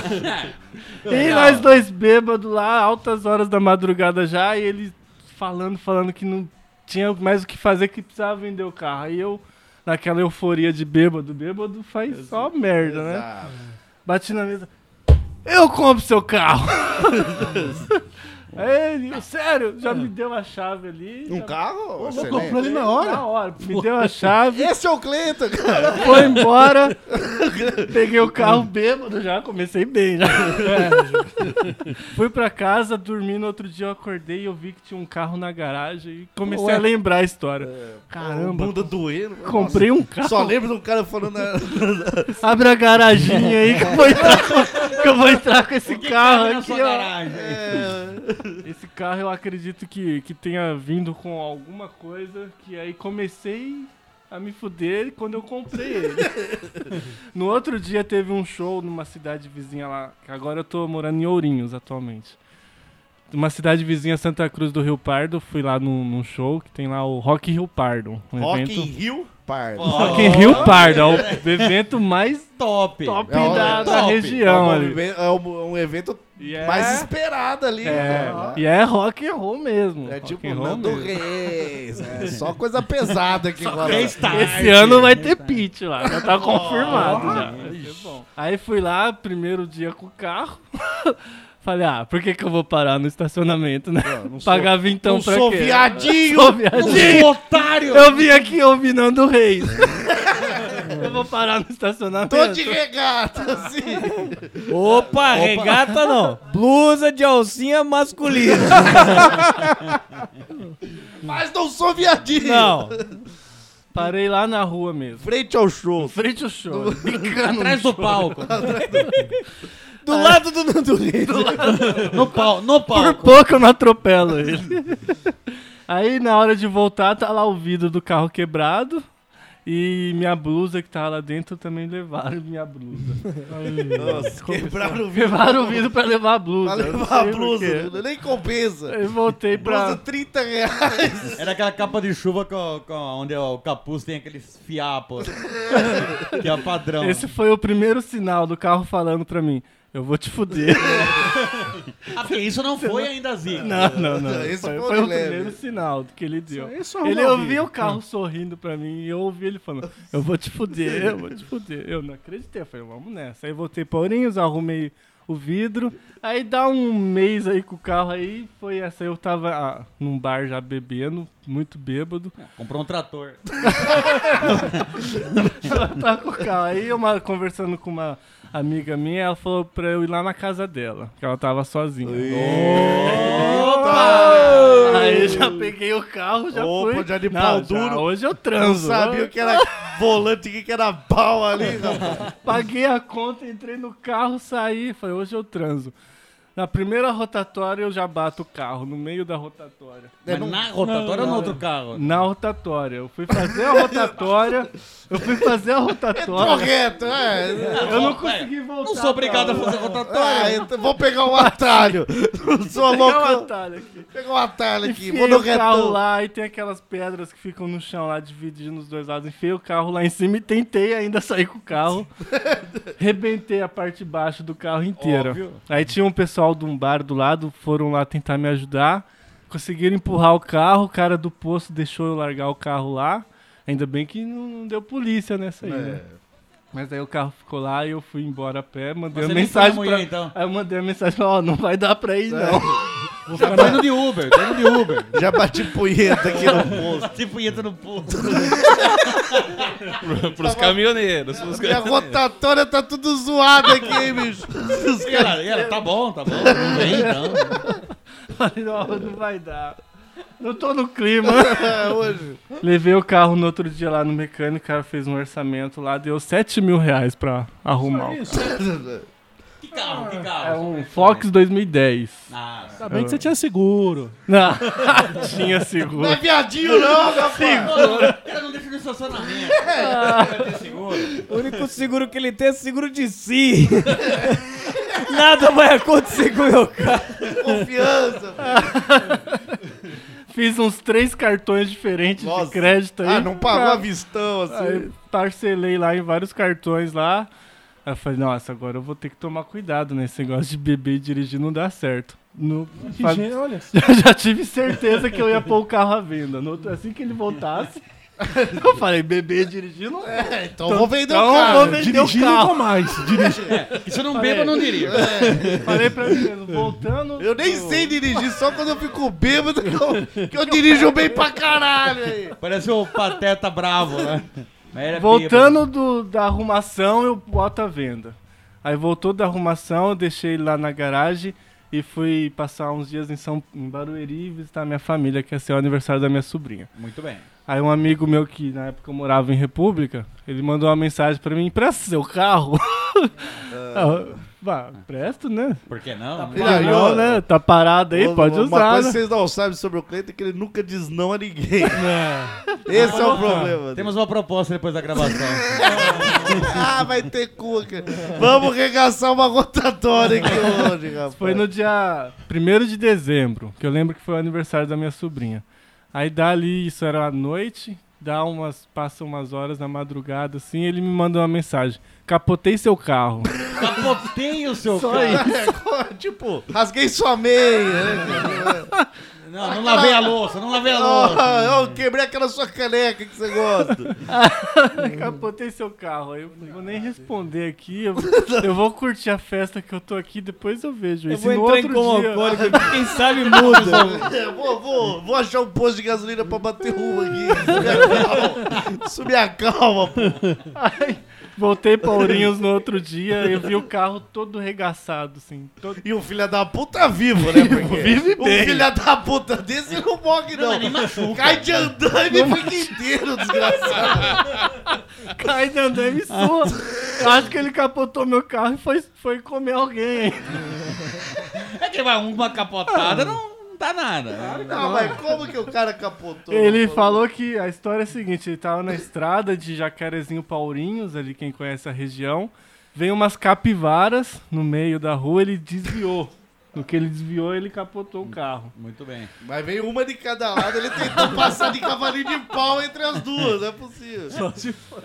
[SPEAKER 2] e nós dois bêbados lá, altas horas da madrugada já, e ele falando, falando que não tinha mais o que fazer, que precisava vender o carro. Aí eu, naquela euforia de bêbado, bêbado faz só merda, né? Bati na mesa. Eu compro seu carro. Aí ele, sério, já me deu a chave ali.
[SPEAKER 6] Um
[SPEAKER 2] já-
[SPEAKER 6] carro?
[SPEAKER 9] Comprou
[SPEAKER 6] Excelente.
[SPEAKER 9] ele É. na hora.
[SPEAKER 2] Na hora. Me deu a chave,
[SPEAKER 6] Esse é o Cleiton, cara.
[SPEAKER 2] foi embora. Peguei o carro bêbado já, comecei bem. Já. Fui pra casa, dormi no outro dia, eu acordei e eu vi que tinha um carro na garagem e comecei a lembrar a história. Caramba,
[SPEAKER 6] Bunda doendo.
[SPEAKER 2] comprei um carro.
[SPEAKER 6] Só lembro do cara falando. é, na-
[SPEAKER 2] Abre a garaginha aí que eu vou entrar com, que eu vou entrar com esse carro aqui, ó. Esse carro eu acredito que, que tenha vindo com alguma coisa que aí comecei a me fuder quando eu comprei ele. no outro dia teve um show numa cidade vizinha lá, que agora eu tô morando em Ourinhos atualmente. Numa cidade vizinha, Santa Cruz do Rio Pardo, fui lá num, num show que tem lá o Rock Rio Pardo. Um
[SPEAKER 6] Rock in
[SPEAKER 2] evento.
[SPEAKER 6] Rio? Pardo.
[SPEAKER 2] Rock in Rio Pardo, é o evento mais
[SPEAKER 7] Top.
[SPEAKER 2] top,
[SPEAKER 6] É o-
[SPEAKER 2] da,
[SPEAKER 6] é
[SPEAKER 2] da
[SPEAKER 7] top.
[SPEAKER 6] É um,
[SPEAKER 2] região. ali.
[SPEAKER 6] evento- é um- um evento
[SPEAKER 2] E é-
[SPEAKER 6] mais esperado ali.
[SPEAKER 2] é,
[SPEAKER 6] né?
[SPEAKER 2] e é rock and roll mesmo.
[SPEAKER 6] É
[SPEAKER 2] rock
[SPEAKER 6] tipo
[SPEAKER 2] and roll
[SPEAKER 6] Nando
[SPEAKER 2] mesmo.
[SPEAKER 6] Reis, é só coisa pesada aqui agora.
[SPEAKER 7] Três tá.
[SPEAKER 2] Esse ano vai ter pitch lá, já tá confirmado já. Vai ser bom. Aí fui lá, primeiro dia com o carro. Falei, ah, por que, que eu vou parar no estacionamento, né?
[SPEAKER 13] sou-
[SPEAKER 2] Pagar vintão
[SPEAKER 13] não
[SPEAKER 2] pra
[SPEAKER 13] sou
[SPEAKER 2] quê?
[SPEAKER 13] viadinho, não
[SPEAKER 2] Sou
[SPEAKER 7] Um
[SPEAKER 2] viadinho!
[SPEAKER 13] sou otário.
[SPEAKER 2] Eu vim aqui ouvir Nando Reis. eu vou parar no estacionamento.
[SPEAKER 13] Tô de regata, assim.
[SPEAKER 1] Opa, regata não. Blusa de alcinha masculina.
[SPEAKER 6] Mas não sou viadinho.
[SPEAKER 2] Não. Parei lá na rua mesmo.
[SPEAKER 6] Frente ao show.
[SPEAKER 2] Frente ao show.
[SPEAKER 7] Atrás do palco.
[SPEAKER 2] Do
[SPEAKER 1] lado do Nando Reis.
[SPEAKER 7] No pau, no
[SPEAKER 2] Por
[SPEAKER 7] palco.
[SPEAKER 2] pouco eu não atropelo ele. Aí na hora de voltar, tá lá o vidro do carro quebrado. E minha blusa que tava lá dentro também levaram minha blusa.
[SPEAKER 6] Nossa, quebraram o vidro.
[SPEAKER 2] Quebraram o vidro pra levar a blusa.
[SPEAKER 6] Pra
[SPEAKER 2] eu não
[SPEAKER 6] levar a
[SPEAKER 2] é sei por
[SPEAKER 6] blusa,
[SPEAKER 2] quê.
[SPEAKER 6] nem compensa.
[SPEAKER 2] Eu voltei pra-
[SPEAKER 6] Blusa 30 reais.
[SPEAKER 7] Era aquela capa de chuva com, com- onde o capuz tem aqueles fiapos. que é padrão.
[SPEAKER 2] Esse foi o primeiro sinal do carro falando pra mim: Eu vou te fuder.
[SPEAKER 7] Ah, porque isso não foi ainda assim. zica.
[SPEAKER 2] Não, não, não.
[SPEAKER 7] Esse
[SPEAKER 2] foi,
[SPEAKER 7] foi
[SPEAKER 2] foi o
[SPEAKER 7] leve.
[SPEAKER 2] primeiro sinal que ele deu.
[SPEAKER 7] Isso- isso é
[SPEAKER 2] ele
[SPEAKER 7] uma
[SPEAKER 2] ouvia
[SPEAKER 7] vida.
[SPEAKER 2] o carro sorrindo pra mim e eu ouvi ele falando: Eu vou te fuder, eu vou te fuder. Eu não acreditei. Eu falei: Vamos nessa. Aí voltei pra Ourinhos, arrumei o vidro. Aí dá um mês aí com o carro aí. Foi essa. Eu tava ah, num bar já bebendo, muito bêbado.
[SPEAKER 7] Comprou um trator.
[SPEAKER 2] ela tá com o carro. Aí eu ma- conversando com uma amiga minha, ela falou pra eu ir lá na casa dela, que ela tava sozinha.
[SPEAKER 13] Opa!
[SPEAKER 2] Aí eu já peguei o carro, já
[SPEAKER 13] Opa,
[SPEAKER 2] fui.
[SPEAKER 13] já de
[SPEAKER 2] Não,
[SPEAKER 13] pau
[SPEAKER 2] já,
[SPEAKER 13] duro.
[SPEAKER 2] hoje eu transo. né?
[SPEAKER 13] Não sabia
[SPEAKER 2] Eu-
[SPEAKER 13] o que era
[SPEAKER 6] volante, o que que era pau ali, rapaz.
[SPEAKER 2] Paguei a conta, entrei no carro, saí. Falei, hoje eu transo. Na primeira rotatória eu já bato o carro, no meio da rotatória.
[SPEAKER 7] Mas na rotatória ou no outro carro?
[SPEAKER 2] Na rotatória. Eu fui fazer a rotatória. eu fui fazer a rotatória.
[SPEAKER 13] Entrou reto, é.
[SPEAKER 2] Eu não
[SPEAKER 13] É,
[SPEAKER 2] consegui voltar.
[SPEAKER 7] tá
[SPEAKER 13] não sou obrigado
[SPEAKER 2] pra
[SPEAKER 13] a fazer
[SPEAKER 2] lá.
[SPEAKER 13] rotatória.
[SPEAKER 6] É, então vou pegar um atalho. Não sou
[SPEAKER 2] Pegar
[SPEAKER 6] louco.
[SPEAKER 2] um atalho aqui.
[SPEAKER 6] Pegar um atalho aqui.
[SPEAKER 2] Enfiei
[SPEAKER 6] Vou no
[SPEAKER 2] o carro
[SPEAKER 6] retão.
[SPEAKER 2] lá e tem aquelas pedras que ficam no chão lá, dividindo os dois lados. Enfiei o carro lá em cima e tentei ainda sair com o carro. Rebentei a parte de baixo do carro inteira.
[SPEAKER 7] Óbvio.
[SPEAKER 2] Aí tinha um pessoal de um bar do lado, foram lá tentar me ajudar. Conseguiram empurrar o carro, o cara do posto deixou eu largar o carro lá. Ainda bem que não não deu polícia nessa aí, né?
[SPEAKER 6] É.
[SPEAKER 2] Mas aí o carro ficou lá e eu fui embora a pé,
[SPEAKER 7] Mas
[SPEAKER 2] mandei uma
[SPEAKER 7] você nem foi na
[SPEAKER 2] mensagem
[SPEAKER 7] mulher,
[SPEAKER 2] pra...
[SPEAKER 7] então?
[SPEAKER 2] Aí eu mandei a mensagem, ó, não vai dar pra
[SPEAKER 6] É.
[SPEAKER 2] ir, não.
[SPEAKER 7] Vou ficar tô indo de Uber, tô indo de Uber.
[SPEAKER 6] Já bati punheta aqui no posto.
[SPEAKER 7] Bati punheta no posto.
[SPEAKER 12] Pro- Pros caminhoneiros. Pros
[SPEAKER 6] Minha
[SPEAKER 12] caminhoneiros.
[SPEAKER 6] rotatória tá tudo zoada aqui, hein, bicho.
[SPEAKER 7] E ela, e ela, tá bom, tá bom. Não vem, então.
[SPEAKER 2] Falei, não, não vai dar. Não tô no clima.
[SPEAKER 6] É, hoje.
[SPEAKER 2] Levei o carro no outro dia lá no mecânico, o cara fez um orçamento lá, deu 7 mil reais pra arrumar o carro.
[SPEAKER 7] Que carro, que
[SPEAKER 2] É
[SPEAKER 7] carro?
[SPEAKER 2] um Fox 2010.
[SPEAKER 7] Ah,
[SPEAKER 9] Ainda bem que você tinha seguro.
[SPEAKER 2] Não, tinha seguro.
[SPEAKER 6] Não é viadinho, não, rapaz.
[SPEAKER 7] Ela não deixa no estacionamento.
[SPEAKER 1] O único seguro que ele tem é seguro de si. Nada vai acontecer com o meu carro.
[SPEAKER 6] Confiança.
[SPEAKER 2] Fiz uns três cartões diferentes de crédito aí.
[SPEAKER 6] Ah, não pagou
[SPEAKER 2] Ah,
[SPEAKER 6] a vistão,
[SPEAKER 2] Aí
[SPEAKER 6] assim.
[SPEAKER 2] parcelei lá em vários cartões lá. Aí eu falei, nossa, agora eu vou ter que tomar cuidado, né? Esse negócio de beber e dirigir não dá certo. No,
[SPEAKER 9] Que gê- olha.
[SPEAKER 2] Eu já tive certeza que eu ia pôr o carro à venda. No outro- assim que ele voltasse, eu falei, bebê dirigir não é.
[SPEAKER 6] Então vou vender o
[SPEAKER 2] então
[SPEAKER 6] carro.
[SPEAKER 2] vou vender
[SPEAKER 9] Dirigir
[SPEAKER 2] o
[SPEAKER 9] não vou
[SPEAKER 2] carro.
[SPEAKER 9] mais. Dirigir.
[SPEAKER 7] É, E se eu não
[SPEAKER 2] Falei.
[SPEAKER 7] bebo, eu não diria.
[SPEAKER 2] Falei pra mim mesmo, voltando...
[SPEAKER 6] Eu nem sei dirigir, só quando eu fico bêbado que eu, que eu dirijo bem pra caralho aí.
[SPEAKER 7] Parece o Pateta Bravo, né? Mas era
[SPEAKER 2] Voltando do- da arrumação, eu boto a venda. Aí voltou da arrumação, eu deixei ele lá na garagem e fui passar uns dias em São em Barueri visitar minha família, que ia ser o aniversário da minha sobrinha.
[SPEAKER 7] bêbado. Muito bem.
[SPEAKER 2] Aí um amigo meu que na época eu morava em República, ele mandou uma mensagem pra mim, empresta seu carro. Ah, bah, presto, né?
[SPEAKER 7] Por que não?
[SPEAKER 6] E aí,
[SPEAKER 2] Não,
[SPEAKER 6] ó,
[SPEAKER 2] né? Tá parado aí, pode
[SPEAKER 6] Uma
[SPEAKER 2] usar.
[SPEAKER 6] coisa que
[SPEAKER 2] né?
[SPEAKER 6] vocês não sabem sobre o Cleiton é que ele nunca diz não a ninguém. Esse é o problema. dele.
[SPEAKER 7] Temos uma proposta depois da gravação.
[SPEAKER 6] Ah, vai ter cuca. Vamos regaçar uma rotatória aqui hoje, rapaz.
[SPEAKER 2] Foi no dia 1 de dezembro, que eu lembro que foi o aniversário da minha sobrinha. Aí dali, isso era à noite, dá umas, passa umas horas na madrugada, assim, ele me manda uma mensagem. Capotei seu carro.
[SPEAKER 7] Capotei o seu
[SPEAKER 2] Só
[SPEAKER 7] carro.
[SPEAKER 2] isso.
[SPEAKER 6] Tipo, rasguei sua meia. né?
[SPEAKER 7] Não, não lavei a louça, não lavei a louça.
[SPEAKER 6] Ah, eu quebrei aquela sua caneca que você gosta. Hum.
[SPEAKER 2] Capotei seu carro. aí Eu não vou nem responder aqui. Eu, eu vou curtir a festa que eu tô aqui, depois eu vejo.
[SPEAKER 6] Eu
[SPEAKER 2] isso.
[SPEAKER 6] vou
[SPEAKER 2] no
[SPEAKER 6] entrar em
[SPEAKER 2] outro
[SPEAKER 6] coma
[SPEAKER 2] dia...
[SPEAKER 6] alcoólico aqui, quem sabe muda. É, vou- vou- vou achar um posto de gasolina pra bater rua aqui. Subir a calma, pô.
[SPEAKER 2] Ai, voltei pra Ourinhos no outro dia eu vi o carro todo regaçado, assim. Todo...
[SPEAKER 6] E o filho da puta vivo, né? Porque
[SPEAKER 2] Vive
[SPEAKER 6] o
[SPEAKER 2] bem.
[SPEAKER 6] filho da puta desse não morre, não. Cai de andaime e
[SPEAKER 2] Não
[SPEAKER 6] fica inteiro, desgraçado.
[SPEAKER 2] Cai de andaime e
[SPEAKER 6] Ah.
[SPEAKER 2] sua. Eu acho que ele capotou meu carro e foi, foi comer alguém.
[SPEAKER 7] É que vai uma capotada, não, não dá nada. né?
[SPEAKER 6] Não, mas como que o cara capotou?
[SPEAKER 2] Ele falou que a história é a seguinte: ele tava na estrada de Jacarezinho Paulinhos, ali quem conhece a região. Veio umas capivaras no meio da rua, ele desviou. No que ele desviou, ele capotou o carro.
[SPEAKER 7] Muito bem.
[SPEAKER 6] Mas veio uma de cada lado, ele tentou passar de cavalinho de pau entre as duas, não é possível.
[SPEAKER 2] Só se
[SPEAKER 6] for.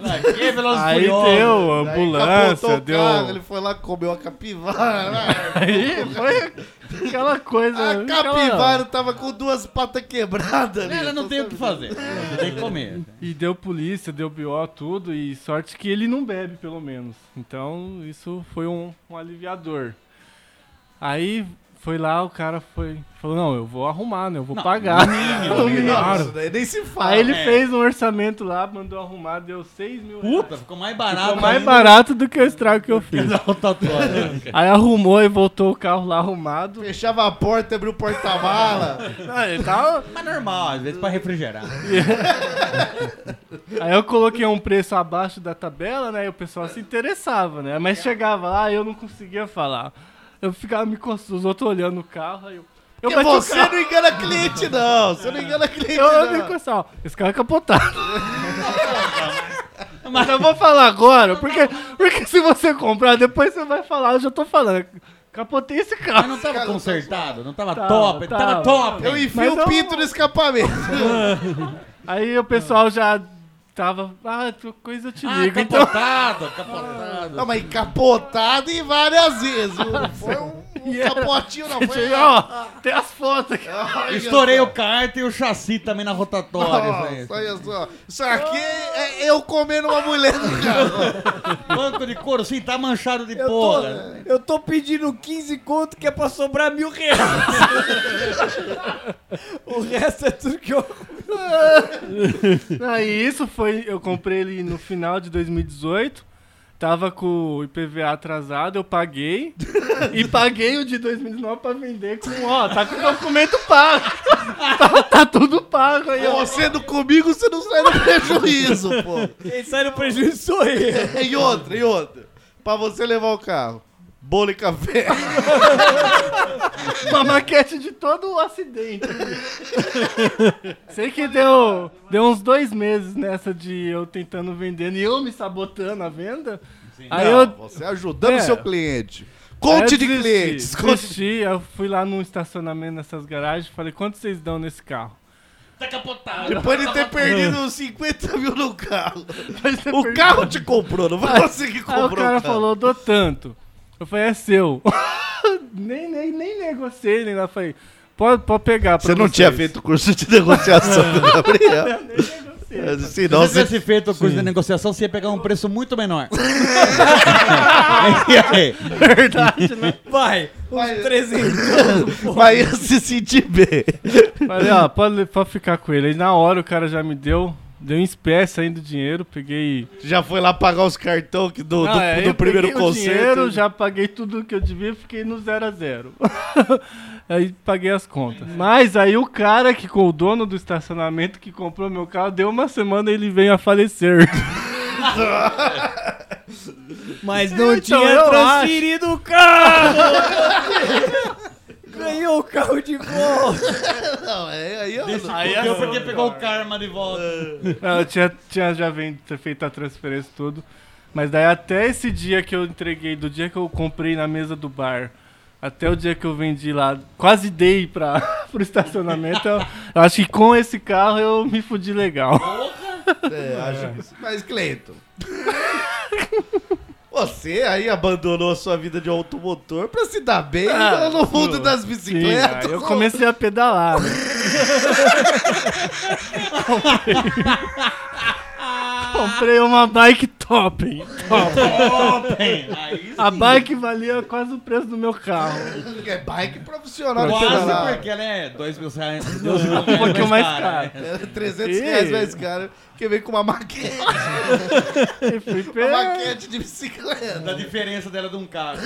[SPEAKER 2] Aí deu
[SPEAKER 6] né?
[SPEAKER 2] ambulância, deu- um-
[SPEAKER 6] ele foi lá, comeu a capivara.
[SPEAKER 2] Aí foi aquela
[SPEAKER 7] Ah,
[SPEAKER 2] coisa.
[SPEAKER 6] A capivara tava com duas patas quebradas ali.
[SPEAKER 7] Ela não tem o que fazer. Tem que comer.
[SPEAKER 2] E deu polícia, deu BO, tudo, e sorte que ele não bebe, pelo menos. Então, isso foi um, um aliviador. Aí foi lá, o cara foi. Falou, não, eu vou arrumar, né? Eu vou
[SPEAKER 7] Não,
[SPEAKER 2] pagar.
[SPEAKER 7] no mínimo, no mínimo.
[SPEAKER 2] Claro.
[SPEAKER 7] Isso daí nem se fala.
[SPEAKER 2] Aí ele
[SPEAKER 7] É.
[SPEAKER 2] fez um orçamento lá, mandou arrumar, deu 6 mil reais.
[SPEAKER 7] Puta, ficou mais barato
[SPEAKER 2] Ficou mais
[SPEAKER 7] ainda.
[SPEAKER 2] barato do que o estrago que eu fiz.
[SPEAKER 7] tatuagem.
[SPEAKER 2] Aí arrumou e voltou o carro lá arrumado.
[SPEAKER 6] Fechava a porta, abriu o porta-mala.
[SPEAKER 2] Não, ele tava...
[SPEAKER 7] Mas normal, às vezes pra refrigerar.
[SPEAKER 2] Aí eu coloquei um preço abaixo da tabela, né? E o pessoal se interessava, né? Mas chegava lá e eu não conseguia falar. Eu ficava me coçando, os outros olhando o carro, aí eu. Eu
[SPEAKER 6] Porque
[SPEAKER 2] bati o
[SPEAKER 6] você
[SPEAKER 2] carro.
[SPEAKER 6] não engana cliente, não. Você não engana cliente,
[SPEAKER 2] Eu, eu
[SPEAKER 6] não.
[SPEAKER 2] me coçava, ó, esse carro é capotado. Mas eu vou falar agora, porque, porque se você comprar, depois você vai falar, eu já tô falando. Capotei esse
[SPEAKER 7] Mas
[SPEAKER 2] carro.
[SPEAKER 7] não tava consertado, não tava
[SPEAKER 2] Tava,
[SPEAKER 7] top, tava,
[SPEAKER 2] tava.
[SPEAKER 7] top.
[SPEAKER 2] Eu enfio Mas o eu- pinto
[SPEAKER 6] no escapamento.
[SPEAKER 2] Aí o pessoal já tava. Ah, tua coisa eu te ligo.
[SPEAKER 7] tá
[SPEAKER 2] então.
[SPEAKER 7] capotado, capotado.
[SPEAKER 6] Não, mas capotado e várias vezes. viu?
[SPEAKER 2] Ah,
[SPEAKER 6] Não Foi um, um capotinho, não. Foi
[SPEAKER 2] Ó, tem as fotos aqui.
[SPEAKER 7] Estourei o cárter e o chassi também na rotatória. velho.
[SPEAKER 6] Nossa, olha só. Isso aqui é eu comendo uma mulher do cara.
[SPEAKER 7] Banco de couro, sim, tá manchado de
[SPEAKER 1] Eu tô,
[SPEAKER 7] porra.
[SPEAKER 1] eu tô pedindo 15 conto que é pra sobrar mil reais. o resto é tudo que eu.
[SPEAKER 2] Aí isso foi. Eu comprei ele no final de 2018. Tava com o IPVA atrasado, eu paguei. e paguei o de 2009 pra vender com, ó, tá com o documento pago. tá, tá tudo pago aí, ó.
[SPEAKER 6] Você não comigo, você não sai no prejuízo, pô.
[SPEAKER 1] Quem sai no prejuízo sou eu.
[SPEAKER 6] E outra, e outra. Pra você levar o carro. Bolo e café.
[SPEAKER 2] Uma maquete de todo o acidente. Sei que deu, deu uns dois meses nessa de eu tentando vender e eu me sabotando a venda. Aí
[SPEAKER 6] Não,
[SPEAKER 2] eu,
[SPEAKER 6] Você ajudando o
[SPEAKER 2] É.
[SPEAKER 6] seu cliente. Conte
[SPEAKER 2] Aí
[SPEAKER 6] de
[SPEAKER 2] eu desisti,
[SPEAKER 6] clientes. Conte
[SPEAKER 2] Desisti, eu fui lá num estacionamento nessas garagens e falei, quanto vocês dão nesse carro?
[SPEAKER 7] Tá capotado.
[SPEAKER 6] Depois de ter perdido uns 50 mil no carro. O carro te comprou, não foi você que
[SPEAKER 2] Aí
[SPEAKER 6] comprou.
[SPEAKER 2] o cara falou, dou tanto. Eu falei, é seu. nem, nem, nem negociei, nem nada. Falei, pode, pode pegar pra
[SPEAKER 6] Você não
[SPEAKER 2] vocês."
[SPEAKER 6] tinha feito curso de negociação do Gabriel. É, Se não,
[SPEAKER 7] Se você
[SPEAKER 6] você...
[SPEAKER 7] tivesse feito o curso de negociação, você ia pegar um preço muito menor.
[SPEAKER 2] Verdade, né?
[SPEAKER 1] Vai, uns 300.
[SPEAKER 6] Mas ia se sentir bem.
[SPEAKER 2] Falei, ó, pode, pode ficar com ele. Aí na hora o cara já me deu, deu em espécie ainda o dinheiro, peguei...
[SPEAKER 6] Já foi lá pagar os cartão que do,
[SPEAKER 2] Ah,
[SPEAKER 6] do,
[SPEAKER 2] é,
[SPEAKER 6] do
[SPEAKER 2] eu
[SPEAKER 6] primeiro
[SPEAKER 2] peguei o dinheiro,
[SPEAKER 6] concerto.
[SPEAKER 2] já paguei tudo que eu devia, fiquei no zero a zero. aí paguei as contas. Mas aí o cara que com o dono do estacionamento que comprou meu carro, deu uma semana e ele veio a falecer.
[SPEAKER 1] Mas não
[SPEAKER 2] Então,
[SPEAKER 1] tinha
[SPEAKER 2] eu
[SPEAKER 1] transferido o carro! Ganhou o carro de volta!
[SPEAKER 6] Não, é, aí eu...
[SPEAKER 7] Desse
[SPEAKER 2] Aí
[SPEAKER 7] fudeu
[SPEAKER 2] é
[SPEAKER 7] porque pegou o karma de volta.
[SPEAKER 2] Não, eu tinha, tinha já vem- ter feito a transferência e tudo. Mas daí até esse dia que eu entreguei, do dia que eu comprei na mesa do bar, até o dia que eu vendi lá, quase dei pra, pro estacionamento. Eu, eu acho que com esse carro eu me fudi legal.
[SPEAKER 6] É, acho que sim. Mas, Cleiton... Você aí abandonou a sua vida de automotor pra se dar bem
[SPEAKER 2] Ah,
[SPEAKER 6] no mundo
[SPEAKER 2] pô,
[SPEAKER 6] das
[SPEAKER 2] Sim, ah,
[SPEAKER 6] bicicletas.
[SPEAKER 2] aí eu comecei a pedalar. né? Comprei uma bike Topping.
[SPEAKER 7] Topping. Aí
[SPEAKER 2] A
[SPEAKER 7] sim.
[SPEAKER 2] bike valia quase o preço do meu carro.
[SPEAKER 6] É bike profissional.
[SPEAKER 7] Quase porque ela é 2 mil reais. dois mil
[SPEAKER 2] Um pouquinho mais caro.
[SPEAKER 7] né?
[SPEAKER 6] 300 é, reais
[SPEAKER 7] Ih.
[SPEAKER 6] mais caro. Porque vem com uma maquete. uma
[SPEAKER 2] pego.
[SPEAKER 6] maquete de bicicleta.
[SPEAKER 7] é Da diferença dela de um carro.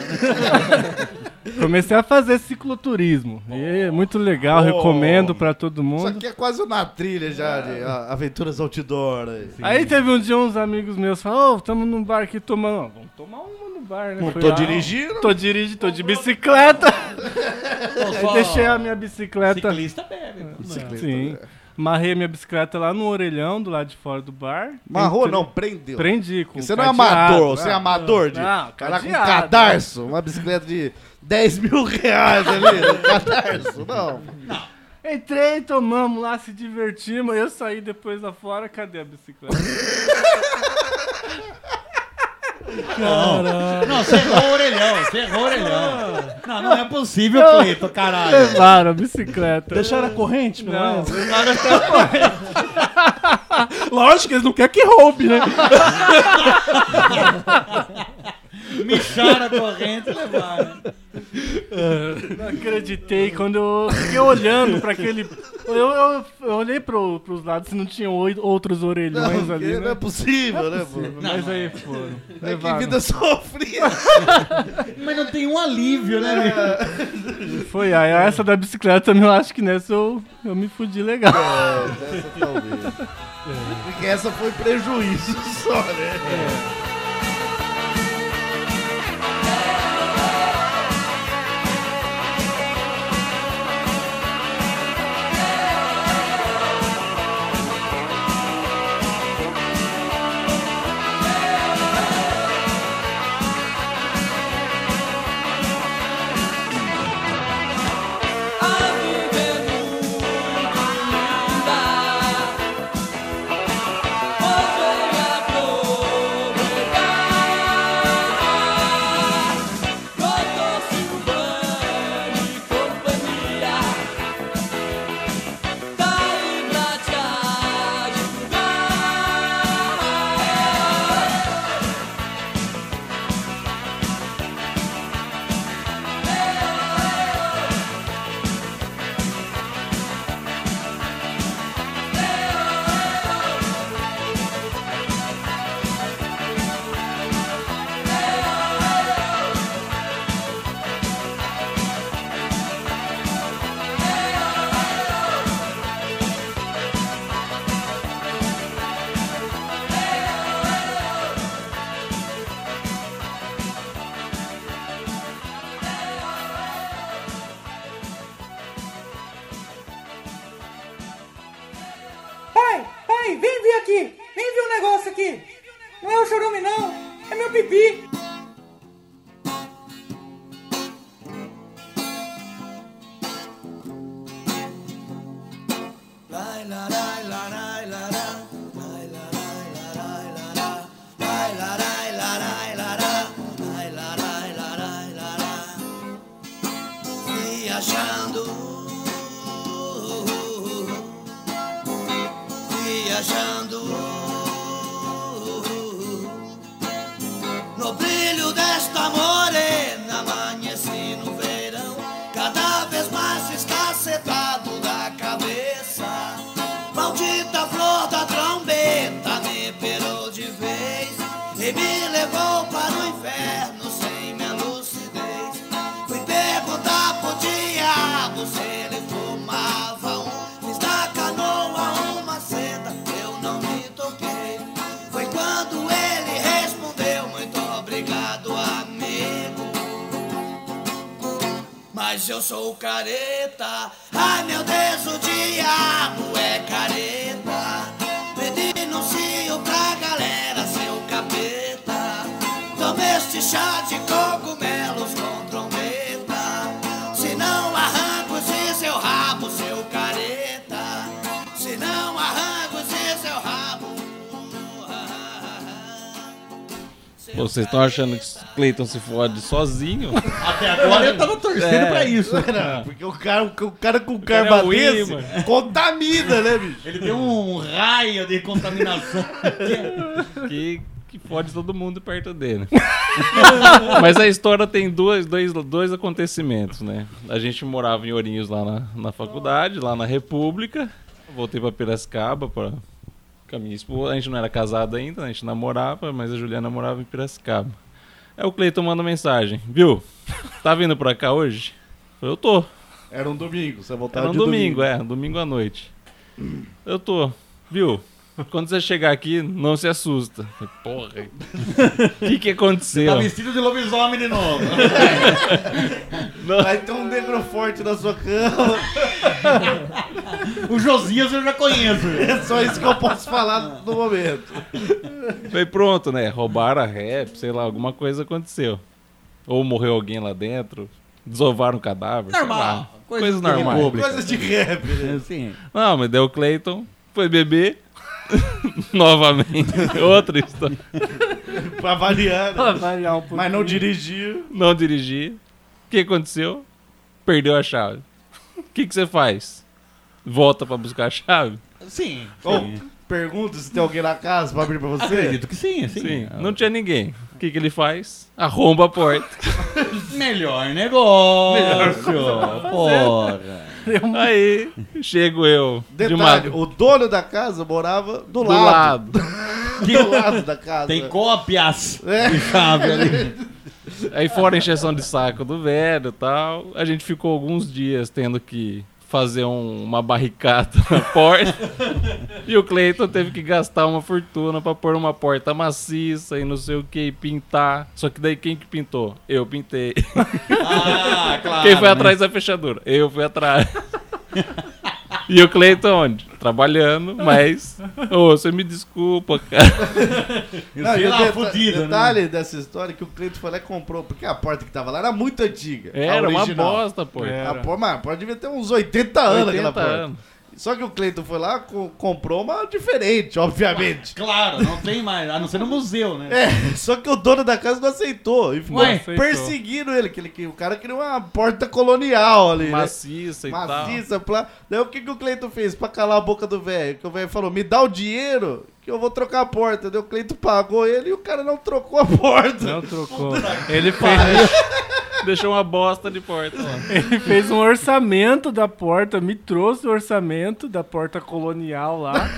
[SPEAKER 2] Comecei a fazer cicloturismo. E é muito legal,
[SPEAKER 6] Oh.
[SPEAKER 2] recomendo pra todo
[SPEAKER 6] Isso
[SPEAKER 2] mundo.
[SPEAKER 6] aqui é quase uma trilha já, de ó, aventuras outdoor. aí.
[SPEAKER 2] É. Aí teve um dia uns amigos meus falaram, ô, tamo num bar aqui tomando. Ó, Vamos tomar uma no bar, né?
[SPEAKER 6] Não
[SPEAKER 2] Fui
[SPEAKER 6] tô
[SPEAKER 2] lá,
[SPEAKER 6] dirigindo.
[SPEAKER 2] Tô dirigindo, tô de bicicleta. Aí
[SPEAKER 7] só
[SPEAKER 2] É, deixei a minha bicicleta.
[SPEAKER 7] ciclista bebe, né? Ciclista
[SPEAKER 2] Sim.
[SPEAKER 7] bebe.
[SPEAKER 2] Marrei a minha bicicleta lá no orelhão, do lado de fora do bar.
[SPEAKER 6] Marrou,
[SPEAKER 2] Entrei-
[SPEAKER 6] não, prendeu.
[SPEAKER 2] Prendi com
[SPEAKER 6] Você não é
[SPEAKER 2] cadeado,
[SPEAKER 6] amador, você é
[SPEAKER 2] né?
[SPEAKER 6] amador de.
[SPEAKER 2] Não,
[SPEAKER 6] Cara com
[SPEAKER 2] cadeado.
[SPEAKER 6] cadarço, uma bicicleta de 10 mil reais ali. né? cadarço, não.
[SPEAKER 2] Entrei, tomamos lá, se divertimos. Eu saí depois lá fora, cadê a bicicleta?
[SPEAKER 7] Não, não, você errou o orelhão, você errou o orelhão. Não, não é possível, Cleiton, caralho.
[SPEAKER 2] Levaram a bicicleta.
[SPEAKER 14] Deixaram a corrente, é? pelo
[SPEAKER 2] Não,
[SPEAKER 14] menos?
[SPEAKER 2] levaram até
[SPEAKER 7] tá,
[SPEAKER 2] a corrente.
[SPEAKER 14] Lógico, eles não querem que roube, né?
[SPEAKER 7] Micharam a corrente e levaram.
[SPEAKER 2] Não acreditei quando eu fiquei olhando pra aquele. Eu, eu, eu olhei pro, pros lados se não tinham oi- outros orelhões
[SPEAKER 6] Não, porque
[SPEAKER 2] ali. né?
[SPEAKER 6] não é possível,
[SPEAKER 2] Não é
[SPEAKER 6] né,
[SPEAKER 2] possível,
[SPEAKER 6] pô?
[SPEAKER 2] Mas
[SPEAKER 6] Não,
[SPEAKER 2] aí foram.
[SPEAKER 6] Ai, que
[SPEAKER 2] levaram.
[SPEAKER 6] vida sofrida.
[SPEAKER 7] Mas não tem um alívio, né, meu?
[SPEAKER 2] Foi, aí essa da bicicleta também eu acho que nessa eu, eu me fudi legal.
[SPEAKER 6] É, dessa talvez.
[SPEAKER 2] é.
[SPEAKER 6] Porque essa foi prejuízo só, né?
[SPEAKER 10] Tá
[SPEAKER 5] Pai, pai, vem ver aqui. Vem ver um negócio aqui. Não é o chorume, não. É meu pipi.
[SPEAKER 10] Viajando, viajando no brilho desta morena. Amanheci no verão, cada vez mais escacetado da cabeça. Maldita flor da trombeta me perou de vez e me levou para o inferno sem minha lucidez. Fui perguntar pro diabo se ele fumava um. Fiz da canoa uma seta, eu não me toquei. Foi quando ele respondeu: Muito obrigado, amigo. Mas eu sou careta. Ai meu Deus, o diabo é careta. Me denuncio pra galera, seu capeta. Toma este chá de cogumelos com trombeta. Se não arranco esse seu rabo, seu careta. Se não arranco esse seu rabo.
[SPEAKER 12] Pô, vocês estão achando que Cleiton se fode sozinho?
[SPEAKER 6] Até
[SPEAKER 7] agora eu tava torcendo pra isso.
[SPEAKER 2] É.
[SPEAKER 6] Não, porque o cara, o cara com
[SPEAKER 7] cara é
[SPEAKER 6] karma
[SPEAKER 7] o
[SPEAKER 6] desse
[SPEAKER 7] imã.
[SPEAKER 6] contamina, né, bicho?
[SPEAKER 7] Ele deu um raio de contaminação.
[SPEAKER 12] que, que fode todo mundo perto dele. Mas a história tem duas, dois, dois acontecimentos, né? A gente morava em Ourinhos lá na, na faculdade, lá na República. Voltei pra Piracicaba pra, com a minha esposa. A gente não era casado ainda, né? a gente namorava, mas a Juliana morava em Piracicaba. Aí o Cleiton manda mensagem. Viu? Tá vindo pra cá hoje? Eu falei, eu tô.
[SPEAKER 6] Era um domingo, você voltava
[SPEAKER 12] Era um
[SPEAKER 6] de
[SPEAKER 12] domingo, é, um domingo à noite. Eu tô. Viu? Quando você chegar aqui, não se assusta. Porra. O que, que aconteceu?
[SPEAKER 7] Tá vestido de lobisomem de novo.
[SPEAKER 12] Não.
[SPEAKER 6] Vai ter um negro forte na sua cama.
[SPEAKER 7] o Josias eu já conheço.
[SPEAKER 6] É só isso que eu posso falar no momento.
[SPEAKER 12] Foi pronto, né? Roubaram a rap, sei lá, alguma coisa aconteceu. Ou morreu alguém lá dentro, desovaram o cadáver. sei
[SPEAKER 7] Normal.
[SPEAKER 12] lá.
[SPEAKER 7] Coisas
[SPEAKER 12] Coisas
[SPEAKER 7] de
[SPEAKER 12] normais.
[SPEAKER 7] república. Coisas de rap, né? Sim.
[SPEAKER 12] Não, mas deu o Clayton, foi beber. Novamente, outra história.
[SPEAKER 6] pra variar, né?
[SPEAKER 2] Pra variar um pouquinho.
[SPEAKER 6] Mas não dirigir.
[SPEAKER 12] Não dirigi. O que aconteceu? Perdeu a chave. O que, que você faz? Volta pra buscar a chave?
[SPEAKER 7] Sim.
[SPEAKER 6] Ou pergunta se tem alguém na casa pra abrir pra você.
[SPEAKER 12] Acredito que sim, sim. Não tinha ninguém. O que, que ele faz? Arromba a porta.
[SPEAKER 7] Melhor negócio.
[SPEAKER 12] porra. Aí, chego eu. de
[SPEAKER 6] Detalhe,
[SPEAKER 12] uma-
[SPEAKER 6] o dono da casa morava do,
[SPEAKER 12] Do
[SPEAKER 6] lado.
[SPEAKER 12] lado.
[SPEAKER 6] do lado da casa.
[SPEAKER 7] Tem cópias
[SPEAKER 6] É.
[SPEAKER 7] de chave ali.
[SPEAKER 12] Aí fora a encheção de saco do velho e tal, a gente ficou alguns dias tendo que fazer um- uma barricada na porta. e o Cleiton teve que gastar uma fortuna pra pôr uma porta maciça e não sei o que, e pintar. Só que daí quem que pintou? Eu pintei.
[SPEAKER 7] Ah, claro,
[SPEAKER 12] Quem foi
[SPEAKER 7] né?
[SPEAKER 12] atrás da fechadura? Eu fui atrás. E o Cleiton onde? Trabalhando, mas. Ô, você me desculpa, cara.
[SPEAKER 6] Não, e o deta
[SPEAKER 12] né?
[SPEAKER 6] detalhe dessa história é que o cliente foi lá e comprou, porque a porta que tava lá era muito antiga. a
[SPEAKER 12] Era uma
[SPEAKER 6] original.
[SPEAKER 12] bosta a porta.
[SPEAKER 6] A
[SPEAKER 12] Era.
[SPEAKER 6] porta, mas a porta devia ter uns 80 anos
[SPEAKER 12] 80
[SPEAKER 6] aquela porta.
[SPEAKER 12] anos.
[SPEAKER 6] Só que o Cleiton foi lá, co- comprou uma diferente, obviamente.
[SPEAKER 7] Claro, não tem mais. A não ser no museu, né?
[SPEAKER 6] É, só que o dono da casa não aceitou e ficou
[SPEAKER 7] Ué, aceitou.
[SPEAKER 6] perseguindo ele. Que ele que o cara queria uma porta colonial ali. né?
[SPEAKER 12] Maciça e tal.
[SPEAKER 6] Maciça, plá. Daí o que, que o Cleiton fez pra calar a boca do velho? Que o velho falou: me dá o dinheiro que eu vou trocar a porta. Daí o Cleiton pagou ele e o cara não trocou a porta.
[SPEAKER 2] Não trocou.
[SPEAKER 12] Ele fez. Deixou uma bosta de porta lá.
[SPEAKER 2] Ele fez um orçamento da porta, me trouxe o orçamento da porta colonial lá.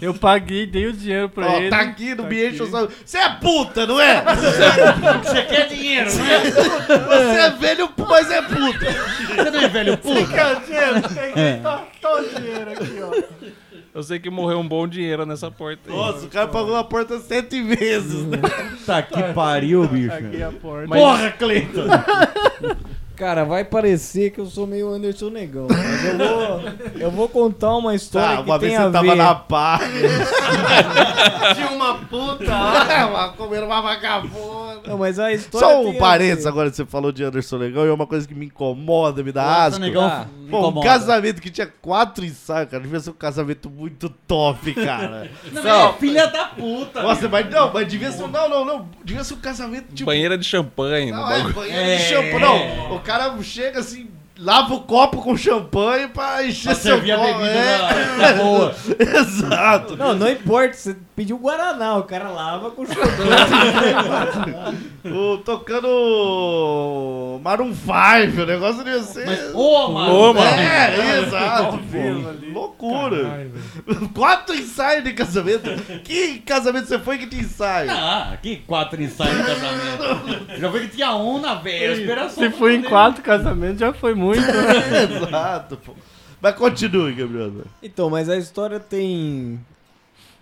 [SPEAKER 2] Eu paguei, dei o dinheiro pra
[SPEAKER 6] Ó,
[SPEAKER 2] ele.
[SPEAKER 6] tá aqui, não
[SPEAKER 2] Tá
[SPEAKER 6] me
[SPEAKER 2] aqui.
[SPEAKER 6] enche o saco. Você é puta, não é?
[SPEAKER 7] Você quer dinheiro, não é?
[SPEAKER 6] Você é velho, mas é puta.
[SPEAKER 7] Você não é velho
[SPEAKER 6] Você quer dinheiro?
[SPEAKER 12] É.
[SPEAKER 6] Tá, tá o dinheiro aqui, ó.
[SPEAKER 12] Eu sei que morreu um bom dinheiro nessa porta aí.
[SPEAKER 6] Nossa, o cara pagou a porta sete vezes, né?
[SPEAKER 7] Tá que pariu, bicho.
[SPEAKER 12] Mas-
[SPEAKER 7] Porra, Cleiton!
[SPEAKER 1] Cara, vai parecer que eu sou meio Anderson Negão, mas eu vou, eu vou contar uma história
[SPEAKER 6] Tá,
[SPEAKER 1] que
[SPEAKER 6] uma
[SPEAKER 1] tem
[SPEAKER 6] vez
[SPEAKER 1] a
[SPEAKER 6] você tava
[SPEAKER 1] ver.
[SPEAKER 6] na pá.
[SPEAKER 13] Tinha uma puta
[SPEAKER 6] lá, comendo uma vagabunda.
[SPEAKER 1] Não, mas a história
[SPEAKER 6] Só
[SPEAKER 1] tem a
[SPEAKER 6] um
[SPEAKER 1] ver.
[SPEAKER 6] parênteses agora, você falou de Anderson Negão e é uma coisa que me incomoda, me dá
[SPEAKER 1] Anderson
[SPEAKER 6] asco.
[SPEAKER 1] Negão Ah,
[SPEAKER 6] Pô,
[SPEAKER 1] me
[SPEAKER 6] um
[SPEAKER 1] incomoda.
[SPEAKER 6] casamento que tinha quatro ensaios, cara, devia ser um casamento muito top, cara.
[SPEAKER 7] Não,
[SPEAKER 6] Não.
[SPEAKER 7] é filha da puta!
[SPEAKER 6] Nossa, mas não, mas devia ser, não, não, não, devia ser um casamento tipo...
[SPEAKER 12] Banheira de champanhe. né? no
[SPEAKER 6] Não, é,
[SPEAKER 12] bagulho.
[SPEAKER 6] banheiro de champanhe, não, o cara chega assim... Lava o copo com champanhe pra encher
[SPEAKER 7] Pra
[SPEAKER 6] seu
[SPEAKER 7] servir a
[SPEAKER 6] copo.
[SPEAKER 7] bebida né? na-
[SPEAKER 6] é.
[SPEAKER 7] na boa.
[SPEAKER 6] Exato.
[SPEAKER 1] Não, não importa, você pediu Guaraná, o cara lava com champanhe.
[SPEAKER 6] O, tocando Maroon 5, o negócio devia ser.
[SPEAKER 7] Mas, ô, Maroon
[SPEAKER 6] Ô,
[SPEAKER 7] five.
[SPEAKER 6] É,
[SPEAKER 7] Ao
[SPEAKER 6] exato.
[SPEAKER 7] vivo
[SPEAKER 6] pô. Loucura. Quatro ensaios de casamento. Que casamento você foi que te ensaio?
[SPEAKER 7] Ah, que quatro ensaios de casamento. Já foi que tinha um na véspera. só
[SPEAKER 2] Se
[SPEAKER 7] pra
[SPEAKER 2] foi em
[SPEAKER 7] poder-
[SPEAKER 2] quatro casamentos, já foi muito.
[SPEAKER 6] Exato, pô. Mas continue, Gabriel.
[SPEAKER 1] Então, mas a história tem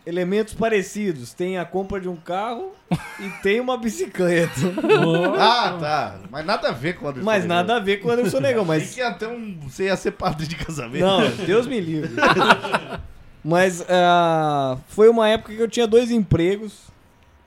[SPEAKER 1] elementos parecidos. Tem a compra de um carro e tem uma bicicleta.
[SPEAKER 6] Ah, tá. Mas nada a ver com o Anderson
[SPEAKER 1] Mas
[SPEAKER 6] Negão.
[SPEAKER 1] nada a ver com o Anderson Negão, mas-
[SPEAKER 6] Achei que ia ter um- Você ia ser padre de casamento.
[SPEAKER 1] Não, Deus me livre. Mas ah, foi uma época que eu tinha dois empregos.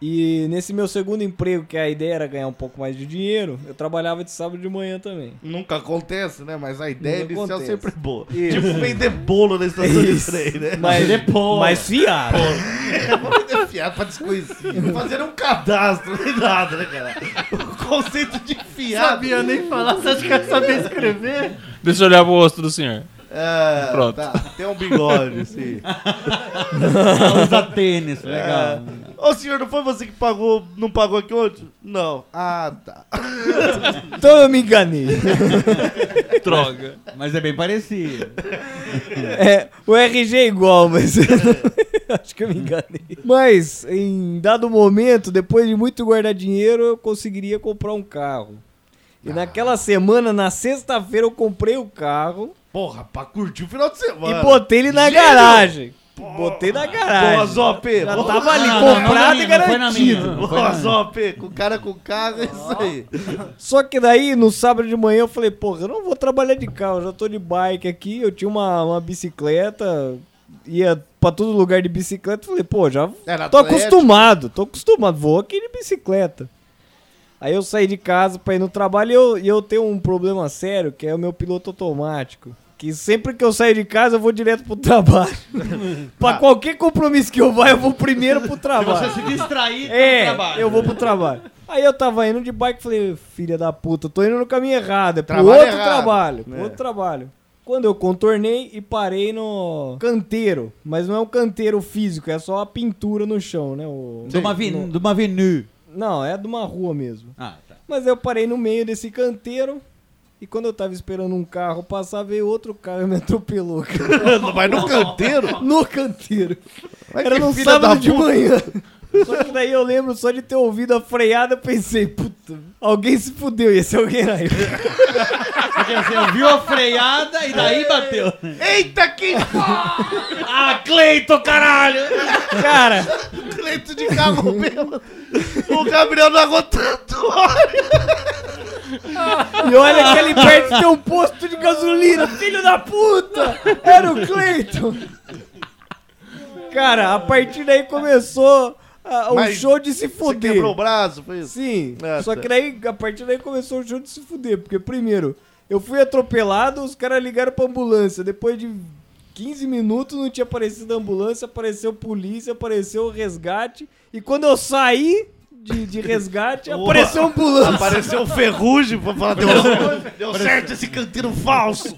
[SPEAKER 1] E nesse meu segundo emprego, que a ideia era ganhar um pouco mais de dinheiro, eu trabalhava de sábado de manhã também.
[SPEAKER 6] Nunca acontece, né? Mas a ideia
[SPEAKER 1] Nunca
[SPEAKER 6] inicial
[SPEAKER 1] acontece.
[SPEAKER 6] sempre é boa.
[SPEAKER 1] Isso.
[SPEAKER 6] Tipo, vender bolo na estação
[SPEAKER 1] Isso.
[SPEAKER 6] de trem, né?
[SPEAKER 1] Mas- Vender bolo. mas fiado.
[SPEAKER 6] Bolo. É, vou vender fiado pra desconhecido. Não Fazer um cadastro nem nada, né, cara? O conceito de fiado.
[SPEAKER 15] Sabia nem falar, você acha que eu sabia escrever?
[SPEAKER 12] Deixa eu olhar pro rosto do senhor.
[SPEAKER 6] É,
[SPEAKER 12] Pronto.
[SPEAKER 6] tá. Tem um bigode, sim.
[SPEAKER 7] Usa tênis, legal.
[SPEAKER 6] Ô senhor, não foi você que pagou, não pagou aqui ontem? Não. Ah, tá.
[SPEAKER 1] Então eu me enganei.
[SPEAKER 12] Droga.
[SPEAKER 7] Mas é bem parecido.
[SPEAKER 1] É, o RG é igual, mas eu não- acho que eu me enganei. Mas em dado momento, depois de muito guardar dinheiro, eu conseguiria comprar um carro. E
[SPEAKER 6] Ah.
[SPEAKER 1] naquela semana, na sexta-feira, eu comprei o carro.
[SPEAKER 6] Porra, pra curtir o final de semana.
[SPEAKER 1] E botei ele na
[SPEAKER 6] Gênio!
[SPEAKER 1] garagem. Botei na
[SPEAKER 6] Boa,
[SPEAKER 1] garagem.
[SPEAKER 6] Zop.
[SPEAKER 1] Já
[SPEAKER 6] Boa.
[SPEAKER 1] tava ali,
[SPEAKER 6] Não, não, não na
[SPEAKER 1] comprado
[SPEAKER 6] minha,
[SPEAKER 1] e
[SPEAKER 6] não foi na minha,
[SPEAKER 1] é garantido.
[SPEAKER 6] não foi na minha. Boa, Zop, com cara com carro, é isso aí.
[SPEAKER 1] Só que daí, no sábado de manhã, eu falei, porra, eu não vou trabalhar de carro, eu já tô de bike aqui, eu tinha uma, uma bicicleta, ia pra todo lugar de bicicleta, eu falei, pô, já
[SPEAKER 6] Era
[SPEAKER 1] tô
[SPEAKER 6] atlético.
[SPEAKER 1] acostumado, tô acostumado, vou aqui de bicicleta. Aí eu saí de casa pra ir no trabalho e eu, e eu tenho um problema sério, que é o meu piloto automático. Que sempre que eu saio de casa, eu vou direto pro trabalho.
[SPEAKER 6] Ah.
[SPEAKER 1] pra qualquer compromisso que eu vá, eu vou primeiro pro trabalho.
[SPEAKER 7] Se distrair,
[SPEAKER 1] É,
[SPEAKER 7] tá no trabalho.
[SPEAKER 1] eu vou pro trabalho. Aí eu tava indo de bike e falei, filha da puta, eu tô indo no caminho errado, é pro
[SPEAKER 6] Trabalho
[SPEAKER 1] outro
[SPEAKER 6] errado,
[SPEAKER 1] trabalho, pro
[SPEAKER 6] né?
[SPEAKER 1] outro trabalho. Quando eu contornei e parei no canteiro, mas não é um canteiro físico, é só a pintura no chão, né? O...
[SPEAKER 7] De
[SPEAKER 1] no-
[SPEAKER 7] uma, aven- de uma avenue.
[SPEAKER 1] Não, é de uma rua mesmo.
[SPEAKER 7] Ah, tá.
[SPEAKER 1] Mas eu parei no meio desse canteiro e quando eu tava esperando um carro passar, veio outro carro e me atropelou. cara.
[SPEAKER 6] Mas no canteiro?
[SPEAKER 1] no canteiro.
[SPEAKER 6] Mas
[SPEAKER 1] Era
[SPEAKER 6] que
[SPEAKER 1] num
[SPEAKER 6] filha da
[SPEAKER 1] sábado de
[SPEAKER 6] puta.
[SPEAKER 1] manhã. Só que daí eu lembro só de ter ouvido a freada, eu pensei, puta, alguém se fudeu e esse é alguém era eu.
[SPEAKER 7] Porque você ouviu a freada e daí bateu.
[SPEAKER 6] Eita, que
[SPEAKER 7] Ah, Cleito, caralho!
[SPEAKER 1] Cara,
[SPEAKER 6] Cleito de carro mesmo. O Gabriel não aguentou tanto
[SPEAKER 1] e olha que ali perto tem um posto de gasolina, filho da puta! Era o Cleiton! Cara, a partir daí começou ah, o
[SPEAKER 6] Mas
[SPEAKER 1] show de se
[SPEAKER 6] Você
[SPEAKER 1] fuder.
[SPEAKER 6] quebrou o braço, foi isso?
[SPEAKER 1] Sim,
[SPEAKER 6] Ah,
[SPEAKER 1] só
[SPEAKER 6] tá.
[SPEAKER 1] que daí, a partir daí começou o show de se fuder, porque primeiro, eu fui atropelado, os caras ligaram pra ambulância, depois de 15 minutos não tinha aparecido a ambulância, apareceu polícia, apareceu o resgate, e quando eu saí de, de resgate, apareceu a ambulância.
[SPEAKER 6] Apareceu o ferrugem pra falar, deu,
[SPEAKER 7] um
[SPEAKER 6] deu certo esse canteiro falso.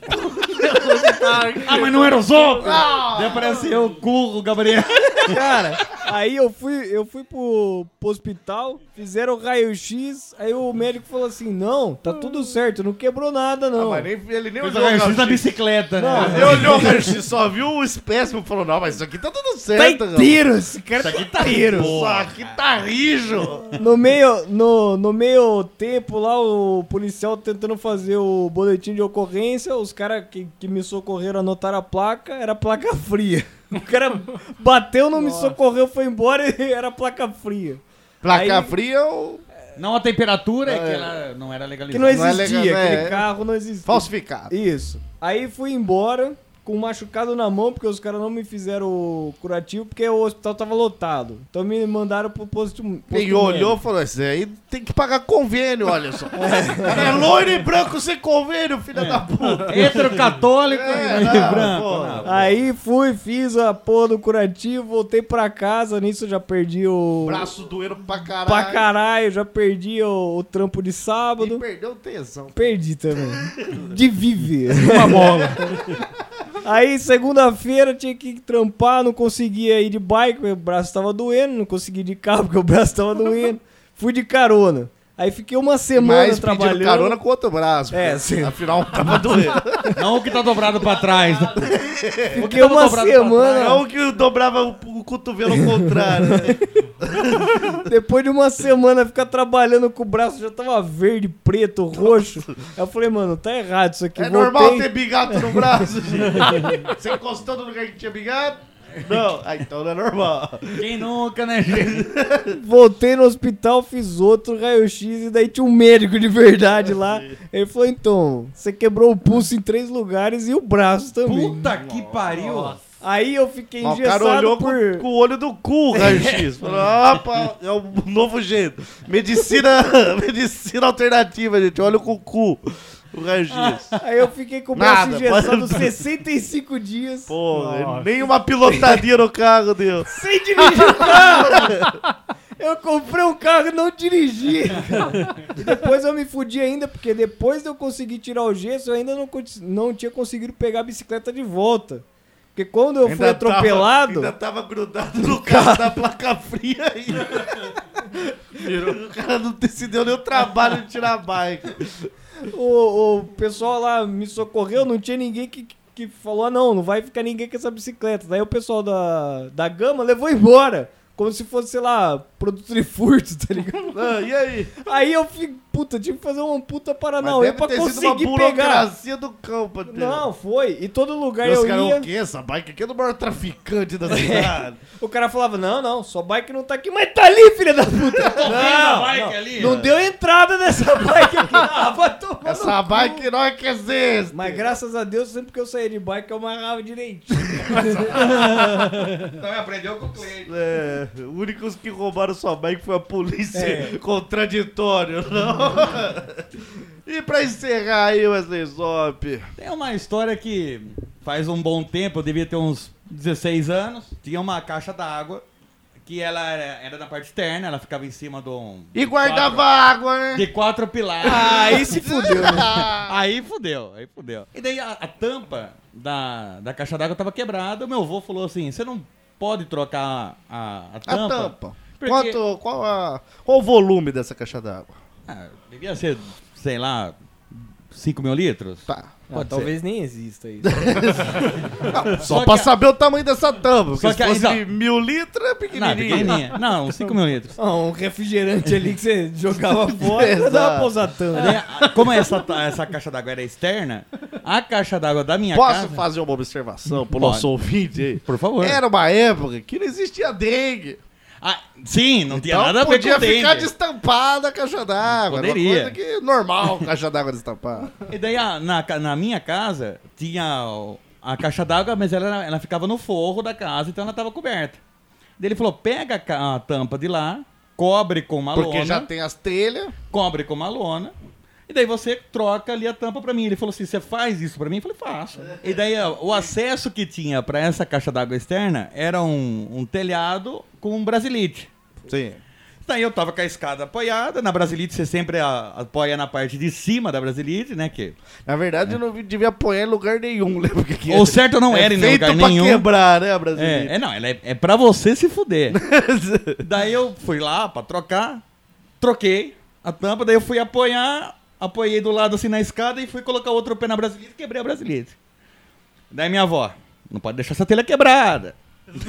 [SPEAKER 7] Ah, mas não era os outros? Daí apareceu o curro, Gabriel.
[SPEAKER 1] um Cara, aí eu fui, eu fui pro, pro hospital, fizeram o raio-x, aí o médico falou assim, não, tá tudo certo, não quebrou nada não.
[SPEAKER 6] Ah, Mas nem, ele nem
[SPEAKER 7] Fez um
[SPEAKER 6] olhou
[SPEAKER 7] o raio-x
[SPEAKER 6] o
[SPEAKER 7] da bicicleta, né?
[SPEAKER 6] Ele olhou o raio-x, só viu o espécime e falou, não, mas isso aqui tá tudo
[SPEAKER 1] Tá
[SPEAKER 6] certo.
[SPEAKER 1] inteiro, esse cara
[SPEAKER 6] Isso
[SPEAKER 1] tá
[SPEAKER 6] aqui tá
[SPEAKER 1] inteiro.
[SPEAKER 6] Isso aqui tá rijo.
[SPEAKER 1] No meio, no, no meio tempo lá, o policial tentando fazer o boletim de ocorrência, os caras que, que me socorreram anotaram a placa, era placa fria. O cara bateu, não me socorreu, foi embora e era placa fria.
[SPEAKER 6] Placa
[SPEAKER 1] Aí-
[SPEAKER 6] fria ou
[SPEAKER 7] Não a temperatura, é
[SPEAKER 6] É.
[SPEAKER 7] que ela não era legalizada.
[SPEAKER 1] Que não
[SPEAKER 6] Não é
[SPEAKER 1] existia,
[SPEAKER 6] legal,
[SPEAKER 1] aquele
[SPEAKER 6] é.
[SPEAKER 1] carro não existia.
[SPEAKER 6] falsificado?
[SPEAKER 1] Isso. Aí fui embora com um machucado na mão, porque os caras não me fizeram o curativo, porque o hospital tava lotado. Então me mandaram pro posto. posto
[SPEAKER 6] Quem
[SPEAKER 1] médico.
[SPEAKER 6] olhou e falou, esse aí tem que pagar convênio, olha só. Cara, é loiro e branco sem convênio, filha da puta.
[SPEAKER 7] Hetero católico
[SPEAKER 6] É,
[SPEAKER 7] e
[SPEAKER 6] não,
[SPEAKER 7] branco.
[SPEAKER 6] pô.
[SPEAKER 7] não.
[SPEAKER 1] Aí fui, fiz a porra do curativo, voltei pra casa, nisso eu já perdi o.
[SPEAKER 6] Braço doendo pra caralho.
[SPEAKER 1] pra caralho, já perdi o, o trampo de
[SPEAKER 6] E
[SPEAKER 1] sábado.
[SPEAKER 6] perdeu o tesão.
[SPEAKER 1] Perdi também. De viver. Uma bola. Aí, segunda-feira, tinha que trampar, não conseguia ir de bike, meu braço tava doendo, não consegui ir de carro porque o braço tava doendo. Fui de carona. Aí fiquei uma semana
[SPEAKER 6] Mas
[SPEAKER 1] trabalhando.
[SPEAKER 6] pedindo carona com outro braço.
[SPEAKER 1] É,
[SPEAKER 6] porque
[SPEAKER 1] sim.
[SPEAKER 6] Afinal, tava doendo.
[SPEAKER 7] Não o que tá dobrado pra trás. né?
[SPEAKER 1] Fiquei uma
[SPEAKER 7] dobrado pra
[SPEAKER 1] semana,
[SPEAKER 6] Não É um que dobrava o o cotovelo ao contrário. né?
[SPEAKER 1] depois de uma semana ficar trabalhando com o braço, já tava verde, preto, roxo. Aí eu falei, mano, tá errado isso aqui.
[SPEAKER 6] É
[SPEAKER 1] Voltei.
[SPEAKER 6] normal ter bigato no braço, gente. Você encostou no lugar que tinha bigato? Não. Ah, então não é normal.
[SPEAKER 7] Quem nunca, né, gente?
[SPEAKER 1] Voltei no hospital, fiz outro raio-x e daí tinha um médico de verdade lá. Ele falou: então, você quebrou o pulso em três lugares e o braço também.
[SPEAKER 7] Puta que pariu.
[SPEAKER 1] Aí eu fiquei
[SPEAKER 6] Ó, O cara
[SPEAKER 1] engessado
[SPEAKER 6] olhou
[SPEAKER 1] por.
[SPEAKER 6] com, com o olho do cu, raio-x. Falou, opa, é um novo jeito. Medicina, medicina alternativa, gente. Olha com o cu. O Regis.
[SPEAKER 1] Aí eu fiquei com o braço
[SPEAKER 6] Nada,
[SPEAKER 1] engessado
[SPEAKER 6] pode-
[SPEAKER 1] 65 dias.
[SPEAKER 6] Porra,
[SPEAKER 1] Nossa.
[SPEAKER 6] nem uma pilotadinha no carro deu.
[SPEAKER 1] Sem dirigir o carro! Eu comprei um carro e não dirigi. E depois eu me fudi ainda, porque depois de eu conseguir tirar o gesso, eu ainda não, cons- não tinha conseguido pegar a bicicleta de volta. Porque quando eu
[SPEAKER 6] Ainda
[SPEAKER 1] fui
[SPEAKER 6] tava-
[SPEAKER 1] atropelado.
[SPEAKER 6] ainda tava grudado no carro da placa fria ainda. O cara não te- se deu nem o trabalho de tirar a bike.
[SPEAKER 1] o, o pessoal lá me socorreu, não tinha ninguém que, que falou, ah, não, não vai ficar ninguém com essa bicicleta. Daí o pessoal da, da Gama levou embora. Como se fosse, sei lá, produto de furto, tá ligado?
[SPEAKER 6] Ah, e aí?
[SPEAKER 1] Aí eu fico, puta, tive que fazer uma puta
[SPEAKER 6] Mas
[SPEAKER 1] paranauê
[SPEAKER 6] deve
[SPEAKER 1] Ah, pra
[SPEAKER 6] ter sido uma
[SPEAKER 1] conseguir pegar.
[SPEAKER 6] burocracia do cão, pra ter.
[SPEAKER 1] Não, foi. E todo lugar
[SPEAKER 6] E os
[SPEAKER 1] eu
[SPEAKER 6] caras,
[SPEAKER 1] ia...
[SPEAKER 6] o quê? Essa bike aqui é do maior traficante da cidade.
[SPEAKER 1] O cara falava, não, não, sua bike não tá aqui. Mas tá ali, filha da puta!
[SPEAKER 6] Tô vendo a bike
[SPEAKER 1] não,
[SPEAKER 6] ali,
[SPEAKER 1] não
[SPEAKER 6] ó.
[SPEAKER 1] deu entrada nessa bike aqui. Ah, vai tomar no
[SPEAKER 6] Essa
[SPEAKER 1] cu.
[SPEAKER 6] bike não é que existe.
[SPEAKER 1] Mas graças a Deus, sempre que eu saía de bike, eu amarrava direitinho.
[SPEAKER 6] Também aprendeu com o cliente. É, os únicos que roubaram sua bike foi a polícia.
[SPEAKER 1] É.
[SPEAKER 6] Contraditório, não? e pra encerrar aí, Wesley Zop.
[SPEAKER 7] Tem uma história que faz um bom tempo, eu devia ter uns 16 anos. Tinha uma caixa d'água que ela era, era na parte externa, ela ficava em cima de um.
[SPEAKER 6] E guardava
[SPEAKER 7] quatro-
[SPEAKER 6] água, né?
[SPEAKER 7] De quatro pilares.
[SPEAKER 6] Ah, aí se fudeu, né?
[SPEAKER 7] aí fudeu, aí fudeu. E daí a, a tampa da, da caixa d'água tava quebrada. O meu avô falou assim: você não pode trocar a, a
[SPEAKER 6] A
[SPEAKER 7] tampa.
[SPEAKER 6] tampa.
[SPEAKER 7] Porque-
[SPEAKER 6] Quanto, qual, a- qual o volume dessa caixa d'água?
[SPEAKER 7] Ah, devia ser, sei lá, 5 mil litros?
[SPEAKER 6] Tá.
[SPEAKER 7] Pode
[SPEAKER 1] Ah, talvez
[SPEAKER 7] ser.
[SPEAKER 1] nem exista isso.
[SPEAKER 6] Não, só
[SPEAKER 7] Só
[SPEAKER 6] pra
[SPEAKER 7] que a-
[SPEAKER 6] saber o tamanho dessa tampa. Porque
[SPEAKER 7] Só
[SPEAKER 6] se
[SPEAKER 7] que a-
[SPEAKER 6] fosse de
[SPEAKER 7] exato.
[SPEAKER 6] mil litros, é
[SPEAKER 7] Não,
[SPEAKER 6] pequenininha.
[SPEAKER 7] é pequenininha. Não, uns 5 mil litros.
[SPEAKER 1] um refrigerante ali que você jogava fora, não dava pra usar tanto.
[SPEAKER 7] Daí, a- Ah, Como é essa, ta- essa caixa d'água era externa, a caixa d'água da minha
[SPEAKER 6] Posso
[SPEAKER 7] é casa...
[SPEAKER 6] fazer uma observação pro
[SPEAKER 7] Pode.
[SPEAKER 6] nosso ouvinte aí?
[SPEAKER 7] Por favor.
[SPEAKER 6] Era uma época que não existia dengue.
[SPEAKER 7] Ah, sim, não tinha
[SPEAKER 6] Então
[SPEAKER 7] nada a ver com
[SPEAKER 6] podia
[SPEAKER 7] o
[SPEAKER 6] ficar
[SPEAKER 7] dengue.
[SPEAKER 6] destampada a caixa d'água. Era
[SPEAKER 7] Poderia.
[SPEAKER 6] Uma coisa que é normal, caixa d'água destampada.
[SPEAKER 7] E daí, a- na, ca- na minha casa, tinha o- a caixa d'água, mas ela, era- ela ficava no forro da casa, então ela tava coberta. Daí ele falou, pega a ca- a tampa de lá, cobre com uma
[SPEAKER 6] Porque
[SPEAKER 7] lona...
[SPEAKER 6] já tem as telhas.
[SPEAKER 7] cobre com uma lona. E daí você troca ali a tampa pra mim. Ele falou assim: você faz isso pra mim? Eu falei, faço. E daí ó, o acesso que tinha pra essa caixa d'água externa era um, um telhado com um brasilite.
[SPEAKER 6] Sim.
[SPEAKER 7] Daí eu tava com a escada apoiada. Na brasilite você sempre a- apoia na parte de cima da brasilite, né? Que...
[SPEAKER 6] Na verdade, eu não devia apoiar em lugar nenhum, né? Porque que-
[SPEAKER 7] Ou É. certo não
[SPEAKER 6] é
[SPEAKER 7] era em
[SPEAKER 6] feito
[SPEAKER 7] lugar
[SPEAKER 6] pra
[SPEAKER 7] nenhum.
[SPEAKER 6] quebrar, né, brasileiro?
[SPEAKER 7] É, é, não, ela é, é pra você se fuder. daí eu fui lá pra trocar, troquei a tampa, daí eu fui apoiar, apoiei do lado assim na escada e fui colocar outro pé na brasileira e quebrei a brasileira. Daí minha avó, não pode deixar essa telha quebrada.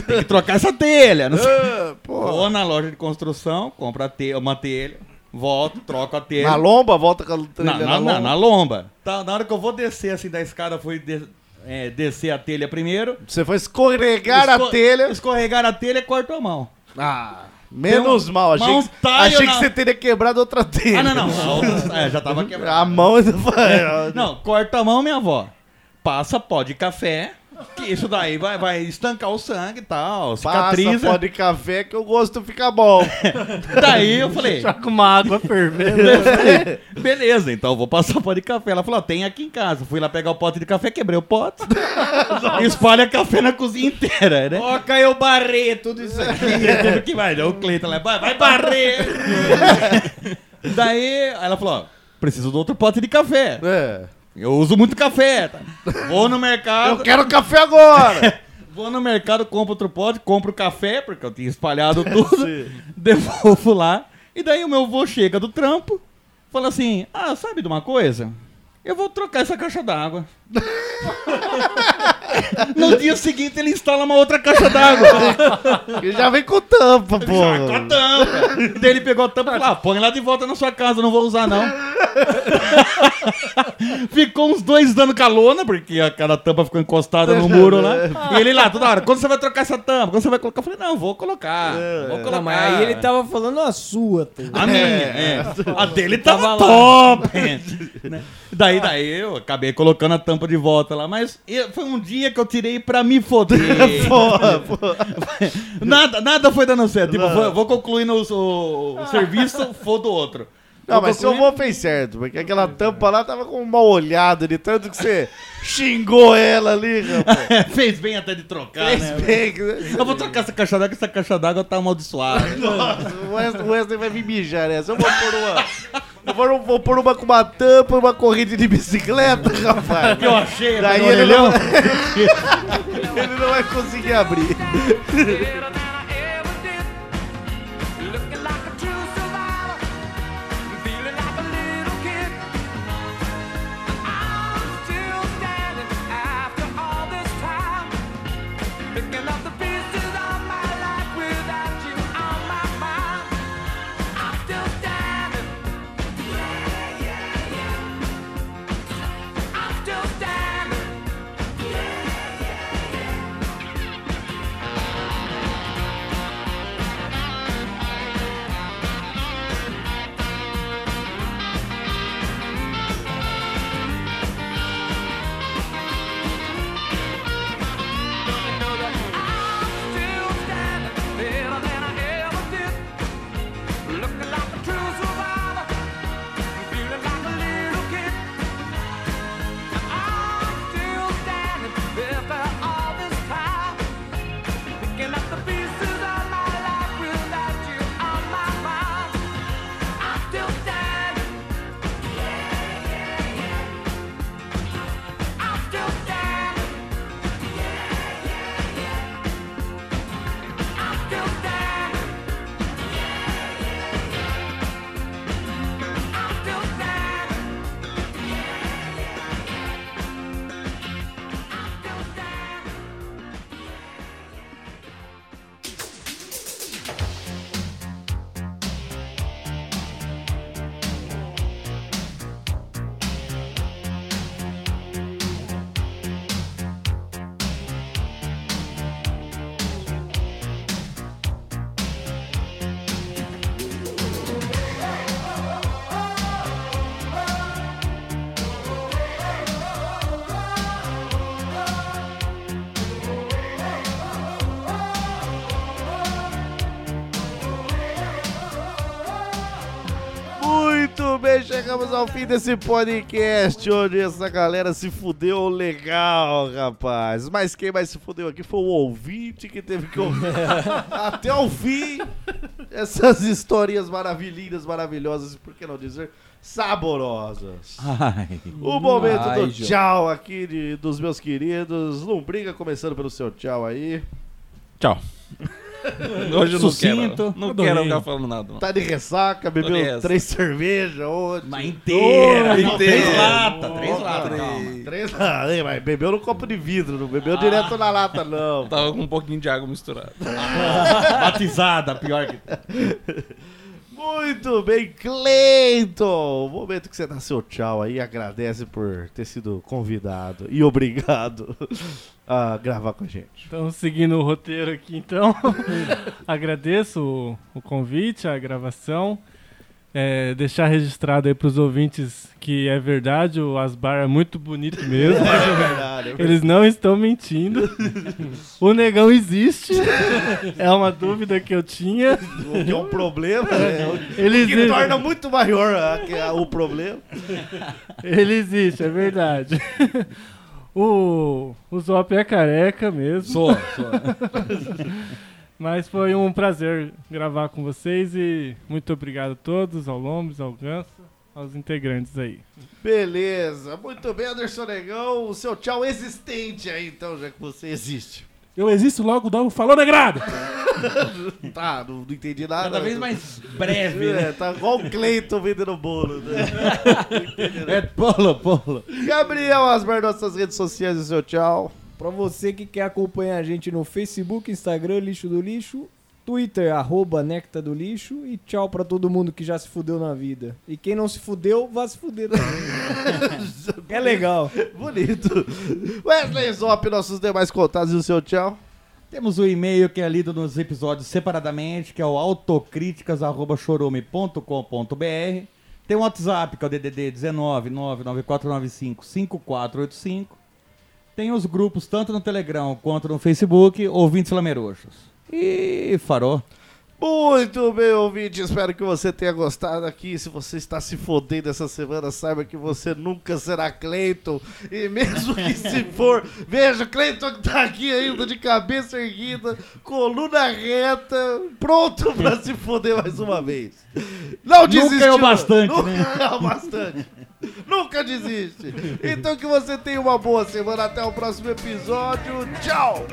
[SPEAKER 7] Tem que trocar essa telha. Não sei.
[SPEAKER 6] Ah,
[SPEAKER 7] Vou na loja de construção, compra a telha, uma telha, volto, troco a telha.
[SPEAKER 6] Na lomba, volta com a
[SPEAKER 7] É, Na,
[SPEAKER 6] telha
[SPEAKER 7] na, na- na lomba. Tá, na hora que eu vou descer assim da escada, eu fui de- é, descer a telha primeiro.
[SPEAKER 6] Você foi escorregar a
[SPEAKER 7] Esco-
[SPEAKER 6] telha.
[SPEAKER 7] Escorregar a telha e cortou a mão.
[SPEAKER 6] Ah, menos mal. Achei,
[SPEAKER 7] mas
[SPEAKER 6] que,
[SPEAKER 7] um talho
[SPEAKER 6] achei que
[SPEAKER 7] na-
[SPEAKER 6] você teria quebrado outra telha.
[SPEAKER 7] Ah, não, não. A outra- é, já tava quebrada.
[SPEAKER 6] A mão ainda foi.
[SPEAKER 7] Não, corta a mão, minha avó. Passa pó de café, que isso daí vai, vai estancar o sangue e tal,
[SPEAKER 6] Passa
[SPEAKER 7] cicatriza.
[SPEAKER 6] pó de café que o gosto fica bom.
[SPEAKER 7] Daí eu falei,
[SPEAKER 15] Com uma água fervendo.
[SPEAKER 7] beleza, então eu vou passar pó de café. Ela falou, tem aqui em casa. Fui lá pegar o pote de café, quebrei o pote. espalha café na cozinha inteira, né?
[SPEAKER 1] Ó, caiu barrê, tudo isso aqui.
[SPEAKER 7] Teve que vai, né? o Cleiton lá, vai, vai barrer. Daí ela falou, ó, preciso de outro pote de café.
[SPEAKER 6] É.
[SPEAKER 7] Eu uso muito café. tá? Vou no mercado.
[SPEAKER 6] Eu quero café agora!
[SPEAKER 7] Vou no mercado, compro outro pote, compro café, porque eu tinha espalhado tudo. devolvo lá. E daí o meu avô chega do trampo, fala assim: Ah, sabe de uma coisa? Eu vou trocar essa caixa d'água. no dia seguinte ele instala uma outra caixa d'água.
[SPEAKER 6] E já vem com tampa,
[SPEAKER 7] Já Ah, com a
[SPEAKER 6] pô.
[SPEAKER 7] tampa. Daí ele pegou a tampa e falou: ah, põe lá de volta na sua casa, não vou usar não. ficou uns dois dando calona, porque aquela tampa ficou encostada no muro lá. E ele lá, toda hora: quando você vai trocar essa tampa? Quando você vai colocar? Eu falei: não, vou colocar. Vou colocar.
[SPEAKER 1] Não, mas aí ele tá- tava falando a sua, tá ligado?
[SPEAKER 7] A minha, é. A dele tava,
[SPEAKER 1] Tava lá.
[SPEAKER 7] top. né? daí, daí eu acabei colocando a tampa de volta lá, mas eu- foi um dia que eu tirei pra me foder.
[SPEAKER 6] Porra, porra.
[SPEAKER 7] nada, nada foi dando certo. Tipo, vou, vou concluindo os- o, o serviço, foda o outro.
[SPEAKER 6] Não, mas seu avô fez certo, porque aquela tampa lá tava com um mal olhado de tanto que você xingou ela ali, rapaz.
[SPEAKER 7] É, Fez bem até de trocar,
[SPEAKER 6] Fez
[SPEAKER 7] né?
[SPEAKER 6] bem,
[SPEAKER 7] Eu vou trocar essa caixa d'água, que essa caixa d'água tá amaldiçoada.
[SPEAKER 6] Nossa, o Wesley, o Wesley vai me mijar nessa. Eu vou pôr uma. Eu vou, vou pôr uma com uma tampa, uma corrida de bicicleta, rapaz.
[SPEAKER 7] Que eu achei,
[SPEAKER 6] Daí
[SPEAKER 7] aquele
[SPEAKER 6] ele não,
[SPEAKER 7] orelhão.
[SPEAKER 6] ele não vai conseguir abrir.
[SPEAKER 10] tá
[SPEAKER 6] Muito bem, chegamos ao fim desse podcast onde essa galera se fudeu legal, rapaz. Mas quem mais se fudeu aqui foi o ouvinte que teve que ouvir até o fim essas histórias maravilhinhas, maravilhosas, e por que não dizer saborosas.
[SPEAKER 7] Ai.
[SPEAKER 6] O momento
[SPEAKER 7] Ai,
[SPEAKER 6] do
[SPEAKER 7] Jô.
[SPEAKER 6] tchau aqui de- dos meus queridos. Lombriga, começando pelo seu tchau aí.
[SPEAKER 12] Tchau. Hoje eu não
[SPEAKER 6] Sucinto.
[SPEAKER 12] quero. Não
[SPEAKER 6] Adorei.
[SPEAKER 12] quero ficar falando nada. Não.
[SPEAKER 6] Tá de ressaca,
[SPEAKER 12] Tô
[SPEAKER 6] bebeu
[SPEAKER 12] nessa.
[SPEAKER 6] três cervejas hoje.
[SPEAKER 7] Mas inteira,
[SPEAKER 6] Ô,
[SPEAKER 7] inteira.
[SPEAKER 6] inteira.
[SPEAKER 7] Três lata, três
[SPEAKER 6] Ô,
[SPEAKER 7] lata,
[SPEAKER 6] não,
[SPEAKER 7] calma.
[SPEAKER 6] Três lata, hein, mas bebeu no copo de vidro, não bebeu
[SPEAKER 9] Ah.
[SPEAKER 6] direto na lata, não.
[SPEAKER 12] Tava com um pouquinho de água misturada.
[SPEAKER 7] Batizada, pior que.
[SPEAKER 6] Muito bem, Cleiton! O momento que você dá seu tchau aí, agradece por ter sido convidado e obrigado a gravar com a gente.
[SPEAKER 2] Então, seguindo o roteiro aqui, então, agradeço o, o convite, a gravação. É, deixar registrado aí pros ouvintes que é verdade, o Asbar é muito bonito mesmo.
[SPEAKER 15] É verdade, é verdade.
[SPEAKER 2] Eles não estão mentindo. O negão existe. É uma dúvida que eu tinha.
[SPEAKER 6] O que é um problema, né? O que
[SPEAKER 2] Ele
[SPEAKER 9] É.
[SPEAKER 2] existe.
[SPEAKER 6] torna muito maior a- que a- o problema.
[SPEAKER 2] Ele existe, é verdade. O, o Zop é careca mesmo.
[SPEAKER 7] Sou, sou.
[SPEAKER 2] Mas foi um prazer gravar com vocês e muito obrigado a todos, ao Lombes, ao Ganso, aos integrantes aí.
[SPEAKER 6] Beleza, muito bem, Anderson Negão. O seu tchau existente aí, então, já que você existe.
[SPEAKER 9] Eu existo logo, logo. Falou, negrado!
[SPEAKER 6] tá, não, não entendi nada.
[SPEAKER 9] Cada vez mais
[SPEAKER 7] breve, né?
[SPEAKER 6] É, tá igual o Cleiton vendendo bolo. Né?
[SPEAKER 7] É polo, polo.
[SPEAKER 6] Gabriel Asmar, nossas redes sociais e seu tchau.
[SPEAKER 1] Pra você que quer acompanhar a gente no Facebook, Instagram, Lixo do Lixo, Twitter, arroba Necta do Lixo e tchau pra todo mundo que já se fudeu na vida. E quem não se fudeu, vá se fuder também. é legal.
[SPEAKER 6] Bonito. Wesley Zop, nossos demais contatos e o seu tchau.
[SPEAKER 7] Temos o e-mail que é lido nos episódios separadamente, que é o autocríticas.chorume.com.br. Tem o WhatsApp, que é o DDD 19 99495 5485. Tem os grupos, tanto no Telegram quanto no Facebook, ouvintes lamerojos. E farol.
[SPEAKER 6] Muito bem, ouvinte. Espero que você tenha gostado aqui. Se você está se fodendo essa semana, saiba que você nunca será Cleiton. E mesmo que se for, veja, Cleiton que tá aqui ainda de cabeça erguida, coluna reta, pronto pra se foder mais uma vez.
[SPEAKER 7] Nunca
[SPEAKER 6] Não
[SPEAKER 7] é o
[SPEAKER 6] desistiu.
[SPEAKER 7] bastante,
[SPEAKER 6] Nunca
[SPEAKER 7] né?
[SPEAKER 6] é o bastante. Nunca desiste. Então que você tenha uma boa semana. Até o próximo episódio. Tchau.